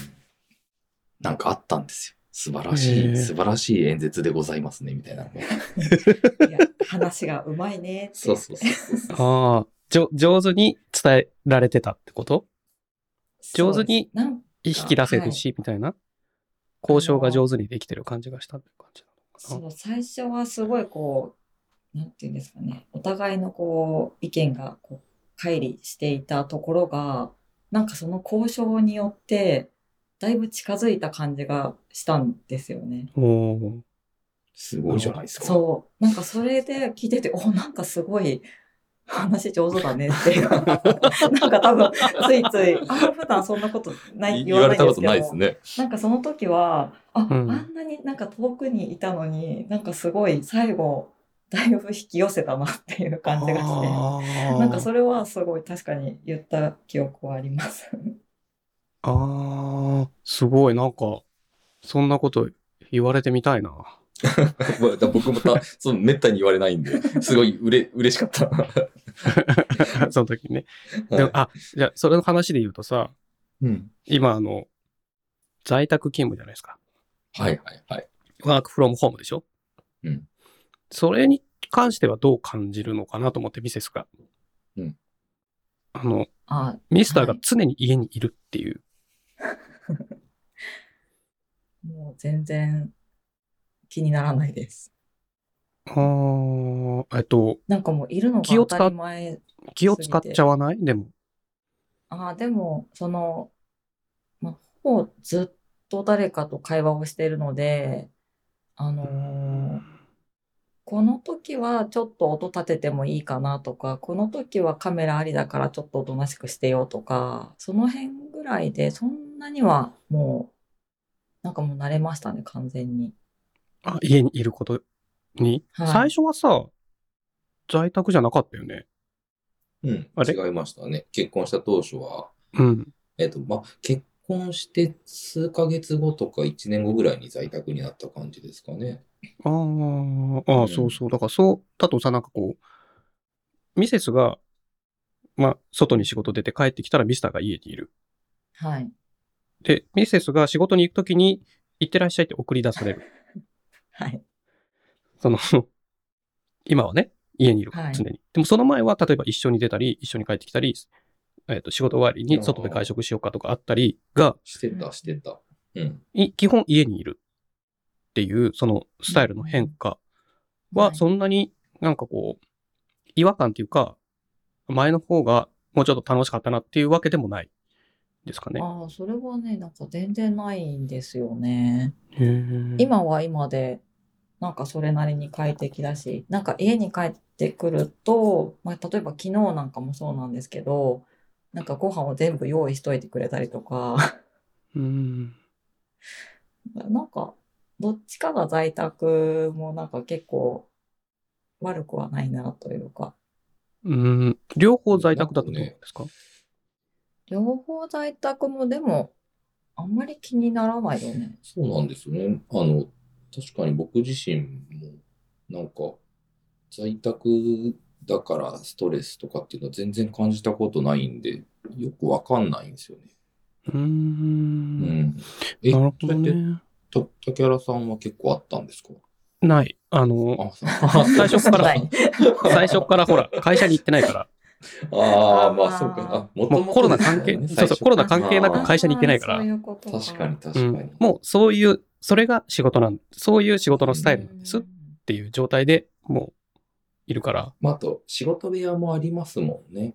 [SPEAKER 2] なんかあったんですよ。素晴らしい、
[SPEAKER 1] へー
[SPEAKER 2] 素晴らしい演説でございますね、みたいな。
[SPEAKER 3] [laughs] いや、話がうまいねって。
[SPEAKER 2] そうそうそうそ
[SPEAKER 1] [laughs]
[SPEAKER 2] う。
[SPEAKER 1] ああ、じょ上手に伝えられてたってこと上手に
[SPEAKER 3] そうですなん
[SPEAKER 1] 引き出せるし、みたいな。交渉が上手にできてる感じがしたって感じな
[SPEAKER 3] そ
[SPEAKER 1] のか
[SPEAKER 3] う最初はすごいこうなんていうんですかねお互いのこう意見がこう乖離していたところがなんかその交渉によってだいぶ近づいた感じがしたんですよね。
[SPEAKER 1] な。お
[SPEAKER 2] すごいじゃないですか。
[SPEAKER 3] そうなんかそれで聞いてておなんかすごい話上手だねっていう [laughs] なんか多分ついついあ普段そんなことない
[SPEAKER 2] い言われたこと
[SPEAKER 3] 言わ
[SPEAKER 2] な
[SPEAKER 3] ないいん
[SPEAKER 2] で
[SPEAKER 3] です
[SPEAKER 2] す
[SPEAKER 3] けど
[SPEAKER 2] ね。 [laughs]
[SPEAKER 3] なんかその時は、あ、
[SPEAKER 1] うん
[SPEAKER 3] あんなになんか遠くにいたのに、なんかすごい最後、だいぶ引き寄せたなっていう感じがして、
[SPEAKER 1] お。
[SPEAKER 3] なんかそれはすごい確かに言った記憶はあ
[SPEAKER 2] [laughs]
[SPEAKER 3] ります。
[SPEAKER 1] ああ、すごい、なんか、そんなこと言われてみたい [laughs] な。
[SPEAKER 2] 僕もた、その、めったに言われないんで、すごいうれ、嬉しかった。
[SPEAKER 1] その時にね。でも、あ、じゃあ、それの話で言うとさ、
[SPEAKER 2] うん。
[SPEAKER 1] 今、あの、在宅勤務じゃないですか。
[SPEAKER 2] はいはいはい。
[SPEAKER 1] ワークフロムホームでしょ
[SPEAKER 2] うん。
[SPEAKER 1] それに関してはどう感じるのかなと思って、ミセスが。
[SPEAKER 2] うん。
[SPEAKER 1] あの、
[SPEAKER 3] あ
[SPEAKER 1] ミスター
[SPEAKER 3] は
[SPEAKER 1] が
[SPEAKER 3] い
[SPEAKER 1] 常に家にいるっていう。
[SPEAKER 3] もう全然気にならないです。
[SPEAKER 1] ああ、えっと、
[SPEAKER 3] なんかもういるのが
[SPEAKER 1] 気を
[SPEAKER 3] 当
[SPEAKER 1] 使った
[SPEAKER 3] り前。
[SPEAKER 1] 気を使っちゃわないでも。
[SPEAKER 3] あでも、その、まあ、ほぼずっと誰かと会話をしているので、あのーこの時はちょっと音立ててもいいかなとか、この時はカメラありだからちょっとおとなしくしてよとか、その辺ぐらいで、そんなにはもう、なんかもう慣れましたね、完全に。
[SPEAKER 1] あ家にいることに、
[SPEAKER 3] はい
[SPEAKER 1] 最初はさ、在宅じゃなかったよね。
[SPEAKER 2] うん。
[SPEAKER 1] あれ
[SPEAKER 2] 違いましたね。結婚した当初は、
[SPEAKER 1] うん。
[SPEAKER 2] えっと、まあ、結婚して数ヶ月後とか1年後ぐらいに在宅になった感じですかね。
[SPEAKER 1] あーあー、
[SPEAKER 2] うん
[SPEAKER 1] そうそう。だからそう、だとさ、なんかこう、ミセスが、まあ、外に仕事出て帰ってきたらミスターが家にいる。
[SPEAKER 3] はい。
[SPEAKER 1] で、ミセスが仕事に行くときに、行ってらっしゃいって送り出される。
[SPEAKER 3] はい。
[SPEAKER 1] その、 [laughs] 今はね、家にいるから、
[SPEAKER 3] はい
[SPEAKER 1] 常に。でもその前は、例えば一緒に出たり、一緒に帰ってきたり、えっ、と、仕事終わりに外で会食しようかとかあったりが、
[SPEAKER 2] してた、してた。うん。
[SPEAKER 1] い基本家にいるっていう、そのスタイルの変化は、そんなになんかこう、違和感っていうか、前の方がもうちょっと楽しかったなっていうわけでもないですかね。
[SPEAKER 3] ああ、それはね、なんか全然ないんですよね。
[SPEAKER 1] へー、
[SPEAKER 3] 今は今でなんかそれなりに快適だしなんか家に帰ってくると、まあ、例えば昨日なんかもそうなんですけどなんかご飯を全部用意しといてくれたりとか [laughs]
[SPEAKER 1] うん。
[SPEAKER 3] なんかどっちかが在宅もなんか結構悪くはないなというか
[SPEAKER 1] うん。両方在宅だとどうなんですか
[SPEAKER 3] 両方在宅もでもあんまり気にならないよね。
[SPEAKER 2] そうなんですよね。あの、確かに僕自身も、なんか、在宅だからストレスとかっていうのは全然感じたことないんで、よくわかんないんですよね。
[SPEAKER 1] うー。
[SPEAKER 2] うんん。え、
[SPEAKER 1] なるほ
[SPEAKER 2] そ
[SPEAKER 1] ど
[SPEAKER 2] れって、
[SPEAKER 1] ね。
[SPEAKER 2] た竹原さんは結構あったんですか
[SPEAKER 1] ない。あの、
[SPEAKER 2] [laughs] あ、そう
[SPEAKER 1] 最
[SPEAKER 3] [laughs]
[SPEAKER 1] 初から最初からほ
[SPEAKER 2] [laughs]
[SPEAKER 1] ら、会社に行ってないから。
[SPEAKER 2] ああ、まあそうか。あ、も
[SPEAKER 1] もうコロナ関係、そうそう、コロナ
[SPEAKER 3] から
[SPEAKER 1] 関係な
[SPEAKER 2] あ
[SPEAKER 1] く
[SPEAKER 2] ー
[SPEAKER 1] 会社に行ってないから
[SPEAKER 3] そう、いうこと
[SPEAKER 2] 確かに確
[SPEAKER 1] う
[SPEAKER 2] かに。
[SPEAKER 1] ん、もうそういう、それが仕事なん、そういう仕事のスタイルなんです
[SPEAKER 3] う
[SPEAKER 1] っ
[SPEAKER 3] ん
[SPEAKER 1] ていう状態でもういるから、
[SPEAKER 2] まあ、あと、仕事部屋もありますもんね。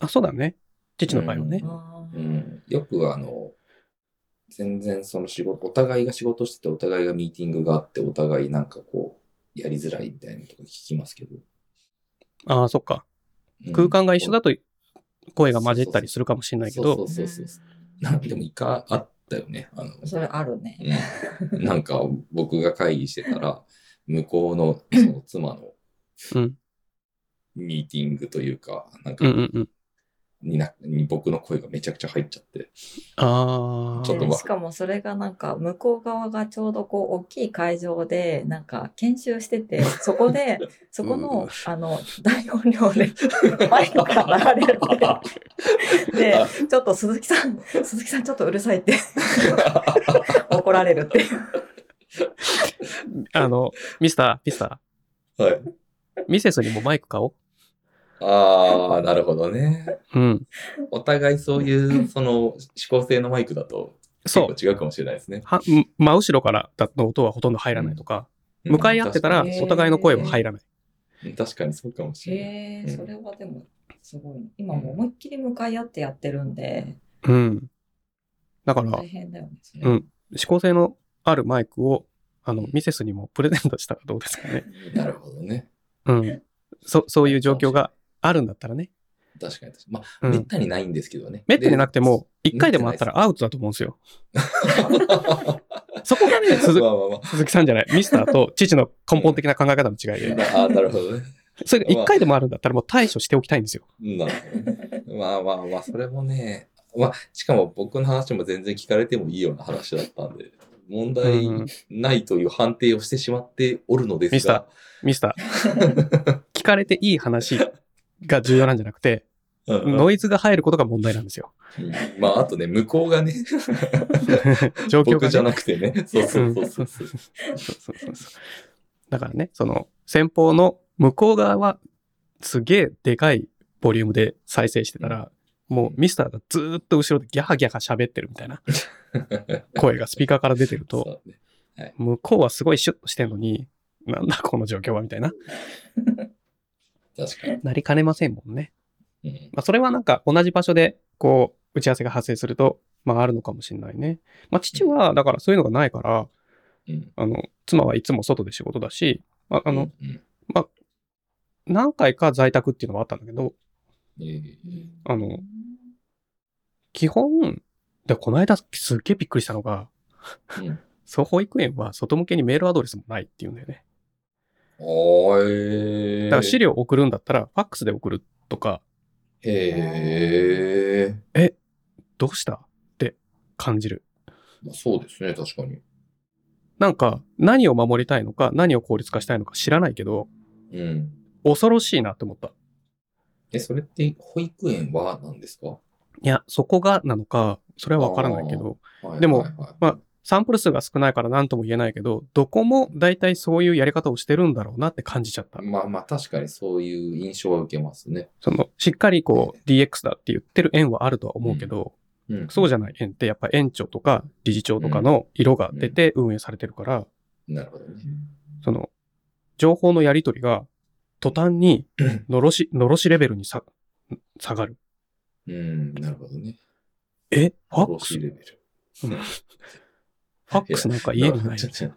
[SPEAKER 1] あ、そうだね。父の会はね。
[SPEAKER 3] あー
[SPEAKER 2] うん、よくあの、全然その仕事、お互いが仕事してて、お互いがミーティングがあって、お互いなんかこう、やりづらいみたいなとか聞きますけど。
[SPEAKER 1] ああ、そっか。
[SPEAKER 2] うん
[SPEAKER 1] 空間が一緒だと声が混じったりするかもしれないけ
[SPEAKER 2] そ
[SPEAKER 1] ど
[SPEAKER 2] う、そうそうそう。なんでもいか、あ、ったよね。あの、
[SPEAKER 3] それあるね。
[SPEAKER 2] うん [laughs] なんか僕が会議してたら、向こうのその妻の
[SPEAKER 1] うん。
[SPEAKER 2] ミーティングというか、なん
[SPEAKER 1] う
[SPEAKER 2] か
[SPEAKER 1] んうんうん。
[SPEAKER 2] になに僕の声がめちゃくちゃ入っちゃって、
[SPEAKER 1] ああ。
[SPEAKER 2] ちょっと
[SPEAKER 3] で
[SPEAKER 2] ま
[SPEAKER 3] しかもそれがなんか向こう側がちょうどこう大きい会場でなんか研修し
[SPEAKER 2] [laughs]
[SPEAKER 3] ててそこでそこの、あの大音量でマイクが
[SPEAKER 2] [laughs]
[SPEAKER 3] 流れるででちょっと鈴木さん鈴木さんちょっとうるさいって
[SPEAKER 2] [laughs]
[SPEAKER 3] 怒られるっていう
[SPEAKER 1] あの、ミスター、ミスタ
[SPEAKER 2] はい。
[SPEAKER 1] ー、ミセスにもマイク買おう。
[SPEAKER 2] ああ、なるほどね。
[SPEAKER 1] うん。
[SPEAKER 2] お互いそういう、その、指向性のマイクだと、結
[SPEAKER 1] そ
[SPEAKER 2] 構
[SPEAKER 1] う。
[SPEAKER 2] 違うかもしれないですね。
[SPEAKER 1] は真後ろからだの音はほとんど入らないとか、
[SPEAKER 2] うん
[SPEAKER 1] 向かい合ってたら
[SPEAKER 2] 確か
[SPEAKER 1] お互いの声は入らない。
[SPEAKER 2] に確かにそうかもしれない。
[SPEAKER 3] へ
[SPEAKER 2] ーそれ
[SPEAKER 3] はでもすごい今
[SPEAKER 2] もう思
[SPEAKER 3] いっきり向かい合ってやってるんで
[SPEAKER 1] うん。だから、指
[SPEAKER 3] 変だよね
[SPEAKER 1] れうん向性のあるマイクを、あの、ミセスにもプレゼントしたらどうですかね。
[SPEAKER 2] なるほどね。
[SPEAKER 1] うん。そ、そういう状況があるんだったらね。
[SPEAKER 2] 確かに確かに。まあ、
[SPEAKER 1] うん
[SPEAKER 2] めったにないんですけどね。
[SPEAKER 1] めったになくても、
[SPEAKER 2] で
[SPEAKER 1] 一回でもあったらアウトだと思うんですよ。
[SPEAKER 2] [laughs]
[SPEAKER 1] そこ [laughs] がね、鈴
[SPEAKER 2] まあまあまあ。
[SPEAKER 1] 鈴木さんじゃない、ミスターと父の根本的な考え方の違いで、
[SPEAKER 2] ああ、なるほどね。
[SPEAKER 1] それが一回でもあるんだったらもう対処しておきたいんですよ。
[SPEAKER 2] なるほどねまあまあまあ、それもね、まあ、しかも僕の話も全然聞かれてもいいような話だったんで、問題
[SPEAKER 1] うん
[SPEAKER 2] ないという判定をしてしまっておるので
[SPEAKER 1] ミ
[SPEAKER 2] す
[SPEAKER 1] ス
[SPEAKER 2] が
[SPEAKER 1] タ、ミスタ [laughs] ー、聞かれていい話が重要なんじゃなくて、
[SPEAKER 2] うん
[SPEAKER 1] ノイズが入ることが問題なんです [laughs] よ。
[SPEAKER 2] まあ、あとね、向こうがね、
[SPEAKER 1] 状況が、
[SPEAKER 2] 僕
[SPEAKER 1] ね。
[SPEAKER 2] じゃなくてね、そうそうそうそうそ
[SPEAKER 1] そう
[SPEAKER 2] う。
[SPEAKER 1] そうそうそうだからね、その先方の向こう側はすげえでかいボリュームで再生してたら、もうミスターがずーっと後ろでギャハギャハ喋ってるみたいな声がスピーカーから出てると、
[SPEAKER 2] そうね
[SPEAKER 1] 向こうはすごいシュッとしてるのに、なんだこの状況はみたいな、
[SPEAKER 2] 確かに。
[SPEAKER 1] なりかねませんもんね。
[SPEAKER 2] うん
[SPEAKER 1] まあそれはなんか同じ場所でこう打ち合わせが発生すると、まああるのかもしれないね。まあ父はだからそういうのがないから、
[SPEAKER 2] うん
[SPEAKER 1] あの、妻はいつも外で仕事だし、まああの、、
[SPEAKER 2] うん
[SPEAKER 1] 何回か在宅っていうのはあったんだけど、
[SPEAKER 2] ええ
[SPEAKER 1] あの基本、で、この間すっげえびっくりしたのが、
[SPEAKER 2] うん
[SPEAKER 1] そう保育園は外向けにメールアドレスもないっていうんだよね。
[SPEAKER 2] お
[SPEAKER 1] だ
[SPEAKER 2] ー
[SPEAKER 1] から資料送るんだったら、ファックスで送るとか、
[SPEAKER 2] へえ。
[SPEAKER 1] どうしたって感じる。
[SPEAKER 2] まあ、そうですね、確かに。
[SPEAKER 1] なんか、何を守りたいのか、何を効率化したいのか知らないけど、
[SPEAKER 2] うん。
[SPEAKER 1] 恐ろしいなって思った。い
[SPEAKER 2] え、それって保育園は何ですか
[SPEAKER 1] や、そこがなのか、それはわからないけど、でも、まあサンプル数が少ないから何とも言えないけど、どこも大体そういうやり方をしてるんだろうなって感じちゃった
[SPEAKER 2] あ、。まあまあ確かにそういう印象は受けますね。
[SPEAKER 1] その、しっかりこう DX だって言ってる園はあるとは思うけど、
[SPEAKER 2] うん
[SPEAKER 1] そうじゃない園ってやっぱ園長とか理事長とかの色が出て運営されてるから、
[SPEAKER 2] なるほどね。
[SPEAKER 1] その情報のやり取りが途端にのろし、のろしレベルにさ下がる。
[SPEAKER 2] うん、なるほどね。
[SPEAKER 1] えファ
[SPEAKER 2] の
[SPEAKER 1] ッ
[SPEAKER 2] ろ
[SPEAKER 1] ク
[SPEAKER 2] し
[SPEAKER 1] ス
[SPEAKER 2] レベル。
[SPEAKER 1] ファックスなんか家にない
[SPEAKER 2] ちょちょ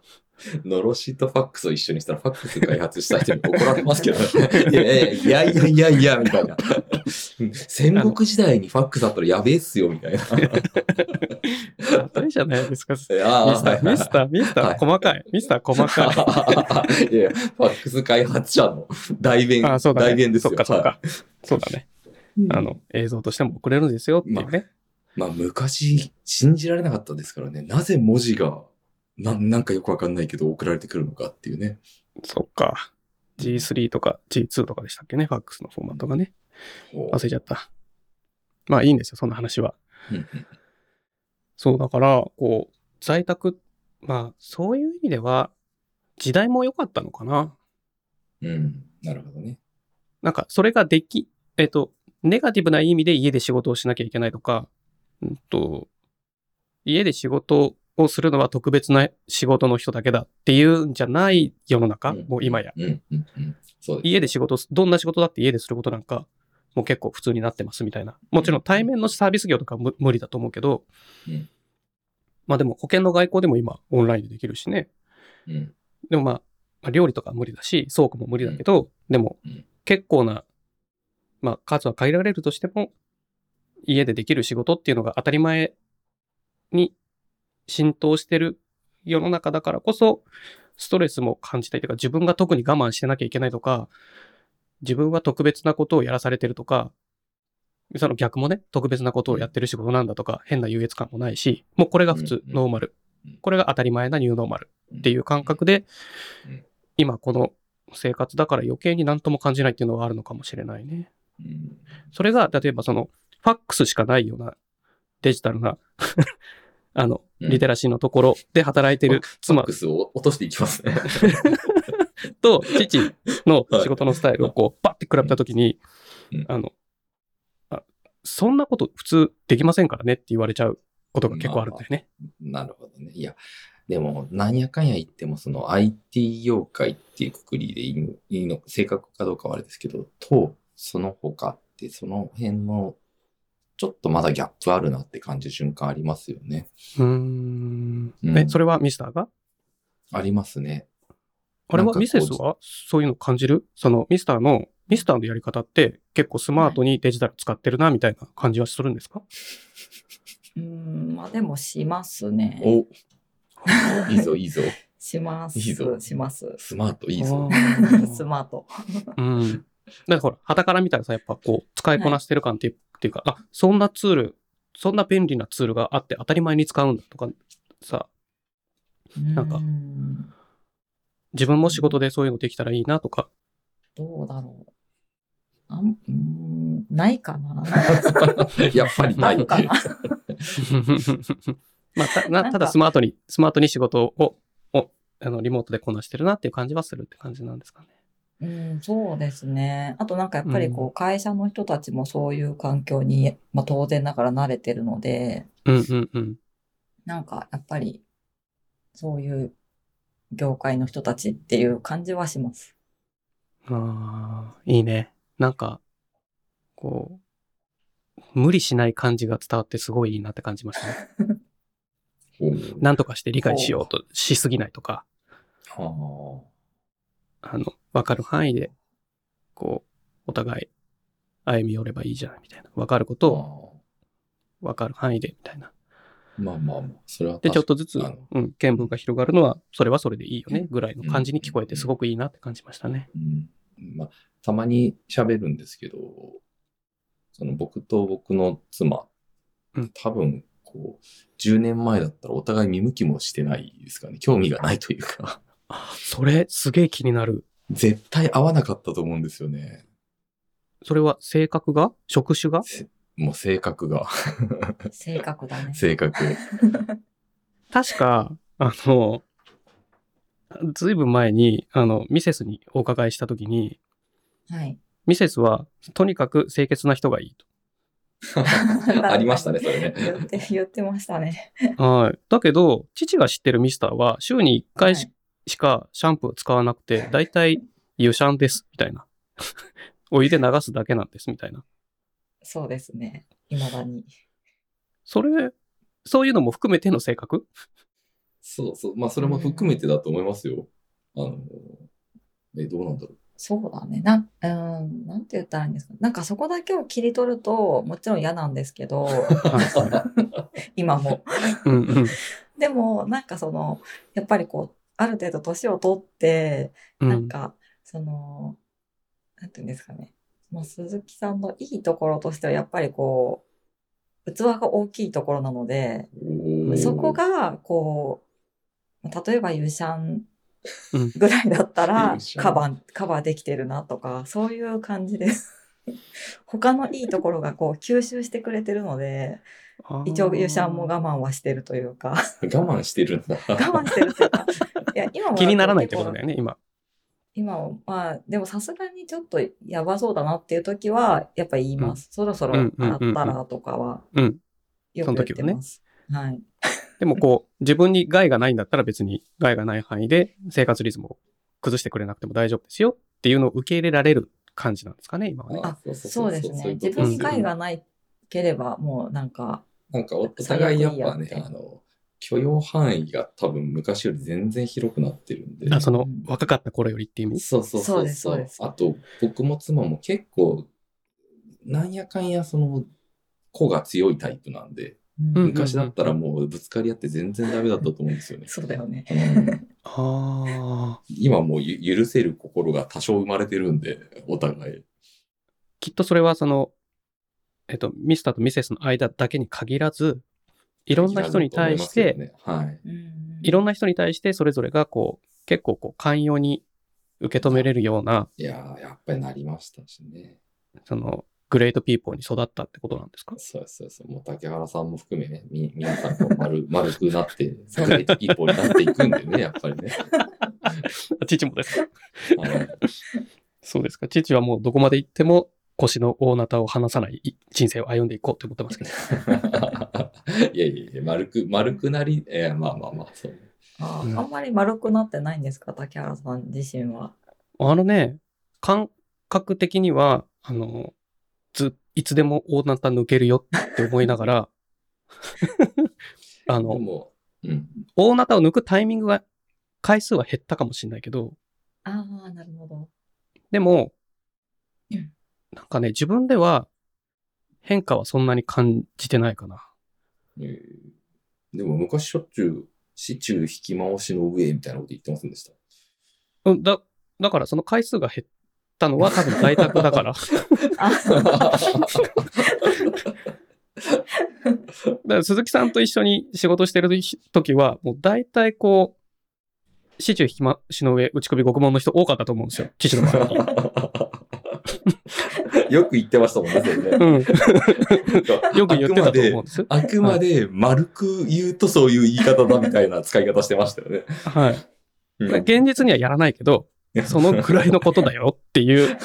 [SPEAKER 2] のろしとファックスを一緒にしたら、ファックス開発した人に怒られますけどね。 [laughs] いやいやいやいやいや、みたいな。戦国時代にファックスだったらやべえっすよ、みたいな。
[SPEAKER 1] あれじゃないですか。ミス
[SPEAKER 2] あ
[SPEAKER 1] ター、ミスター、ミスタ
[SPEAKER 2] は
[SPEAKER 1] ー
[SPEAKER 2] い、
[SPEAKER 1] 細かい。ミスター、細 [laughs] かい。
[SPEAKER 2] いやいや、ファックス開発者の代弁、
[SPEAKER 1] あ、そうだね。
[SPEAKER 2] 代弁ですよ。
[SPEAKER 1] そっか、そっ
[SPEAKER 2] は
[SPEAKER 1] か。そうだね。
[SPEAKER 2] い
[SPEAKER 1] あの、映像としても送れるんですよっていうね。
[SPEAKER 2] まあ、昔、信じられなかったですからね。なぜ文字が、ななんかよくわかんないけど送られてくるのかっていうね。
[SPEAKER 1] そっか。G3 とか G2 とかでしたっけね、ファックスのフォーマットがね。
[SPEAKER 2] こう
[SPEAKER 1] 忘れちゃった。まあいいんですよ、そんな話は。
[SPEAKER 2] うん
[SPEAKER 1] そう、だから、こう、在宅、まあそういう意味では、時代も良かったのかな。
[SPEAKER 2] うんうん。なるほどね。
[SPEAKER 1] なんか、それができ、えっ、と、ネガティブな意味で家で仕事をしなきゃいけないとか、うんと、家で仕事をするのは特別な仕事の人だけだっていうんじゃない世の中、
[SPEAKER 2] うん
[SPEAKER 1] もう今や。
[SPEAKER 2] うん、うん、うん。そうです。
[SPEAKER 1] 家で仕事す、どんな仕事だって家ですることなんか、もう結構普通になってますみたいな。もちろん対面のサービス業とかは無無理だと思うけど、
[SPEAKER 2] うん
[SPEAKER 1] まあでも保険の外交でも今オンラインでできるしね。
[SPEAKER 2] うん、
[SPEAKER 1] でもまあ、まあ料理とかは無理だし、倉庫も無理だけど、でも
[SPEAKER 2] うん
[SPEAKER 1] 結構な、まあ数は限られるとしても、家でできる仕事っていうのが当たり前に浸透してる世の中だからこそ、ストレスも感じたりとか、自分が特に我慢してなきゃいけないとか、自分は特別なことをやらされてるとか、その逆もね、特別なことをやってる仕事なんだとか、変な優越感もないし、もうこれが普通、
[SPEAKER 2] うんうん
[SPEAKER 1] ノーマル
[SPEAKER 2] うん。
[SPEAKER 1] これが当たり前なニューノーマルっていう感覚で
[SPEAKER 2] うん、
[SPEAKER 1] 今この生活だから余計に何とも感じないっていうのはあるのかもしれないね。
[SPEAKER 2] うん。
[SPEAKER 1] それが、例えばその、ファックスしかないようなデジタルな、 [laughs] あの、
[SPEAKER 2] うん
[SPEAKER 1] リテラシーのところで働いてる
[SPEAKER 2] マッ
[SPEAKER 1] 妻
[SPEAKER 2] クスを落としていきますね。 [laughs]
[SPEAKER 1] と父の仕事のスタイルをこう、バッて比べたときに
[SPEAKER 2] うん、
[SPEAKER 1] あの、あ、そんなこと普通できませんからねって言われちゃうことが結構あるんだよね。
[SPEAKER 2] なるほどね。いや、でも、なんやかんや言っても、その IT 業界っていうくくりでいいのいいの、正確かどうかはあれですけど、と、その他って、その辺の、ちょっとまだギャップあるなって感じる瞬間ありますよね。
[SPEAKER 1] うーん。
[SPEAKER 2] うん
[SPEAKER 1] え、それはミスターが
[SPEAKER 2] ありますね。
[SPEAKER 1] あれ
[SPEAKER 2] なん
[SPEAKER 1] は
[SPEAKER 2] かこう
[SPEAKER 1] ミセスはそういうの感じるそのミスターの、ミスターのやり方って結構スマートにデジタル使ってるなみたいな感じはするんですか
[SPEAKER 3] うん、まあでもしますね。
[SPEAKER 2] おいいぞ、いいぞ。
[SPEAKER 3] します。
[SPEAKER 2] いいぞ
[SPEAKER 3] します。
[SPEAKER 2] スマート、いいぞ。
[SPEAKER 3] [laughs] スマート。
[SPEAKER 1] うん。だってほら、旗から見たらさ、やっぱこう、使いこなしてる感って,、っていうか、あ、そんなツール、そんな便利なツールがあって当たり前に使うんだとか、さ、
[SPEAKER 3] なん
[SPEAKER 1] か
[SPEAKER 3] ん
[SPEAKER 1] 自分も仕事でそういうのできたらいいなとか、 [laughs]
[SPEAKER 3] どうだろう。あんうん、ないかな。 [laughs]
[SPEAKER 2] やっぱりな
[SPEAKER 3] あ
[SPEAKER 2] い
[SPEAKER 3] る。かな
[SPEAKER 1] まあ、たな
[SPEAKER 3] なんか
[SPEAKER 1] ただスマートに、スマートに仕事を、をあのリモートでこなしてるなっていう感じはするって感じなんですかね。
[SPEAKER 3] うん、そうですね。あとなんかやっぱりこう、会社の人たちもそういう環境に、まあ当然ながら慣れてるので、
[SPEAKER 1] うんうんうん。
[SPEAKER 3] なんかやっぱり、そういう業界の人たちっていう感じはし
[SPEAKER 2] [laughs]
[SPEAKER 3] ます。
[SPEAKER 1] ああ、いいね。なんか、こう、無理しない感じが伝わってすごいいいなって感じました
[SPEAKER 2] [laughs]
[SPEAKER 1] ね。
[SPEAKER 2] [laughs] お
[SPEAKER 1] なんとかして理解しようとしすぎないとか。
[SPEAKER 2] はあ
[SPEAKER 1] あの、わかる範囲で、こう、お互い歩み寄ればいいじゃないみたいな。わかることをわかる範囲で、みたいな。
[SPEAKER 2] まあまあまあ、それは
[SPEAKER 1] で、
[SPEAKER 2] 確
[SPEAKER 1] ちょっ
[SPEAKER 2] か
[SPEAKER 1] とずつ、
[SPEAKER 2] あの
[SPEAKER 1] うん、見聞が広がるのは、それはそれでいいよね、ぐらいの感じに聞こえ
[SPEAKER 2] う
[SPEAKER 1] て、
[SPEAKER 2] ん
[SPEAKER 1] すごくいいなって感じましたね。
[SPEAKER 2] うんまあ、たまに喋るんですけど、その僕と僕の妻、
[SPEAKER 1] うん
[SPEAKER 2] 多分こう、10年前だったらお互い見向きもしてないですかね。興味がないというか、 [laughs]
[SPEAKER 1] あ、それ、すげえ気になる。
[SPEAKER 2] 絶対合わなかったと思うんですよね。
[SPEAKER 1] それは、性格が職種が
[SPEAKER 2] せもう性格
[SPEAKER 3] [laughs]
[SPEAKER 2] が、
[SPEAKER 3] 性格だね。
[SPEAKER 2] 性格。
[SPEAKER 3] [laughs]
[SPEAKER 1] 確か、あの、ずいぶん前に、あの、ミセスにお伺いしたときに、
[SPEAKER 3] はい。
[SPEAKER 1] ミセスは、とにかく清潔な人がいいと。
[SPEAKER 2] [laughs] ありましたね、それ
[SPEAKER 3] [laughs] 言
[SPEAKER 2] ね。
[SPEAKER 3] って、言ってましたね。
[SPEAKER 1] はい。だけど、父が知ってるミスターは、週に1回し,、
[SPEAKER 3] は
[SPEAKER 1] かシャンプーを使わなくて、だいたい湯シャンです、みたいな。 [laughs] お湯で流すだけなんです、みたいな。
[SPEAKER 3] そうですね。未だに。
[SPEAKER 1] それ、そういうのも含めての性格
[SPEAKER 2] そうそう。まあ、それも含めてだと思いますよ。あの、え、どうなんだろう。
[SPEAKER 3] そうだね。なん、うーん、なんて言ったらいいんですか。なんかそこだけを切り取ると、もちろん嫌なんですけど、 [laughs] 今も。
[SPEAKER 1] うんうん
[SPEAKER 3] でも、なんかその、やっぱりこう、ある程度年を取って、
[SPEAKER 1] う
[SPEAKER 3] なん
[SPEAKER 1] ん。
[SPEAKER 3] か、その、なんて言うんですかね。まあ、鈴木さんのいいところとしては、やっぱりこう、器が大きいところなので、
[SPEAKER 2] おー
[SPEAKER 3] そこ、が、こう、例えば、ユーシャン
[SPEAKER 1] うん
[SPEAKER 3] ぐらいだったら
[SPEAKER 2] 勇、者
[SPEAKER 3] カバー、カバーできてるなとか、そういう感じです。 [laughs] 他のいいところがこう吸収してくれてるので、一応、ユーシャンも我慢はしてるという
[SPEAKER 1] [laughs]
[SPEAKER 3] か、
[SPEAKER 2] [laughs] 我慢してるん
[SPEAKER 3] [laughs]
[SPEAKER 2] だ。 [laughs]
[SPEAKER 3] 我慢してるっていうか、いや、今も
[SPEAKER 1] [laughs] 気にならないってことだよ
[SPEAKER 3] ね。
[SPEAKER 1] ね、今。
[SPEAKER 3] 今も、まあ、でもさすがにちょっとやばそうだなっていう時は、やっぱ言います。そろそろ洗ったらとかは、
[SPEAKER 1] うん。
[SPEAKER 3] よく言ってます。はい。
[SPEAKER 1] でもこう、自分に害がないんだったら別に害がない範囲で生活リズムを崩してくれなくても大丈夫ですよっていうのを受け入れられる感じなんですかね、今はね。
[SPEAKER 3] あ
[SPEAKER 2] そうそう
[SPEAKER 3] そ
[SPEAKER 2] そうう
[SPEAKER 3] です
[SPEAKER 2] そういう
[SPEAKER 3] ね。
[SPEAKER 2] こと
[SPEAKER 3] 自分に害がないければ、もうなんか、
[SPEAKER 2] なんかおお互いやっ
[SPEAKER 3] 最
[SPEAKER 2] ぱ
[SPEAKER 3] 悪いい
[SPEAKER 2] ね
[SPEAKER 3] やっ、て
[SPEAKER 2] あの、許容範囲が多分昔より全然広くなってるんで。
[SPEAKER 1] あ、その、若かった頃よりっていう意味
[SPEAKER 2] そうそう
[SPEAKER 3] そ
[SPEAKER 2] そうう
[SPEAKER 3] ですそうです
[SPEAKER 2] あと、僕も妻も結構、なんやかんやその、子が強いタイプなんで、
[SPEAKER 3] うん
[SPEAKER 1] うん
[SPEAKER 2] 昔だったらもうぶつかり合って全然ダメだったと思うんですよね。
[SPEAKER 3] そうだよね。
[SPEAKER 2] うん
[SPEAKER 1] ああ。
[SPEAKER 2] 今もうゆ許せる心が多少生まれてるんで、お互い。
[SPEAKER 1] きっとそれはその、えっと、ミスターとミセスの間だけに限らず、い
[SPEAKER 2] い
[SPEAKER 1] ろんな人に対して、
[SPEAKER 2] はい。
[SPEAKER 3] うん
[SPEAKER 1] いろんな人に対してそれぞれがこう、結構こう、寛容に受け止めれるような、
[SPEAKER 2] いやー、やっぱりなりましたしね。
[SPEAKER 1] その、グレートピーポーに育ったってことなんですか
[SPEAKER 2] そうですそうです。もう竹原さんも含めね、み皆さんこう丸 [laughs] 丸くなって、グレートピーポーになっていくんでね、やっぱりね。
[SPEAKER 1] あ [laughs] 父もですか
[SPEAKER 2] はい
[SPEAKER 1] そうですか。父はもうどこまで行っても腰の大なたを離さないい人生を歩んでいこうって思ってますけど。
[SPEAKER 2] [laughs] いやいやいや、丸く、丸くなり、えー、まあまあまあ、そう。
[SPEAKER 3] あ
[SPEAKER 1] うん
[SPEAKER 3] ーあんまり丸くなってないんですか、竹原さん自身は。
[SPEAKER 1] あのね、感覚的には、あの、ず、いつでも大なた抜けるよって思いなが
[SPEAKER 3] [laughs]
[SPEAKER 1] ら、あ
[SPEAKER 2] で
[SPEAKER 1] の、
[SPEAKER 2] も、うん。
[SPEAKER 1] 大なたを抜くタイミングが、回数は減ったかもしれないけど、
[SPEAKER 3] ああ、なるほど。
[SPEAKER 1] でも
[SPEAKER 3] うん、
[SPEAKER 1] なんかね、自分では変化はそんなに感じてないかな。
[SPEAKER 2] えーでも昔しょっちゅう、市中引き回しの上みたいなこと言ってませ
[SPEAKER 1] [laughs]
[SPEAKER 2] んでした。
[SPEAKER 1] うんだ、だからその回数が減ったのは多分在宅だから。だか
[SPEAKER 2] [laughs]
[SPEAKER 3] あ
[SPEAKER 1] ら鈴木さんと一緒に仕事してる時は、もう大体こう、市中引きましの上、打ち首獄門の人多かったと思うんですよ。父の場合。
[SPEAKER 2] [laughs] よく言ってましたもんね、それね
[SPEAKER 1] うん。よく言ってたと思うんですよ。
[SPEAKER 2] あくまで丸く言うとそういう言い方だみたいな使い方してましたよね。
[SPEAKER 1] はい。
[SPEAKER 2] うん
[SPEAKER 1] 現実にはやらないけど、その
[SPEAKER 2] [laughs]
[SPEAKER 1] くらいのことだよっていう。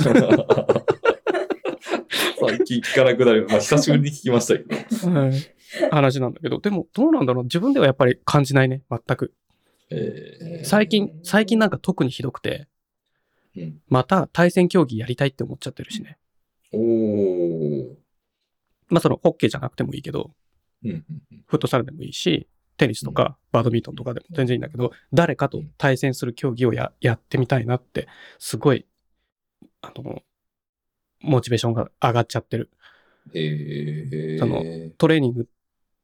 [SPEAKER 2] 最近聞かなくなり、まあ、久しぶりに聞きましたけど。
[SPEAKER 1] 話なんだけど、でもどうなんだろう自分ではやっぱり感じないね、全く。
[SPEAKER 2] え
[SPEAKER 1] 最
[SPEAKER 3] へ
[SPEAKER 1] 近
[SPEAKER 3] ー、
[SPEAKER 1] 最近なんか特にひどくて、
[SPEAKER 2] ーうん
[SPEAKER 1] また対戦競技やりたいって思っちゃってるしね。
[SPEAKER 2] おー
[SPEAKER 1] まあそのホッケーじゃなくてもいいけど、
[SPEAKER 2] うんうんうん
[SPEAKER 1] フットサルでもいいし、テニスとかバドミントンとかでも全然いいんだけど、誰かと対戦する競技をややってみたいなって、すごい、あの、モチベーションが上がっちゃってる。
[SPEAKER 2] えー
[SPEAKER 1] そのトレーニング、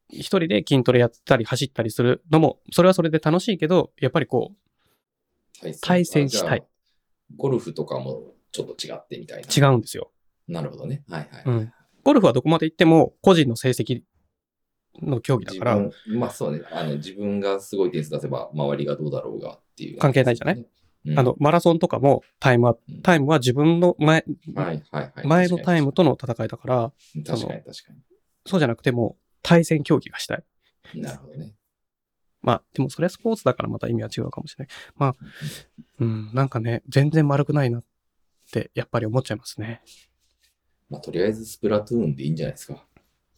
[SPEAKER 1] 一人で筋トレやったり走ったりするのも、それはそれで楽しいけど、やっぱりこう、対戦したい。
[SPEAKER 2] あじゃあゴルフとかもちょっと違ってみたいな。
[SPEAKER 1] 違うんですよ。
[SPEAKER 2] なるほどね。はいはい。
[SPEAKER 1] うん。ゴルフはどこまで行っても、個人の成績の競技だ
[SPEAKER 2] 自
[SPEAKER 1] から、
[SPEAKER 2] 分まあそうね。あの自分がすごい点数出せば、周りがどうだろうがっていう、
[SPEAKER 1] 関係ないじゃない
[SPEAKER 2] うん
[SPEAKER 1] あの、、マラソンとかもタイムは
[SPEAKER 2] うん、
[SPEAKER 1] タイムは自分の前、
[SPEAKER 2] はいはいはい。
[SPEAKER 1] 前のタイムと
[SPEAKER 2] と。
[SPEAKER 1] の戦いだから、
[SPEAKER 2] 確
[SPEAKER 1] そ
[SPEAKER 2] か
[SPEAKER 1] の
[SPEAKER 2] に確か
[SPEAKER 1] そうじゃなくても対戦競技がしたい。
[SPEAKER 2] に。なるほどね。
[SPEAKER 1] まあ、でもそれはスポーツだからまた意味は違うかもしれない。まあ、うん、なんかね、全然丸くないなって、やっぱり思っちゃいますね。
[SPEAKER 2] まあとりあえずスプラトゥーンでいいんじゃないですか。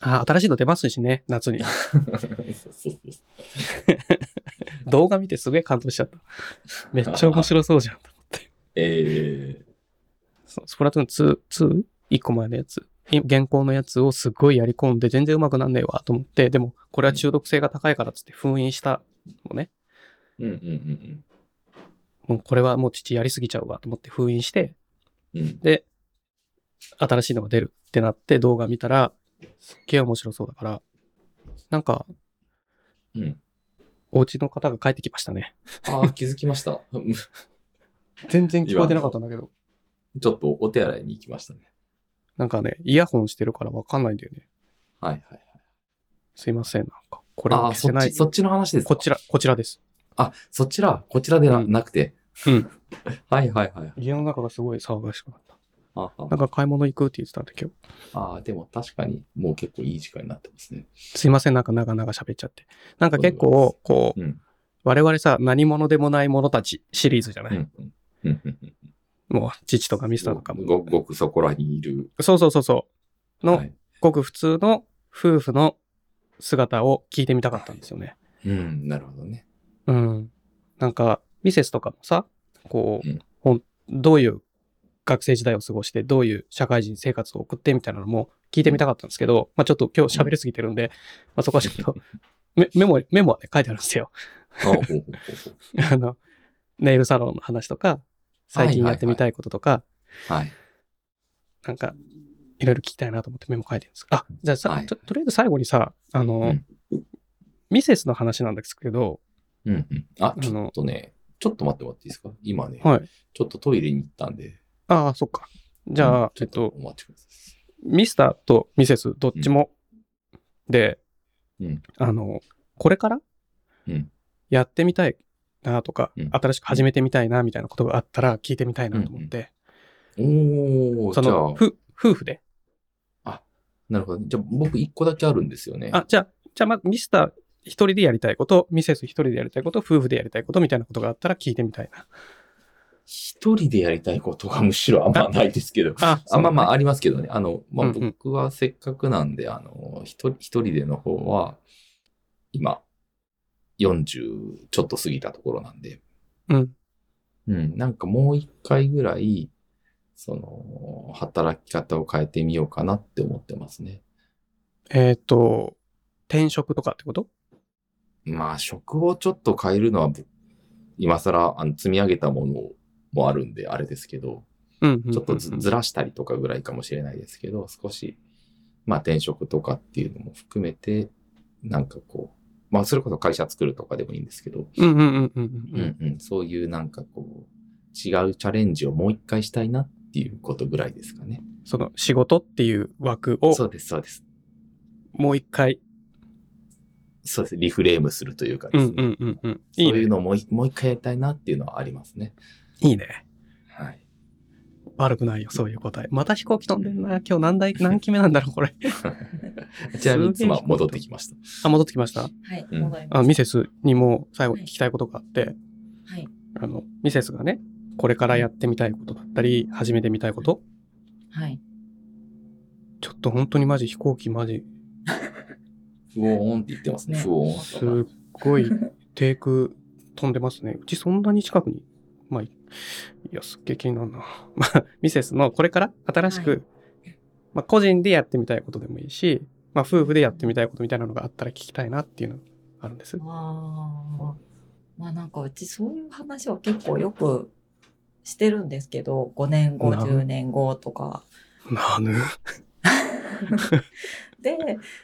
[SPEAKER 1] あ、新しいの出ますしね、夏に。
[SPEAKER 2] そうそうそう
[SPEAKER 1] 動画見てすげえ感動しちゃった。めっちゃ面白そうじゃん。
[SPEAKER 2] [laughs] え
[SPEAKER 1] そうスプラトゥーン 2?2? 一個前のやつ。い現行のやつをすごいやり込んで全然うまくなんねえわと思って、でもこれは中毒性が高いからっつって封印したのね。
[SPEAKER 2] ー、うんうん
[SPEAKER 1] もうこれはもう父やりすぎちゃうわと思って封印して、
[SPEAKER 2] うんうん。うん、
[SPEAKER 1] で、新しいのが出るってなって動画見たら、すっげえ面白そうだから、なんか、
[SPEAKER 2] うん。
[SPEAKER 1] お家の方が帰ってきましたね。
[SPEAKER 2] ああ、気づきました。 [laughs] うん
[SPEAKER 1] 全然聞こえてなかったんだけど。
[SPEAKER 2] ちょっとお手洗いに行きましたね。
[SPEAKER 1] なんかね、イヤホンしてるからわかんないんだよね。
[SPEAKER 2] はいはいはい。
[SPEAKER 1] すいません、なんか。これ
[SPEAKER 2] あ
[SPEAKER 1] は
[SPEAKER 2] あー、
[SPEAKER 1] 消せ
[SPEAKER 2] そ
[SPEAKER 1] な
[SPEAKER 2] っ
[SPEAKER 1] い
[SPEAKER 2] ち、。そっちの話ですか
[SPEAKER 1] こちら、こちらです。
[SPEAKER 2] あ、そちら、こちらでな,、
[SPEAKER 1] うん
[SPEAKER 2] なくて。
[SPEAKER 1] うん。
[SPEAKER 2] [laughs] はいはいはい。
[SPEAKER 1] 家の中がすごい騒がしくなった。
[SPEAKER 2] ああ
[SPEAKER 1] なんか買い物行くって言ってたんで今日。
[SPEAKER 2] あー、でも確かに、もう結構いい時間になってますね。
[SPEAKER 1] すいません、なんか長々喋っちゃって。なんか結構、こう、
[SPEAKER 2] うん。
[SPEAKER 1] 我々さ、何者でもない者たちシリーズじゃな
[SPEAKER 2] う
[SPEAKER 1] い、
[SPEAKER 2] ん。うんうんうん。
[SPEAKER 1] もう、父とかミスターとかも。
[SPEAKER 2] ごごくそこらにいる。
[SPEAKER 1] そうそうそうそう。の、
[SPEAKER 2] はい
[SPEAKER 1] ごく普通の夫婦の姿を聞いてみたかったんですよね。
[SPEAKER 2] うん、なるほど [laughs] ね。
[SPEAKER 1] うん。なんか、ミセスとかもさ、こう
[SPEAKER 2] うん、
[SPEAKER 1] ほんどういう学生時代を過ごして、どういう社会人生活を送ってみたいなのも聞いてみたかったんですけど、まあちょっと今日喋りすぎてるんで、まあそこはちょっと、メメモ、メモはね、書いてあるんですよ。 [laughs]
[SPEAKER 2] あほうほうほうほ
[SPEAKER 1] あの、ネイルサロンの話とか、最近やってみたいこととか、
[SPEAKER 2] うはい。
[SPEAKER 1] なんか、いろいろ聞きたいなと思ってメモ書いてるんです。あ、じゃあさ、
[SPEAKER 2] はい
[SPEAKER 1] ととりあえず最後にさ、あの、
[SPEAKER 2] うん
[SPEAKER 1] ミセスの話なんですけど、
[SPEAKER 2] うんうん。あ、
[SPEAKER 1] の
[SPEAKER 2] ちょっとね、ちょっと待ってもらっていいですか今ね、
[SPEAKER 1] はい。
[SPEAKER 2] ちょっとトイレに行ったんで。
[SPEAKER 1] ああ、そっか。じゃあ、
[SPEAKER 2] うんち
[SPEAKER 1] え
[SPEAKER 2] ょ
[SPEAKER 1] っ
[SPEAKER 2] っと
[SPEAKER 1] と、
[SPEAKER 2] お待ちくださ
[SPEAKER 1] ミスターとミセス、どっちも、で、
[SPEAKER 2] うん
[SPEAKER 1] あの、これから
[SPEAKER 2] い。うん。
[SPEAKER 1] やってみたいなとか、
[SPEAKER 2] うん
[SPEAKER 1] 新しく始めてみたいなみたいなことがあったら聞いてみたいなと思って、
[SPEAKER 2] お
[SPEAKER 1] そ
[SPEAKER 2] ー、じゃ
[SPEAKER 1] の、
[SPEAKER 2] あ、
[SPEAKER 1] ふ夫婦で。
[SPEAKER 2] なるほどね。じゃあ僕一個だけあるんですよね。
[SPEAKER 1] あ、じゃあ、じゃあ、まミスター一人でやりたいこと、ミセス一人でやりたいこと、夫婦でやりたいことみたいなことがあったら聞いてみたいな。
[SPEAKER 2] 一人でやりたいことがむしろあんまないですけど。
[SPEAKER 1] あ
[SPEAKER 2] あまあまあありますけどね。あの、ま
[SPEAKER 1] う
[SPEAKER 2] あ
[SPEAKER 1] んうん
[SPEAKER 2] 僕はせっかくなんで、あの、一人一人での方は、今、40ちょっと過ぎたところなんで、
[SPEAKER 1] うん。
[SPEAKER 2] うん、なんかもう一回ぐらい、その、働き方を変えてみようかなって思ってますね。
[SPEAKER 1] えっ、と、転職とかってこと
[SPEAKER 2] まあ、職をちょっと変えるのは、僕今更、あの、積み上げたものもあるんで、あれですけど、
[SPEAKER 1] うんうんうんうん
[SPEAKER 2] ちょっとずずらしたりとかぐらいかもしれないですけど、少し、まあ転職とかっていうのも含めて、なんかこう、まあそれこそ会社作るとかでもいいんですけど、
[SPEAKER 1] うんうんうんうんう。
[SPEAKER 2] うんんうん、そういうなんかこう、違うチャレンジをもう一回したいなっていうことぐらいですかね。
[SPEAKER 1] その仕事っていう枠を
[SPEAKER 2] そうです、そうです。
[SPEAKER 1] もう一回。
[SPEAKER 2] そうです。リフレームするというか
[SPEAKER 1] う
[SPEAKER 2] で
[SPEAKER 1] んう
[SPEAKER 2] すね。
[SPEAKER 1] んうんうん。いい
[SPEAKER 2] そうい
[SPEAKER 1] ね
[SPEAKER 2] う。のをもう一もう一回やりたいなっていうのはありますね。
[SPEAKER 1] いいね。 [laughs]
[SPEAKER 2] はい。
[SPEAKER 1] 悪くないよ、そういう答え。また飛行機飛んでんな。今日何台、何機目なんだろう、これ。
[SPEAKER 2] ちなみに妻は戻ってきました。
[SPEAKER 1] あ、戻ってきました。
[SPEAKER 3] はい、
[SPEAKER 2] うん
[SPEAKER 3] 戻ります。
[SPEAKER 1] あミセスにも最後聞きたいことがあって、
[SPEAKER 3] はい、
[SPEAKER 1] あの、ミセスがね、これからやってみたいことだったり、始めてみたいこと、
[SPEAKER 3] はい。
[SPEAKER 1] ちょっと本当にマジ飛行機マジ、
[SPEAKER 2] 不穏って言ってますね。
[SPEAKER 3] ね
[SPEAKER 2] 不穏。
[SPEAKER 1] すっごい低空飛んでますね。うちそんなに近くに。まあ、いや、すっげえ気になるな。 [laughs] まあ、ミセスのこれから新しく、
[SPEAKER 3] はい
[SPEAKER 1] まあ、個人でやってみたいことでもいいし、まあ、夫婦でやってみたいことみたいなのがあったら聞きたいなっていうのがあるんです。
[SPEAKER 3] あーまあなんかうちそういう話を結構よくしてるんですけど5年後
[SPEAKER 1] なる
[SPEAKER 3] 10年後とか
[SPEAKER 1] なぬ
[SPEAKER 3] で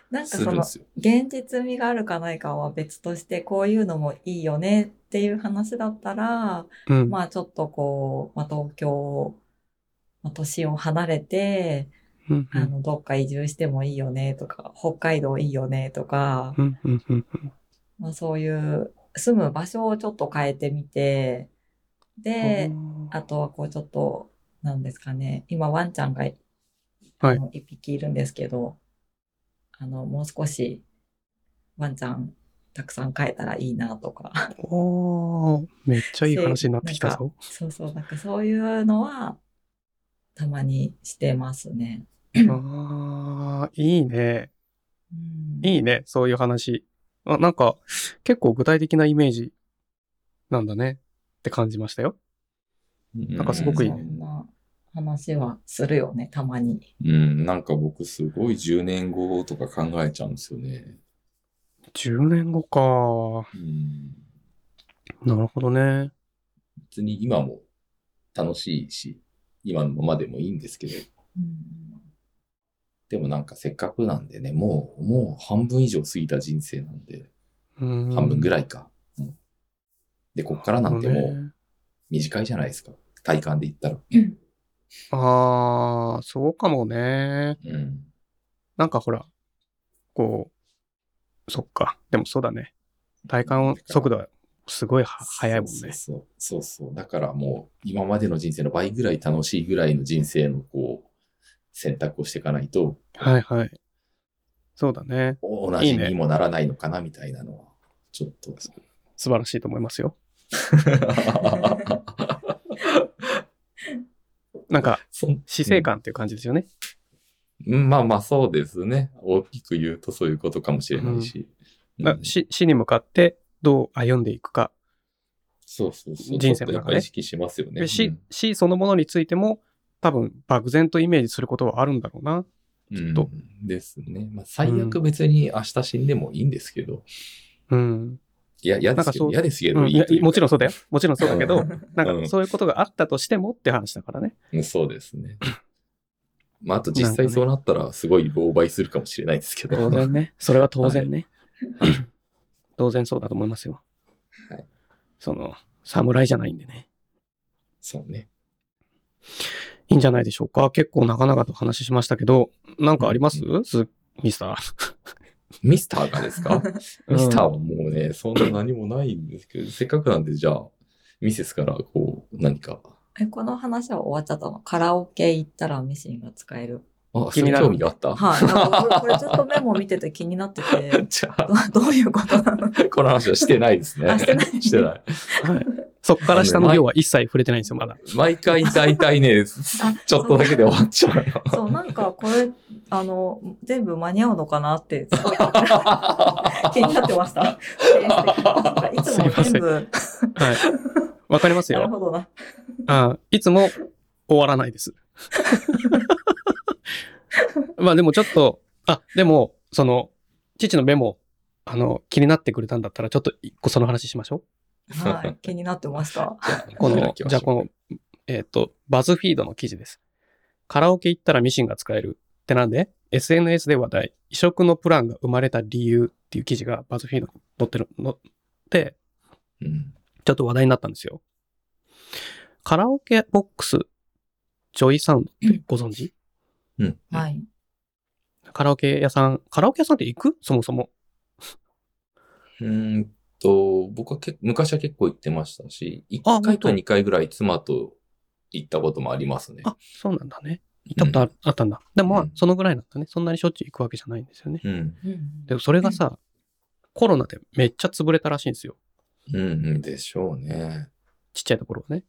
[SPEAKER 3] なんか
[SPEAKER 2] す
[SPEAKER 3] そ
[SPEAKER 2] るんで
[SPEAKER 3] の
[SPEAKER 2] すよ。
[SPEAKER 3] 現実味があるかないかは別としてこういうのもいいよねっていう話だったら
[SPEAKER 1] うん。
[SPEAKER 3] まあちょっとこう、まあ、東京、まあ、都心を離れて
[SPEAKER 1] うんう
[SPEAKER 3] あ
[SPEAKER 1] ん
[SPEAKER 3] のどっか移住してもいいよねとか北海道いいよねとか、
[SPEAKER 1] うんうんうん
[SPEAKER 3] まあ、そういう住む場所をちょっと変えてみてで、あとはこうちょっと、なんですかね、今ワンちゃんが、あの一匹いるんですけど、あの、もう少しワンちゃんたくさん飼えたらいいなとか、
[SPEAKER 1] おーめっちゃいい話になってきたぞ。
[SPEAKER 3] そうそう、なんかそういうのはたまにしてますね。
[SPEAKER 1] ああ、いいね。
[SPEAKER 3] うん、
[SPEAKER 1] いいね。そういう話。あ、なんか、結構具体的なイメージなんだねって感じましたよ。
[SPEAKER 2] なん
[SPEAKER 1] かすごくいいね
[SPEAKER 3] そんな話はするよね、たまに。
[SPEAKER 2] うん、なんか僕すごい10年後とか考えちゃうんですよね。
[SPEAKER 1] 10年後か。
[SPEAKER 2] うん、
[SPEAKER 1] なるほどね。
[SPEAKER 2] 別に今も楽しいし、今のままでもいいんですけど、
[SPEAKER 3] うん
[SPEAKER 2] でもなんかせっかくなんでね、もう、もう半分以上過ぎた人生なんで、半
[SPEAKER 1] 半
[SPEAKER 2] 分ぐ
[SPEAKER 1] らい
[SPEAKER 2] らいか。うんで、こっからなんてもう短いじゃないですか。体感で言ったら。
[SPEAKER 1] ああ、そうかもね。
[SPEAKER 2] うん。
[SPEAKER 1] なんかほら、こう、そっか。でもそうだね。体感速度はすごいは速いもん
[SPEAKER 2] そう
[SPEAKER 1] ね。
[SPEAKER 2] そうそうそうそう。だからもう、今までの人生の倍ぐらい楽しいぐらいの人生のこう、選択をしていかないと、
[SPEAKER 1] はいはい。そうだね。
[SPEAKER 2] 同
[SPEAKER 1] い
[SPEAKER 2] じ
[SPEAKER 1] いね
[SPEAKER 2] にもならないのかなみたいなのは、ちょっと。
[SPEAKER 1] 素晴らしいと思いますよ。 [laughs] なんか、
[SPEAKER 2] そ
[SPEAKER 1] 死生観っていう感じですよね。
[SPEAKER 2] うんまあまあそうですね。大きく言うとそういうことかもしれないし。
[SPEAKER 1] な
[SPEAKER 2] うん
[SPEAKER 1] 死死に向かってどう歩んでいくか。
[SPEAKER 2] そうそうそう。
[SPEAKER 1] 人生の中で
[SPEAKER 2] ちょっとやっぱり意識しますよね。
[SPEAKER 1] で
[SPEAKER 2] う
[SPEAKER 1] 死
[SPEAKER 2] ん
[SPEAKER 1] 死そのものについても、多分漠然とイメージすることはあるんだろうな。っと
[SPEAKER 2] うんですね。まあ最悪別に明日死んでもいいんですけど。
[SPEAKER 1] うん。
[SPEAKER 2] いや、嫌
[SPEAKER 1] な
[SPEAKER 2] ですけ
[SPEAKER 1] んかそう
[SPEAKER 2] ど、嫌ですけ
[SPEAKER 1] う
[SPEAKER 2] ど
[SPEAKER 1] ん、
[SPEAKER 2] いいと
[SPEAKER 1] い
[SPEAKER 2] い
[SPEAKER 1] や
[SPEAKER 2] うか
[SPEAKER 1] もちろんそうだよ。もちろんそうだけど、
[SPEAKER 2] う
[SPEAKER 1] なんかそういうことがあったとしてもって話だからね。
[SPEAKER 2] うんそうですね。まあ、あと実際そうなったら、すごい狼狽するかもしれないですけど。
[SPEAKER 1] 当然ね。 [laughs] それは当然ね。 [clears throat] 当然そうだと思いますよ。
[SPEAKER 2] はい
[SPEAKER 1] その、侍じゃないんでね。
[SPEAKER 2] そうね。
[SPEAKER 1] いいんじゃないでしょうか。結構長々と話しましたけど、なんかあります、すミスター。
[SPEAKER 2] ミスターがですか
[SPEAKER 1] [laughs] うん
[SPEAKER 2] ミスターはもうね、そんな何もないんですけど、せっかくなんで、じゃあ、ミセスから、こう、何か。
[SPEAKER 3] え、この話は終わっちゃったのカラオケ行ったらミシンが使える。
[SPEAKER 2] あ、
[SPEAKER 1] 気
[SPEAKER 2] そ
[SPEAKER 1] に
[SPEAKER 2] れ
[SPEAKER 1] なる
[SPEAKER 2] 興味があった。
[SPEAKER 3] はい。なんかこれこれずっとメモ見てて気になって
[SPEAKER 2] [laughs]
[SPEAKER 3] て、
[SPEAKER 2] じゃあ、
[SPEAKER 3] [laughs] どどういうことなの
[SPEAKER 2] この話はしてないですね。
[SPEAKER 3] あしてない
[SPEAKER 2] してない。
[SPEAKER 1] はい。 [laughs] そっから下の量は一切触れてないんですよ、まだ。
[SPEAKER 2] [laughs] 毎回大体ね、ちょっとだけで終わっちゃう [laughs] よ。
[SPEAKER 3] そう、なんかこれ、あの、全部間に合うのかな [laughs] って、すごい気になってま [laughs] した。なんかいつも
[SPEAKER 1] すいませ
[SPEAKER 3] 全
[SPEAKER 1] ん
[SPEAKER 3] 部、
[SPEAKER 1] はい。わかります
[SPEAKER 3] なる
[SPEAKER 1] よ。
[SPEAKER 3] ほどな。
[SPEAKER 1] あいつも終わらないです。 [laughs] まあでもちょっと、あ、でも、その、父のメモ、あの、気になってくれたんだったら、ちょっと一個その話しましょう。
[SPEAKER 3] はい。気になってました。
[SPEAKER 1] こ
[SPEAKER 2] じゃあ
[SPEAKER 1] の、
[SPEAKER 2] 行きまし
[SPEAKER 1] じゃ
[SPEAKER 2] ょ
[SPEAKER 1] あ
[SPEAKER 2] う
[SPEAKER 1] この、えっ、と、バズフィードの記事です。カラオケ行ったらミシンが使えるってなんで ?SNS で話題、異色のプランが生まれた理由っていう記事がバズフィードに載ってる、載って、
[SPEAKER 2] うん
[SPEAKER 1] ちょっと話題になったんですよ。カラオケボックス、ジョイサウンドってご存知、
[SPEAKER 2] うん。
[SPEAKER 3] はい。
[SPEAKER 1] カラオケ屋さん、カラオケ屋さんって行くそもそも。
[SPEAKER 2] うーんと、僕はけ昔は結構行ってましたし、
[SPEAKER 1] あ
[SPEAKER 2] 1回か
[SPEAKER 1] 本当
[SPEAKER 2] 2回ぐらい妻と行ったこともありますね。
[SPEAKER 1] あ、そうなんだね。行ったことあ,、あったんだ。でもまあ
[SPEAKER 2] うん、
[SPEAKER 1] そのぐらいなんだね。そんなにしょっちゅう行くわけじゃないんですよね。
[SPEAKER 2] うん。
[SPEAKER 1] でもそれがさ、コロナでめっちゃ潰れたらしいんですよ。
[SPEAKER 2] うん、うんでしょうね。
[SPEAKER 1] ちっちゃいところはね。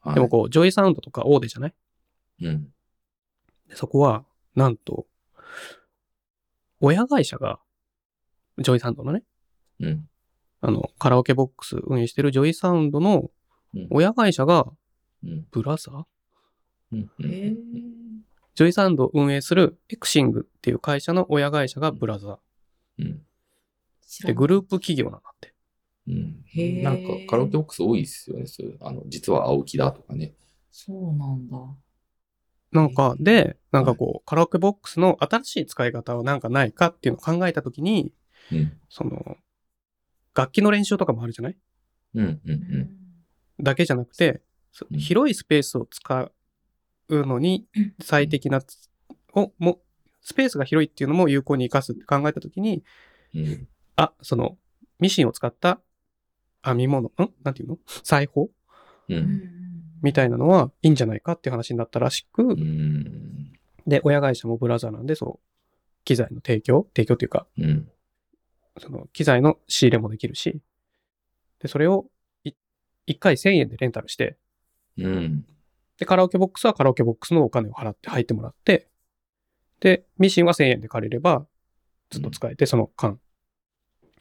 [SPEAKER 2] はい
[SPEAKER 1] でもこう、ジョイサウンドとかオーデじゃない
[SPEAKER 2] うん。
[SPEAKER 1] でそこは、なんと、親会社が、ジョイサウンドのね、
[SPEAKER 2] うん。
[SPEAKER 1] あの、カラオケボックス運営してるジョイサウンドの
[SPEAKER 2] うん
[SPEAKER 1] 親会社が
[SPEAKER 2] うん。
[SPEAKER 1] ブラザー
[SPEAKER 2] うん。う
[SPEAKER 3] え
[SPEAKER 2] ん
[SPEAKER 3] ー
[SPEAKER 1] ジョイサウンドを運営するエクシングっていう会社の親会社がブラザ
[SPEAKER 2] うん。
[SPEAKER 3] 知
[SPEAKER 1] ー。
[SPEAKER 3] ら
[SPEAKER 1] で、
[SPEAKER 3] な
[SPEAKER 1] グループ企業なんだって。
[SPEAKER 2] うん
[SPEAKER 3] へー
[SPEAKER 2] なんかカラオケボックス多いですよね。そういうあの、実は青木だとかね。
[SPEAKER 3] そうなんだ。
[SPEAKER 1] なんか、で、なんかこう、カラオケボックスの新しい使い方をなんかないかっていうのを考えたときに、
[SPEAKER 2] うん。
[SPEAKER 1] その、楽器の練習とかもあるじゃない
[SPEAKER 2] うん。うん。う。
[SPEAKER 3] うん
[SPEAKER 1] だけじゃなくて、そ
[SPEAKER 2] うん
[SPEAKER 1] 広いスペースを使うのに最適な、を、も、スペースが広いっていうのも有効に活かすって考えたときに、
[SPEAKER 2] うん。
[SPEAKER 1] あ、その、ミシンを使った編み物、んなんていうの裁縫
[SPEAKER 2] うんん。
[SPEAKER 1] みたいなのはいいんじゃないかっていう話になったらしく、
[SPEAKER 2] うん。
[SPEAKER 1] で、親会社もブラザーなんで、そう、機材の提供、提供っていうか、
[SPEAKER 2] うん。
[SPEAKER 1] その、機材の仕入れもできるし、で、それをい、1回1000円でレンタルして、
[SPEAKER 2] うん。
[SPEAKER 1] で、カラオケボックスはカラオケボックスのお金を払って入ってもらって、で、ミシンは1000円で借りれば、ずっと使えて、その間。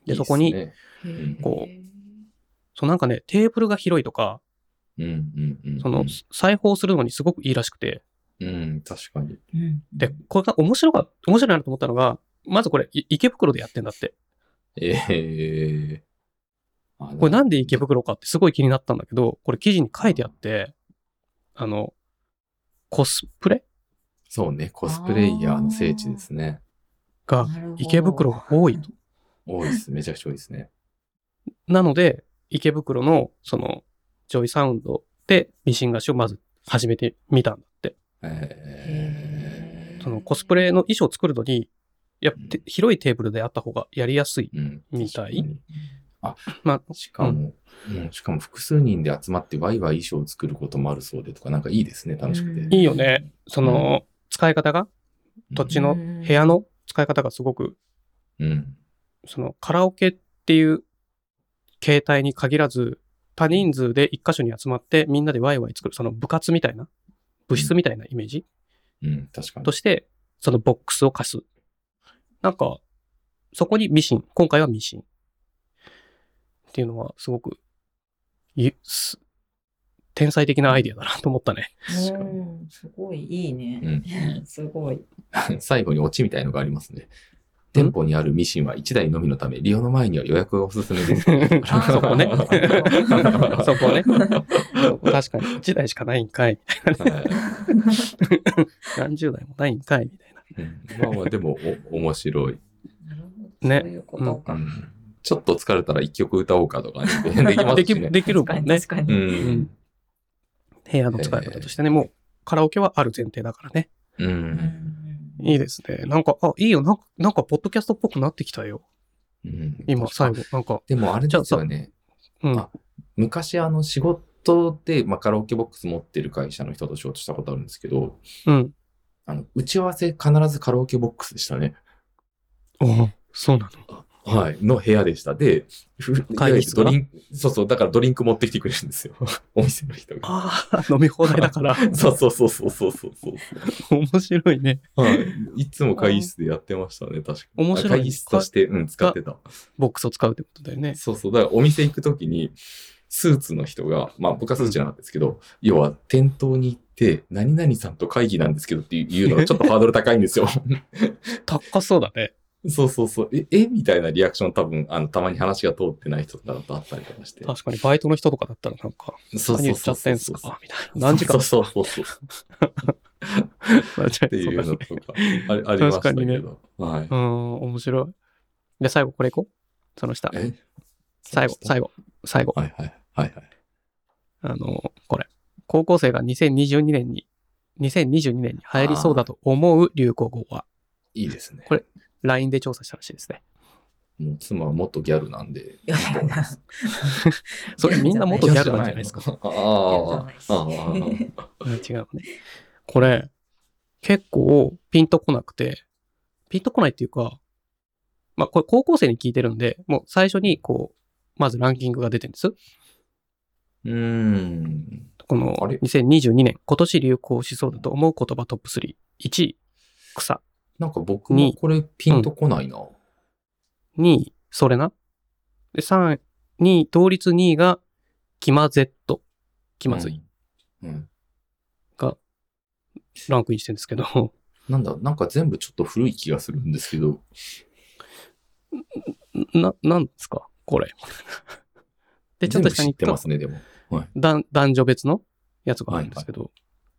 [SPEAKER 1] で、そこ
[SPEAKER 2] い
[SPEAKER 1] に、
[SPEAKER 2] いっすね
[SPEAKER 3] へー
[SPEAKER 1] こそうなんかね、テーブルが広いとか、
[SPEAKER 2] うん。うん。うん
[SPEAKER 1] その、裁縫するのにすごくいいらしくて、
[SPEAKER 2] うん。確かに。
[SPEAKER 3] うん
[SPEAKER 1] で、これが面白か、面白いなと思ったのが、まずこれ、い池袋でやってんだって。
[SPEAKER 2] ええあ
[SPEAKER 1] これなんで池袋かってすごい気になったんだけど、これ記事に書いてあって、あの、コスプレ
[SPEAKER 2] そうね、コスプレイヤーの聖地ですね。
[SPEAKER 1] が
[SPEAKER 3] なるほど
[SPEAKER 1] 池袋が多いと。
[SPEAKER 2] 多い
[SPEAKER 1] [laughs]
[SPEAKER 2] です。めちゃくちゃ多いですね。
[SPEAKER 1] なので、池袋のそのジョイサウンドでミシン菓子をまず始めてみたんだって。
[SPEAKER 2] え
[SPEAKER 1] そのコスプレの衣装を作るのに、やって広いテーブルであった方がやりやすい。
[SPEAKER 2] ーうん。
[SPEAKER 1] みたい
[SPEAKER 2] 確かに
[SPEAKER 1] まあ、
[SPEAKER 2] しかも、うんしかも複数人で集まってワイワイ衣装を作ることもあるそうでとか、なんかいいですね、楽しくて。
[SPEAKER 3] うん
[SPEAKER 1] いいよね。その、使い方が、土地の
[SPEAKER 3] うん
[SPEAKER 1] 部屋の使い方がすごく、
[SPEAKER 2] うん。
[SPEAKER 1] そのカラオケっていう形態に限らず、多人数で一箇所に集まってみんなでワイワイ作る、その部活みたいな、部室みたいなイメージ
[SPEAKER 2] うん、確かに
[SPEAKER 1] と。して、そのボックスを貸す。なんか、そこにミシン、今回はミシン。っていうのはすごく、ゆす天才的なアイデアだなと思ったね。
[SPEAKER 2] [laughs]
[SPEAKER 3] うんすごいいいね。すごい。
[SPEAKER 2] 最後にオチみたいのがありますね。店舗にあるミシンは1台のみのため、利用の前には予約がおすす
[SPEAKER 1] [laughs]
[SPEAKER 2] めです。
[SPEAKER 3] あー
[SPEAKER 1] そこ
[SPEAKER 2] [laughs]
[SPEAKER 1] ねそこね。 [laughs] 確かに、1台しかないんかい。
[SPEAKER 2] は
[SPEAKER 1] 何十台もないんか [laughs] い、みたいな。
[SPEAKER 2] いうんまあまあ、でも、お、面白い。
[SPEAKER 3] なるほど。
[SPEAKER 1] ね
[SPEAKER 3] そういうこと
[SPEAKER 2] う
[SPEAKER 3] か。
[SPEAKER 2] んちょっと疲れたら一曲歌おうかとかね、できま
[SPEAKER 1] [laughs]
[SPEAKER 2] す
[SPEAKER 1] でき
[SPEAKER 2] しね。
[SPEAKER 1] できるも
[SPEAKER 3] 確か
[SPEAKER 1] ん
[SPEAKER 3] に
[SPEAKER 1] ね。
[SPEAKER 3] 確か
[SPEAKER 2] う
[SPEAKER 3] に。
[SPEAKER 2] ん。
[SPEAKER 1] 部屋の使い方としてね、もうカラオケはある前提だからね。
[SPEAKER 2] う
[SPEAKER 3] うん
[SPEAKER 2] ん。
[SPEAKER 1] いいですね。なんか、あ、いいよ。なんか、なんかポッドキャストっぽくなってきたよ。
[SPEAKER 2] うん
[SPEAKER 1] 今、最後。なんか、
[SPEAKER 2] でもあれですよね。
[SPEAKER 1] うん。
[SPEAKER 2] あ昔、あの、仕事で、まあ、カラオケボックス持ってる会社の人と仕事したことあるんですけど、
[SPEAKER 1] うん。
[SPEAKER 2] あの、打ち合わせ必ずカラオケボックスでしたね。
[SPEAKER 1] おそうな
[SPEAKER 2] はい。の部屋でした。で、ふ
[SPEAKER 1] 会議室か
[SPEAKER 2] ド
[SPEAKER 1] な
[SPEAKER 2] リンク、そうそう、だからドリンク持ってきてくれるんですよ。 [laughs] お店の人が。
[SPEAKER 1] ああ、飲み放題だから。
[SPEAKER 2] そうそうそうそうそうそうそう。
[SPEAKER 1] [laughs] 面白いね。
[SPEAKER 2] はい。いつも会議室でやってましたね、確かに。
[SPEAKER 1] 面白い
[SPEAKER 2] あ会議室として、うん、使ってた。
[SPEAKER 1] ボックスを使うってことだよね。
[SPEAKER 2] [laughs] そうそう。だからお店行くときに、スーツの人が、まあ僕はスーツじゃなかったですけど、要は店頭に行って、何々さんと会議なんですけどってい
[SPEAKER 1] [laughs]
[SPEAKER 2] うのがちょっとハードル高いんですよ。 [laughs]
[SPEAKER 1] 高そうだね。
[SPEAKER 2] そうそうそう。え、えみたいなリアクション多分、あの、たまに話が通ってない人とかだとあったりとかして。
[SPEAKER 1] 確かに、バイトの人とかだったらなんか、
[SPEAKER 2] そ
[SPEAKER 1] 何
[SPEAKER 2] うそ
[SPEAKER 1] 言っ
[SPEAKER 2] う
[SPEAKER 1] ちゃ
[SPEAKER 2] そう
[SPEAKER 1] って
[SPEAKER 2] そうん
[SPEAKER 1] す
[SPEAKER 2] そう。
[SPEAKER 1] かみたいな。何時間
[SPEAKER 2] そうそうそうそう。
[SPEAKER 1] [laughs]
[SPEAKER 2] っていうのとか、ありあり
[SPEAKER 1] 確
[SPEAKER 2] ました
[SPEAKER 1] かに
[SPEAKER 2] け
[SPEAKER 1] ね
[SPEAKER 2] ど。はい。
[SPEAKER 1] うん、面白い。で、最後これいこうその下。
[SPEAKER 2] え
[SPEAKER 1] 最後、最
[SPEAKER 2] 後。
[SPEAKER 1] 後、最後。
[SPEAKER 2] はいはい。はいはい。
[SPEAKER 1] あの、これ。高校生が2022年に、2022年に流行りそうだと思う流行語は、
[SPEAKER 2] いいですね。
[SPEAKER 1] これ LINE で調査したらしいですね。
[SPEAKER 2] もう妻は元ギャルなんで。
[SPEAKER 3] いやいやいや
[SPEAKER 1] それみんな元ギャルなんじゃないですか。
[SPEAKER 2] か。あ
[SPEAKER 3] あ
[SPEAKER 2] あ。ああ。
[SPEAKER 1] うん違うね。これ、結構ピンとこなくて、ピンとこないっていうか、まあこれ高校生に聞いてるんで、もう最初にこう、まずランキングが出てるんです。
[SPEAKER 2] うーん。
[SPEAKER 1] この
[SPEAKER 2] あれ
[SPEAKER 1] 2022年、今年流行しそうだと思う言葉トップ3。1位、草。
[SPEAKER 2] なんか僕もこれピンとこないな。
[SPEAKER 1] 2位、それな。で、3位、2位、同率2位が、気まぜっと。気まずい。
[SPEAKER 2] うん。うん。
[SPEAKER 1] ランクインしてるんですけど、
[SPEAKER 2] なんだ、なんか全部ちょっと古い気がするんですけど。
[SPEAKER 1] な、なんですかこれ。 [laughs] で、ちょっと下
[SPEAKER 2] 全
[SPEAKER 1] に
[SPEAKER 2] 部知って
[SPEAKER 1] 行
[SPEAKER 2] ま
[SPEAKER 1] くと
[SPEAKER 2] すね、でも。
[SPEAKER 1] 男男女別のやつがあるんですけど、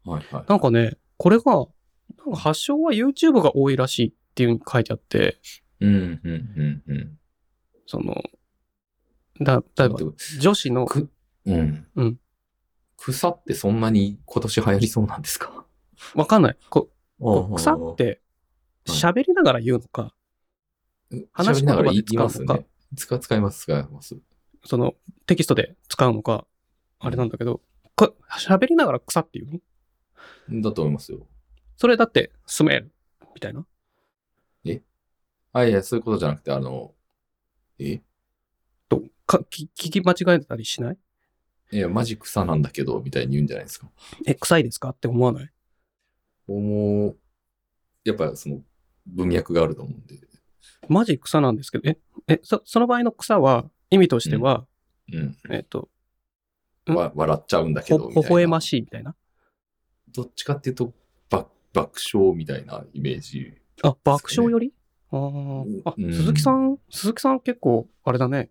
[SPEAKER 2] はいはい。
[SPEAKER 1] なんかね、これが、なんか発祥は YouTube が多いらしいっていうふうに書いてあって、
[SPEAKER 2] うん、うん、うん、うん。
[SPEAKER 1] その、だ、例えば、女子の、
[SPEAKER 2] く、うん。
[SPEAKER 1] うん。
[SPEAKER 2] 草ってそんなに今年流行りそうなんですか
[SPEAKER 1] わかんない。ここう
[SPEAKER 2] あ
[SPEAKER 1] 草
[SPEAKER 2] あ
[SPEAKER 1] っ、て、
[SPEAKER 2] はい
[SPEAKER 1] 喋りながら言うのか、
[SPEAKER 2] 話
[SPEAKER 1] 話
[SPEAKER 2] し
[SPEAKER 1] し
[SPEAKER 2] な
[SPEAKER 1] 言
[SPEAKER 2] が
[SPEAKER 1] 葉
[SPEAKER 2] ら言
[SPEAKER 1] で
[SPEAKER 2] い
[SPEAKER 1] 使う
[SPEAKER 2] ま
[SPEAKER 1] の
[SPEAKER 2] す
[SPEAKER 1] か
[SPEAKER 2] ね。使使います、使います。
[SPEAKER 1] その、テキストで使うのか、あれなんだけど、こ喋りながら草っていうの
[SPEAKER 2] だと思いますよ。
[SPEAKER 1] それだって、住める。みたいな。
[SPEAKER 2] あ、いや、そういうことじゃなくて、あの、え
[SPEAKER 1] とか聞聞き間違えたりしない
[SPEAKER 2] いや、マジ草なんだけど、みたいに言うんじゃないですか。
[SPEAKER 1] え、臭いですかって思わない
[SPEAKER 2] 思う、やっぱその、文脈があると思うんで。
[SPEAKER 1] マジ草なんですけど、え、え、そその場合の草は、意味としては、
[SPEAKER 2] うん。
[SPEAKER 1] えっと、ん
[SPEAKER 2] わ笑っちゃうんだけ
[SPEAKER 1] ほ、
[SPEAKER 2] ど、みたい
[SPEAKER 1] 微
[SPEAKER 2] な。
[SPEAKER 1] 笑ましいみたいな。
[SPEAKER 2] どっちかっていうと、ば爆笑みたいなイメージ。
[SPEAKER 1] あ、爆笑よりあーあ、
[SPEAKER 2] うん
[SPEAKER 1] 鈴木さん、鈴木さん結構、あれだね。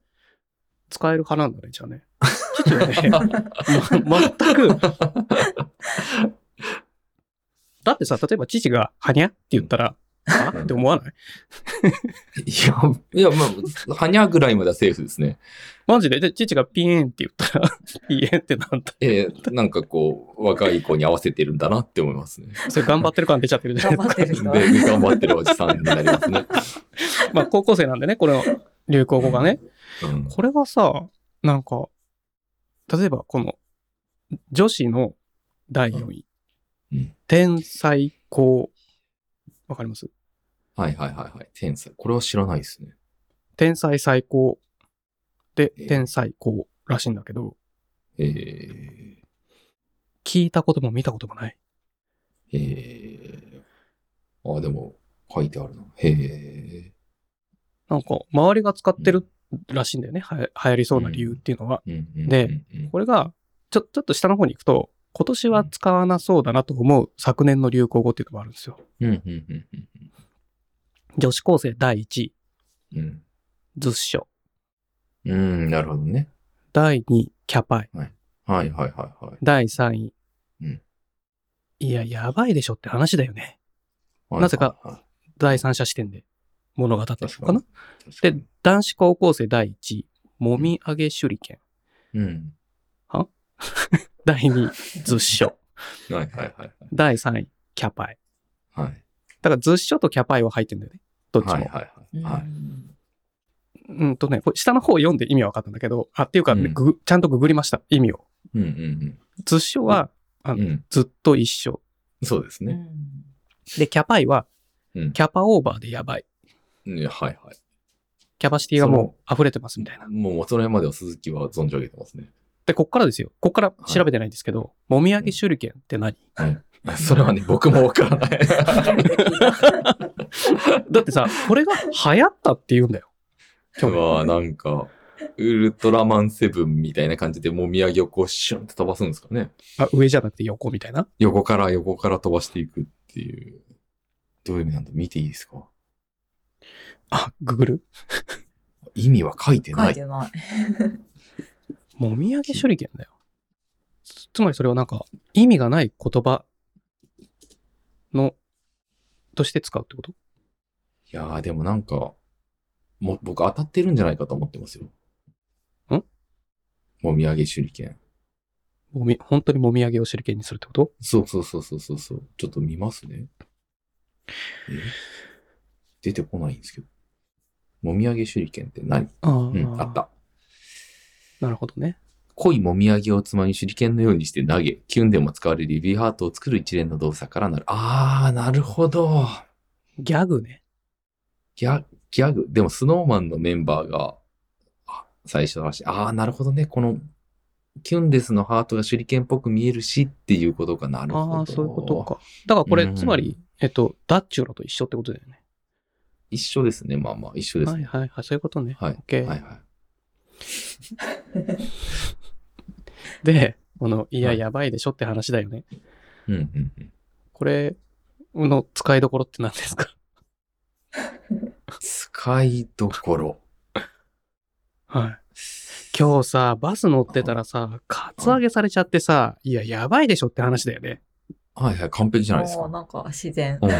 [SPEAKER 1] 使える派なんだね、じゃあね。父はね、ま、 [laughs] 全く。だってさ、例えば父が、はにゃって言ったら、あって思わない
[SPEAKER 2] いや、いや、まあ、はにゃぐらいまではセーフですね。
[SPEAKER 1] マジで、で、父がピエンって言ったら、 [laughs] ピエンってなんだ。
[SPEAKER 2] えーなんかこう、若い子に合わせてるんだなって思いま
[SPEAKER 1] [laughs]
[SPEAKER 2] すね。
[SPEAKER 1] それ頑張ってる感出ちゃってるじゃな
[SPEAKER 3] 頑
[SPEAKER 1] いです
[SPEAKER 3] 張っ
[SPEAKER 1] か。
[SPEAKER 3] て
[SPEAKER 2] で、
[SPEAKER 3] る人は。
[SPEAKER 2] 頑張ってるおじさんになりますね。
[SPEAKER 1] まあ、高校生なんでね、この流行語がね。
[SPEAKER 2] うん
[SPEAKER 1] これがさ、なんか、例えばこの、女子の第4位。
[SPEAKER 2] うん
[SPEAKER 1] 天才校。わかります
[SPEAKER 2] はいはいはいはい。天才。これは知らないですね。
[SPEAKER 1] 天才最高。で
[SPEAKER 2] ええ、
[SPEAKER 1] 天才校らしいんだけど、
[SPEAKER 2] え
[SPEAKER 1] 聞いたことも見たこともない。
[SPEAKER 2] ー、えー、あ、でも、書いてあるな。へえ。
[SPEAKER 1] なんか、周りが使ってるらしいんだよね。はや流行りそうな理由っていうのは。
[SPEAKER 2] うんうんうん
[SPEAKER 1] で、これが、ちょ、ちょっと下の方に行くと、今年は使わなそうだなと思う昨年の流行語っていうのもあるんですよ。
[SPEAKER 2] うんうんうんうん
[SPEAKER 1] 女子高生第1位、
[SPEAKER 2] うん。
[SPEAKER 1] ズッショ。
[SPEAKER 2] うん、なるほどね。
[SPEAKER 1] 第2位、キャパイ。
[SPEAKER 2] はいはいはいはい。
[SPEAKER 1] 第3位。
[SPEAKER 2] うん
[SPEAKER 1] いや、やばいでしょって話だよね。
[SPEAKER 2] はい
[SPEAKER 1] なぜか
[SPEAKER 2] はいはい
[SPEAKER 1] 第三者視点で物語ったの
[SPEAKER 2] 確
[SPEAKER 1] か
[SPEAKER 2] か
[SPEAKER 1] な
[SPEAKER 2] に。確かに
[SPEAKER 1] で、男子高校生第1位、もみあげ手裏剣。
[SPEAKER 2] うん。
[SPEAKER 1] 第2位、ズッシ
[SPEAKER 2] [laughs]
[SPEAKER 1] ョ。
[SPEAKER 2] はいはいはい
[SPEAKER 1] 第3位、キャパイ。
[SPEAKER 2] はい。はい。
[SPEAKER 1] だから、ズッショとキャパイは入ってんだよね。どっちも。
[SPEAKER 2] はいはいはい。はい。
[SPEAKER 1] うんとね、これ下の方読んで意味は分かったんだけど、あ、っていうか、
[SPEAKER 2] うん
[SPEAKER 1] ググちゃんとググりました、意味を。
[SPEAKER 2] うんうん
[SPEAKER 1] ズッショは
[SPEAKER 2] うん。うん。
[SPEAKER 1] ずっと一緒。
[SPEAKER 2] そうです
[SPEAKER 3] う
[SPEAKER 2] ね。
[SPEAKER 3] ん
[SPEAKER 1] で、キャパイは、
[SPEAKER 2] うん。
[SPEAKER 1] キャパオーバーでやばい。
[SPEAKER 2] うんはいはい。
[SPEAKER 1] キャパシティがもう溢れてますみたいな。
[SPEAKER 2] もう、その辺までは鈴木は存じ上げてますね。 [laughs]
[SPEAKER 1] で、こっからですよ。こっから調べてないんですけど、もみあげ手裏剣って何、
[SPEAKER 2] それはね、僕もわか
[SPEAKER 1] [laughs]
[SPEAKER 2] らない。 [laughs]
[SPEAKER 1] だってさ、これが流行ったって言うんだよ。
[SPEAKER 2] 今日はなんか、ウルトラマンセブンみたいな感じで、もみあげをこう、シュンって飛ばすんですかね。
[SPEAKER 1] あ、上じゃなくて横みたいな。
[SPEAKER 2] 横から横から飛ばしていくっていう。どういう意味なんだ見ていいですか
[SPEAKER 1] あ、ググる
[SPEAKER 2] 意味は書いて
[SPEAKER 3] 書
[SPEAKER 2] ないい。
[SPEAKER 3] てない。
[SPEAKER 1] もみあげ手裏剣だよ。つつまりそれはなんか、意味がない言葉の、として使うってこと
[SPEAKER 2] いやー、でもなんか、も、僕当たってるんじゃないかと思ってますよ。
[SPEAKER 1] ん
[SPEAKER 2] もみあげ手裏剣。
[SPEAKER 1] もみ、本当にもみあげを手裏剣にするってこと
[SPEAKER 2] そうそうそうそうそうそう。ちょっと見ますね。え出てこないんですけど。もみあげ手裏剣って何
[SPEAKER 1] ああ、
[SPEAKER 2] うん、あった。
[SPEAKER 1] なるほどね。
[SPEAKER 2] 濃いもみあげをつまみ手裏剣のようにして投げ、キュンでも使われる指ハートを作る一連の動作からなる。あー、なるほど。
[SPEAKER 1] ギャグね。
[SPEAKER 2] ギャ、ギャグ。でも、スノーマンのメンバーが、あ最初の話。ああ、なるほどね。この、キュンデスのハートが手裏剣っぽく見えるしっていうことかなるほど。
[SPEAKER 1] ああ、そういうこと。か。だからこれ、
[SPEAKER 2] うん
[SPEAKER 1] つまり、えっと、ダッチュロと一緒ってことだよね。
[SPEAKER 2] 一緒ですね。まあまあ、一緒です
[SPEAKER 1] はい
[SPEAKER 2] ね。
[SPEAKER 1] はいはい、そういうことね。
[SPEAKER 2] はい。
[SPEAKER 1] OK
[SPEAKER 2] はいはい。
[SPEAKER 1] で、この、いや、
[SPEAKER 2] はい
[SPEAKER 1] やばいでしょって話だよね。
[SPEAKER 2] うんうんうん。
[SPEAKER 1] これの使いどころって何ですか
[SPEAKER 2] 使いどころ。
[SPEAKER 1] はい。今日さ、バス乗ってたらさ、カツアゲされちゃってさ、いや、やばいでしょって話だよね。
[SPEAKER 2] はいはい。完璧じゃないです
[SPEAKER 3] もう
[SPEAKER 2] か。
[SPEAKER 3] なんか自然
[SPEAKER 2] う。ん、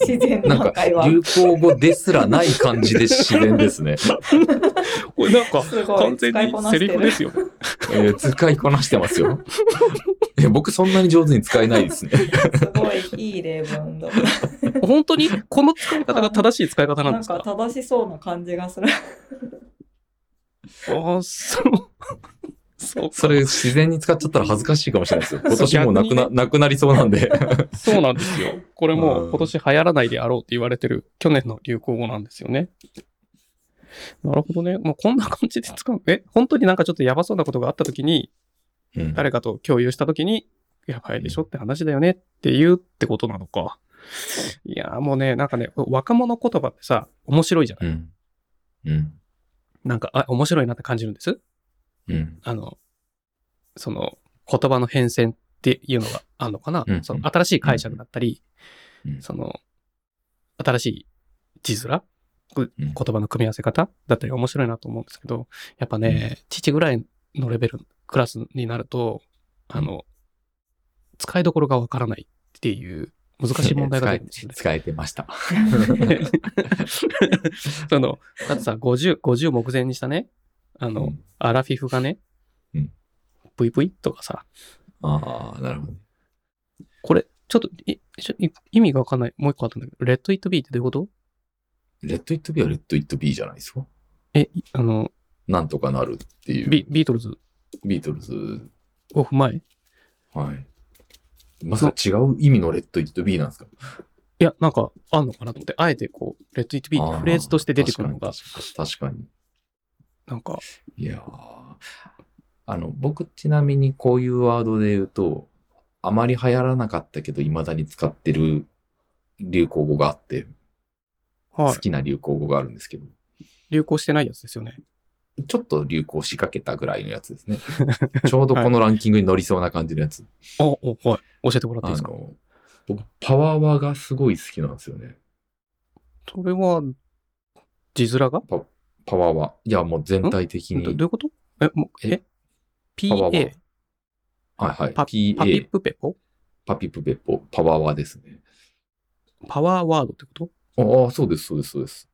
[SPEAKER 3] 自然
[SPEAKER 2] なん
[SPEAKER 3] な
[SPEAKER 2] か
[SPEAKER 3] 会、話。
[SPEAKER 2] 流行語ですらない感じで自然ですね。
[SPEAKER 1] これなんか、
[SPEAKER 3] すごい完全に使いこなしてるセリフです
[SPEAKER 1] よ。
[SPEAKER 2] えー使いこなしてますよ。いや僕そんなに上手に使えないですね。
[SPEAKER 3] すごいいい例文だ。
[SPEAKER 1] [laughs] 本当にこの使い方が正しい使い方なん
[SPEAKER 3] な
[SPEAKER 1] で
[SPEAKER 3] ん
[SPEAKER 1] す
[SPEAKER 3] か
[SPEAKER 1] か
[SPEAKER 3] 正しそうな感じがする。
[SPEAKER 1] あ、
[SPEAKER 3] [laughs]
[SPEAKER 1] そう。そう
[SPEAKER 2] それ自然に使っちゃったら恥ずかしいかもしれないで
[SPEAKER 1] [laughs]
[SPEAKER 2] すよ。今年もうなくな、なくなりそうなんで。
[SPEAKER 1] そうなんですよ。これも
[SPEAKER 2] うん
[SPEAKER 1] う今年流行らないであろうって言われてる去年の流行語なんですよね。なるほどね。まあ、こんな感じで使う。え、本当になんかちょっとやばそうなことがあったときに、
[SPEAKER 2] うん
[SPEAKER 1] 誰かと共有したときに、やばいでしょって話だよねって言うってことなのか。いやーもうね、なんかね、若者言葉ってさ、面白いじゃない
[SPEAKER 2] うん。うん。
[SPEAKER 1] なんか、あ、面白いなって感じるんです。
[SPEAKER 2] うん。
[SPEAKER 1] あの、その、言葉の変遷っていうのがあるのかな。
[SPEAKER 2] うん
[SPEAKER 1] その新しい解釈だったり、
[SPEAKER 2] うん
[SPEAKER 1] その、新しい字面こ
[SPEAKER 2] うん
[SPEAKER 1] 言葉の組み合わせ方だったり面白いなと思うんですけど、やっぱね、父ぐらいのレベル、クラスになると、あの、使いどころがわからないっていう難しい問題が出るん
[SPEAKER 2] [laughs]
[SPEAKER 1] ですよね。
[SPEAKER 2] 使え使えてました。
[SPEAKER 1] その、だってさ、50、50目前にしたね、あの、
[SPEAKER 2] うん
[SPEAKER 1] アラフィフがね、
[SPEAKER 2] うん
[SPEAKER 1] ブイブイとかさ、
[SPEAKER 2] ああ、なるほど。
[SPEAKER 1] これ、ちょっといちょい意味がわかんない。もう一個あったんだけど、レッド・イット・ビーってどういうこと
[SPEAKER 2] レッド・イット・ビーはレッド・イット・ビーじゃないですか。
[SPEAKER 1] え、いあの、
[SPEAKER 2] なんとかなるっていう。
[SPEAKER 1] ビビートルズ
[SPEAKER 2] ビートルズ。
[SPEAKER 1] を踏まえい
[SPEAKER 2] はい。まさか違う意味のレッド・イット・ビーなんですか
[SPEAKER 1] や、なんか、あんのかなと思って、あえてこう、レッド・イット・ビーってフレーズとして出てくるの
[SPEAKER 2] あ
[SPEAKER 1] が、
[SPEAKER 2] ー確かに確かに。確かに
[SPEAKER 1] なんか、
[SPEAKER 2] いやーあの、僕ちなみにこういうワードで言うと、あまり流行らなかったけど、未だに使ってる流行語があって、
[SPEAKER 1] は
[SPEAKER 2] 好きな流行語があるんですけど、
[SPEAKER 1] い、流行してないやつですよね。
[SPEAKER 2] ちょっと流行しかけたぐらいのやつです
[SPEAKER 1] [laughs]
[SPEAKER 2] ね。ちょうどこのランキングに乗りそうな感じのやつ。
[SPEAKER 1] あ、お、はい。教えてもらっていい
[SPEAKER 2] あ
[SPEAKER 1] ですか
[SPEAKER 2] の、僕、パワーワがすごい好きなんですよね。
[SPEAKER 1] それは、字面が
[SPEAKER 2] パワーは。いや、もう全体的
[SPEAKER 1] どどう
[SPEAKER 2] に
[SPEAKER 1] いう。ことえ、もう、え
[SPEAKER 2] え
[SPEAKER 1] ?PA?
[SPEAKER 2] はいは
[SPEAKER 1] パ
[SPEAKER 2] い。
[SPEAKER 1] パピ
[SPEAKER 2] PA、
[SPEAKER 1] プペポ
[SPEAKER 2] パピプペポ、パワーはですね。
[SPEAKER 1] パワーワードってこと
[SPEAKER 2] ああ、そうです、そうです、そうです。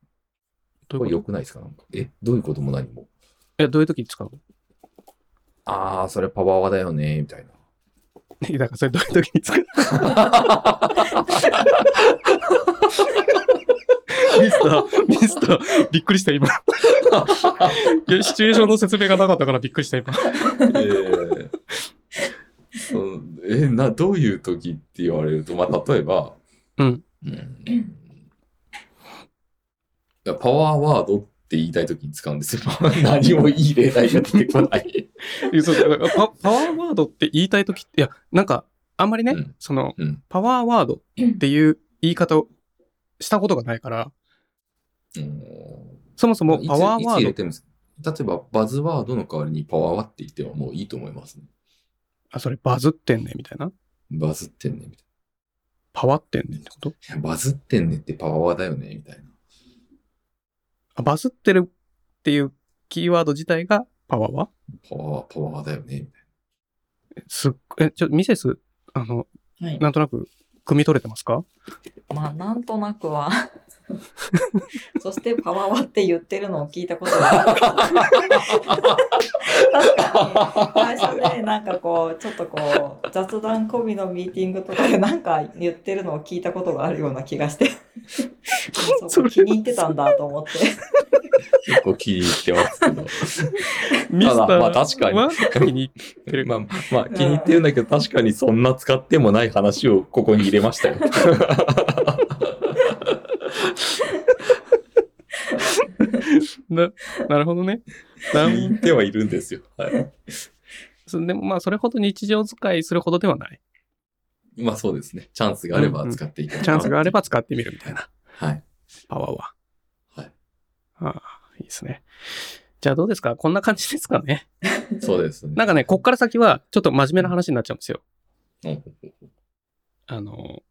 [SPEAKER 1] ど
[SPEAKER 2] こ
[SPEAKER 1] うい
[SPEAKER 2] れ
[SPEAKER 1] う
[SPEAKER 2] 良
[SPEAKER 1] こ
[SPEAKER 2] くないですかなんか。え、どういうことも何も。
[SPEAKER 1] とえ、どういう時に使うの
[SPEAKER 2] ああ、それパワーはだよね、みたいな。
[SPEAKER 1] だからそれどういう時に使
[SPEAKER 2] [laughs]
[SPEAKER 1] うミスター、ミスター、びっくりした今。いや、シチュエーションの説明がなかったからびっくりした今。
[SPEAKER 2] えー [laughs] そうえなどういう時って言われると、まあ、例えば、
[SPEAKER 1] うん
[SPEAKER 2] うんいやパワーワードって言いたい時に使うんですよ。 [laughs] 何もいい例題が出てこない。
[SPEAKER 1] いやそうだからパパワーワードって言いたい時って、いや、なんか、あんまりね、
[SPEAKER 2] うん
[SPEAKER 1] その、
[SPEAKER 2] うん
[SPEAKER 1] パワーワードっていう言い方をしたことがないから、
[SPEAKER 2] うん
[SPEAKER 1] そもそも
[SPEAKER 2] いつ
[SPEAKER 1] パワーワ
[SPEAKER 2] いつ入
[SPEAKER 1] ー
[SPEAKER 2] れ
[SPEAKER 1] ド、
[SPEAKER 2] ても例えば、バズワードの代わりにパワーワって言ってももういいと思いますね。
[SPEAKER 1] あ、それバズってんねみたいな。
[SPEAKER 2] バズってんね、みたい
[SPEAKER 1] パワってんねんってこと
[SPEAKER 2] な。いやバズってんねってパワーワだよね、みたいな。
[SPEAKER 1] あバズってるっていうキーワード自体がパワーワ
[SPEAKER 2] パワーワ、パワーワだよね、みたいな。
[SPEAKER 1] えすっごえ、ちょ、ミセス、あの、
[SPEAKER 3] はい。
[SPEAKER 1] なんとなく、組み取れてますか
[SPEAKER 3] まあ、なんとなくは。そして、パワワって言ってるのを聞いたことがある。確かに、最初ね、なんかこう、ちょっとこう、雑談込みのミーティングとかでなんか言ってるのを聞いたことがあるような気がして。そこ気に入ってたんだと思って。
[SPEAKER 2] 結構気に入ってます
[SPEAKER 1] [laughs]
[SPEAKER 2] けど。
[SPEAKER 1] ミスター
[SPEAKER 2] まあ確かに
[SPEAKER 1] は気に入ってる。
[SPEAKER 2] まあ、まあ、気に入ってるんだけど、確かにそんな使ってもない話をここに入れまし
[SPEAKER 1] [laughs]
[SPEAKER 2] たよ。
[SPEAKER 1] な、なるほどね。
[SPEAKER 2] 気
[SPEAKER 1] な
[SPEAKER 2] に入ってはいるんですよ。はい。
[SPEAKER 1] そでもまあ、それほど日常使いするほどではない。
[SPEAKER 2] まあそうですね。チャンスがあれば使っていただ
[SPEAKER 1] チャンスがあれ
[SPEAKER 2] ば。
[SPEAKER 1] ば使ってみるみたいな。
[SPEAKER 2] はい。
[SPEAKER 1] パワーは。
[SPEAKER 2] はい。
[SPEAKER 1] ああ、いいですね。じゃあどうですかこんな感じですかね。
[SPEAKER 2] そうですね。
[SPEAKER 1] なんかね、こっから先は、ちょっと真面目な話になっちゃうんですよ。
[SPEAKER 2] うん
[SPEAKER 1] あの、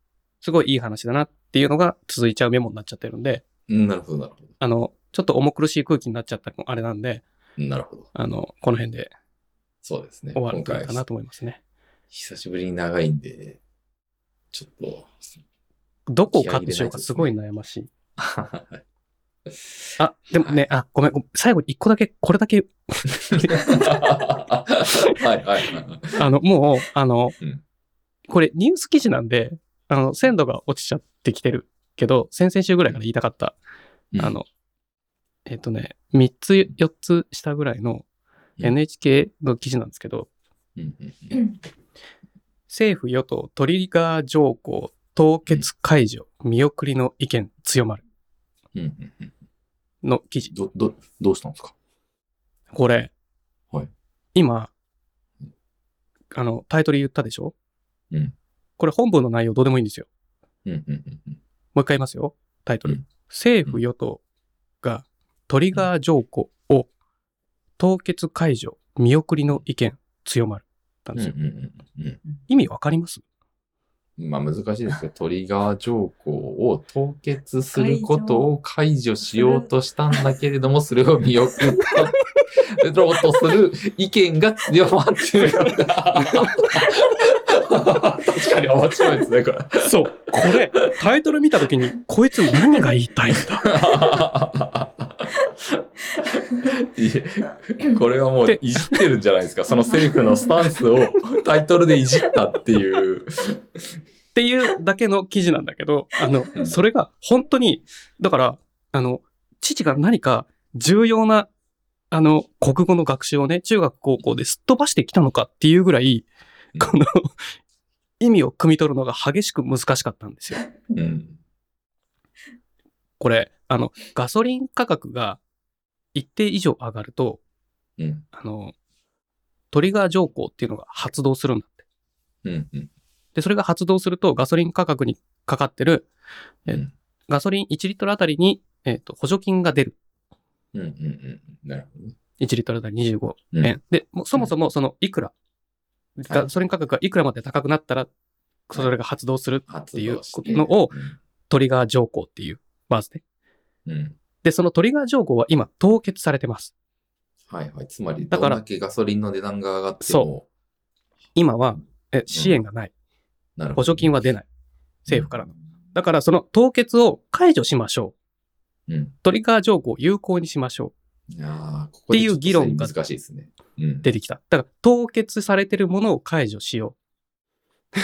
[SPEAKER 1] すごいいい話だなっていうのが続いちゃうメモになっちゃってるんで、
[SPEAKER 2] うんなるほど、なるほ
[SPEAKER 1] あの、ちょっと重苦しい空気になっちゃったのもあれなんで、
[SPEAKER 2] ど。なるほど。
[SPEAKER 1] あの、この辺で
[SPEAKER 2] そうですね。
[SPEAKER 1] 終わる
[SPEAKER 2] 今
[SPEAKER 1] といい
[SPEAKER 2] 回
[SPEAKER 1] か、なと思いますね。
[SPEAKER 2] 久しぶりに長いんで、ちょっ
[SPEAKER 1] [laughs]
[SPEAKER 2] と。
[SPEAKER 1] どこをカットしようかすごい悩ましい。
[SPEAKER 2] はい
[SPEAKER 1] あ、でもね、あ、ごめん、ごめん最後に一個だけ、これだけ、
[SPEAKER 2] はいはいはい。
[SPEAKER 1] あの、もう、あの、
[SPEAKER 2] うん
[SPEAKER 1] これニュース記事なんで、あの、鮮度が落ちちゃってきてるけど、先々週ぐらいから言いたかったあの、えっ、とね、3つ、4つ下ぐらいの
[SPEAKER 2] うん
[SPEAKER 1] NHK の記事なんですけど、
[SPEAKER 2] うん、うんうん
[SPEAKER 1] 政府与党トリガー条項凍結解除見送りの意見強まる
[SPEAKER 2] うんうんうん。
[SPEAKER 1] の記事。
[SPEAKER 2] ど、ど、どうしたんですか
[SPEAKER 1] これ、
[SPEAKER 2] はい
[SPEAKER 1] 今
[SPEAKER 2] うん、
[SPEAKER 1] あの、タイトル言ったでしょ
[SPEAKER 2] うん
[SPEAKER 1] これ本文の内容どうでもいいんですよ。
[SPEAKER 2] うんうんうんう
[SPEAKER 1] も
[SPEAKER 2] ん。
[SPEAKER 1] う一回言いますよ。タイトル。
[SPEAKER 2] うん
[SPEAKER 1] 政府与党がトリガー条項を凍結解除見送りの意見強まる。なん
[SPEAKER 2] う
[SPEAKER 1] で
[SPEAKER 2] ん
[SPEAKER 1] す
[SPEAKER 2] う
[SPEAKER 1] よ。
[SPEAKER 2] んうんうん
[SPEAKER 1] 意味わかります
[SPEAKER 2] まあ難しいです [laughs] けど、トリガー条項を凍結することを解除しようとしたんだけれども、それを見送った、ろうとする意見が強まってる。確かに面白いですね、 [laughs] これ。
[SPEAKER 1] そう。これ、 [laughs] タイトル見たときに、こいつ何が言いたいんだ
[SPEAKER 2] いやこれはもういじってるんじゃないですか。その政府のスタンスをタイトルでいじったっていう。
[SPEAKER 1] っていうだけの記事なんだけ [laughs] ど、あの、それが本当に、だから、あの、父が何か重要な、あの、国語の学習をね、中学高校ですっ飛ばしてきたのかっていうぐらい、この、意味を汲み取るのが激しく難しかったんですよ。
[SPEAKER 2] うん。
[SPEAKER 1] これ、あの、ガソリン価格が一定以上上がると、
[SPEAKER 2] うん。
[SPEAKER 1] あの、トリガー条項っていうのが発動するんだって。
[SPEAKER 2] うん。うん。
[SPEAKER 1] で、それが発動するとガソリン価格にかかってる、え
[SPEAKER 2] うん
[SPEAKER 1] ガソリン1リットルあたりに、えっ、と、補助金が出る。
[SPEAKER 2] うん。うん。うん。なるほどね。
[SPEAKER 1] 1リットルあたり25
[SPEAKER 2] うん
[SPEAKER 1] 円。で、もうそもそもそのいくら、ガソリン価格がいくらまで高くなったら、それが発動する
[SPEAKER 2] っ
[SPEAKER 1] っていうのをトリガー条項っていうバースで
[SPEAKER 2] うん。
[SPEAKER 1] で、そのトリガー条項は今凍結されてます。
[SPEAKER 2] はいはい。つまり、
[SPEAKER 1] だ
[SPEAKER 2] ど
[SPEAKER 1] か
[SPEAKER 2] ん
[SPEAKER 1] ら
[SPEAKER 2] だけガソリンの値段が上がって
[SPEAKER 1] そ
[SPEAKER 2] も、
[SPEAKER 1] 今は、え、支援がない。
[SPEAKER 2] なるほ
[SPEAKER 1] 補
[SPEAKER 2] ど。
[SPEAKER 1] 助金は出ない。政府からの。だからその凍結を解除しましょ
[SPEAKER 2] ら。うん
[SPEAKER 1] う。。トリガー条項を有効にしましょ
[SPEAKER 2] いやーここ
[SPEAKER 1] っていう議論が
[SPEAKER 2] でちょっと難しいですね。うん
[SPEAKER 1] う。。出てきた。だから凍結されてるものを解除しよう。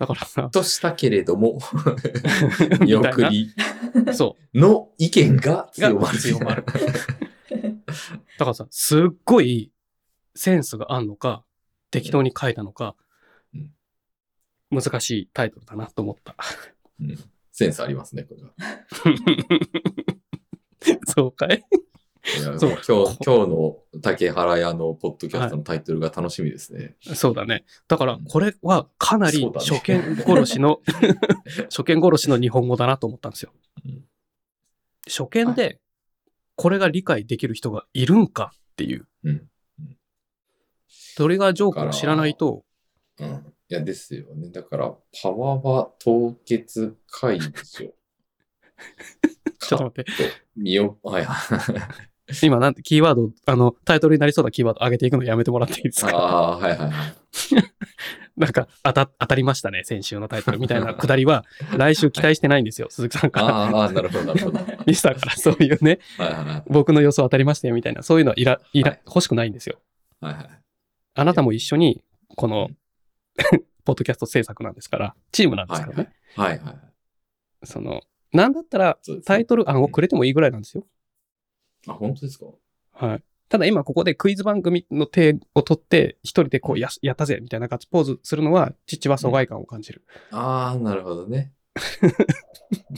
[SPEAKER 1] [laughs] だからさ、
[SPEAKER 2] としたけれども、 [laughs] 見
[SPEAKER 1] [laughs] みたい
[SPEAKER 2] 送
[SPEAKER 1] な。
[SPEAKER 2] り
[SPEAKER 1] そ
[SPEAKER 2] の意見が
[SPEAKER 1] う。が
[SPEAKER 2] 強まる。
[SPEAKER 1] 強まる。だからさ、すっごいセンスがあんのか、適当に書いたのか
[SPEAKER 2] うん、
[SPEAKER 1] 難しいタイトルだなと思
[SPEAKER 2] [laughs]
[SPEAKER 1] った。
[SPEAKER 2] うん [laughs] センスありますね、これは。
[SPEAKER 1] そうかい
[SPEAKER 2] いや
[SPEAKER 1] そう
[SPEAKER 2] 今日、今日の竹原屋のポッドキャストのタイトルが楽しみですね。
[SPEAKER 1] そうだね。だから
[SPEAKER 2] うん、
[SPEAKER 1] これはかなり
[SPEAKER 2] そうだね
[SPEAKER 1] 初見殺し
[SPEAKER 2] [laughs]
[SPEAKER 1] の、初見殺しの日本語だなと思ったんですよ
[SPEAKER 2] うん。
[SPEAKER 1] 初見で、これが理解できる人がいるんかっていう
[SPEAKER 2] うんうん。
[SPEAKER 1] トリガー条項を知らないと、
[SPEAKER 2] うん。いや、ですよね。だから、パワーは凍結解
[SPEAKER 1] [laughs]
[SPEAKER 2] 除。
[SPEAKER 1] ちょっと待って、
[SPEAKER 2] 見よ、はいはい。
[SPEAKER 1] 今なんてキーワード、あの、タイトルになりそうなキーワード上げていくのやめてもらっていいですか
[SPEAKER 2] ああー、はいはいはい。
[SPEAKER 1] [laughs] なんか、当た、当たりましたね、先週のタイトルみたいなくだりは、来週期待してないんですよ、鈴木さんから。
[SPEAKER 2] あーあー、なるほど、なるほど。はい
[SPEAKER 1] ミスターからそういうね、
[SPEAKER 2] はいはい。
[SPEAKER 1] 僕の予想当たりましたよ、みたいな、そういうのはいら、い
[SPEAKER 2] は
[SPEAKER 1] ら
[SPEAKER 2] い、
[SPEAKER 1] 欲しくないんですよ。
[SPEAKER 2] はいはい。
[SPEAKER 1] あなたも一緒に、この
[SPEAKER 2] う、
[SPEAKER 1] [laughs] ポッドキャスト制作なんですから、チームなんで
[SPEAKER 2] は
[SPEAKER 1] す
[SPEAKER 2] い
[SPEAKER 1] からね。
[SPEAKER 2] はい。はいはい。
[SPEAKER 1] その、なんだったら、
[SPEAKER 2] そうですね
[SPEAKER 1] タイトル案をくれてもいいぐらいなんですよ。
[SPEAKER 2] あ、本当ですか
[SPEAKER 1] はい。ただ今ここでクイズ番組の手を取って、一人でこうや、やったぜみたいなガッツポーズするのは、父は疎外感を感じる。
[SPEAKER 2] ああ、なるほ
[SPEAKER 1] [laughs]
[SPEAKER 2] どね。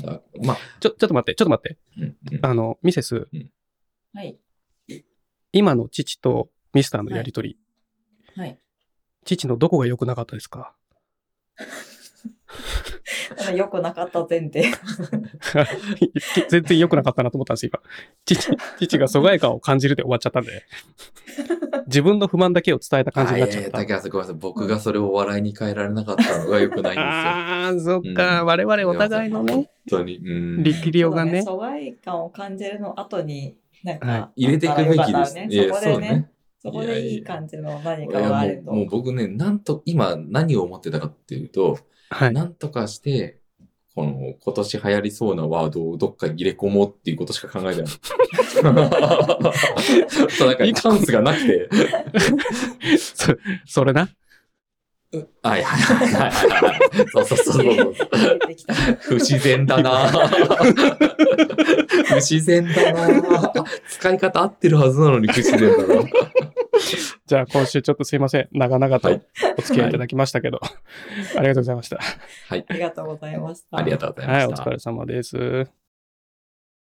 [SPEAKER 2] あまあ、
[SPEAKER 1] ちょ、ちょっと待って、ちょっと待って。
[SPEAKER 2] うんうん
[SPEAKER 1] あの、ミセス、
[SPEAKER 3] はい。
[SPEAKER 1] 今の父とミスターのやりとり、
[SPEAKER 3] はい。
[SPEAKER 1] 父のどこが良くなかったですか [laughs]
[SPEAKER 3] だから良くなかった前提。
[SPEAKER 1] 全然良くなかったなと思ったんです、今。父、父が疎外感を感じるで終わっちゃったんで。自分の不満だけを伝えた感じになっちゃ
[SPEAKER 2] あいや
[SPEAKER 1] っ
[SPEAKER 2] い
[SPEAKER 1] た
[SPEAKER 2] や。竹原さん、ごめんなさい。僕がそれを笑いに変えられなかったのが良くないんですよ。
[SPEAKER 1] ああ、そっ
[SPEAKER 2] う
[SPEAKER 1] か。
[SPEAKER 2] ん
[SPEAKER 1] 我々お互いの
[SPEAKER 2] 本
[SPEAKER 1] ね、
[SPEAKER 2] 当に。うん。
[SPEAKER 1] 力量がね。
[SPEAKER 3] そうだ疎外感を感じるの後に、なんか、
[SPEAKER 1] は
[SPEAKER 2] 入れていくべきです
[SPEAKER 3] ね。
[SPEAKER 2] いや
[SPEAKER 3] そこでね、。そこ
[SPEAKER 2] いやい
[SPEAKER 3] で
[SPEAKER 2] や
[SPEAKER 3] いい感じの何
[SPEAKER 2] い
[SPEAKER 3] か
[SPEAKER 2] や
[SPEAKER 3] があ
[SPEAKER 2] も
[SPEAKER 3] る
[SPEAKER 2] う
[SPEAKER 3] と。
[SPEAKER 2] もう僕ね、なんと、今何を思ってたかっていうと、
[SPEAKER 1] はい。
[SPEAKER 2] なんとかして、この今年流行りそうなワードをどっかに入れ込もうっていうことしか考えてない。そうなんかチャンスがなくて。
[SPEAKER 1] そそれな。
[SPEAKER 2] はいはいはいはい。そうそうそうそうそう。
[SPEAKER 3] 入れてきた。
[SPEAKER 2] 不自然だ [laughs] な不自然だな使い方合ってるはずなのに不自然だな
[SPEAKER 1] じゃあ今週ちょっとすいません。長々
[SPEAKER 2] は
[SPEAKER 1] と
[SPEAKER 2] い
[SPEAKER 1] お付き合いいただきましたけど。 [laughs] ありがとうございました。
[SPEAKER 2] はい
[SPEAKER 3] [laughs] あ。りがとうございました。
[SPEAKER 2] ありがとうございま
[SPEAKER 1] は
[SPEAKER 2] し
[SPEAKER 1] い、
[SPEAKER 2] た。
[SPEAKER 1] お疲れ様です。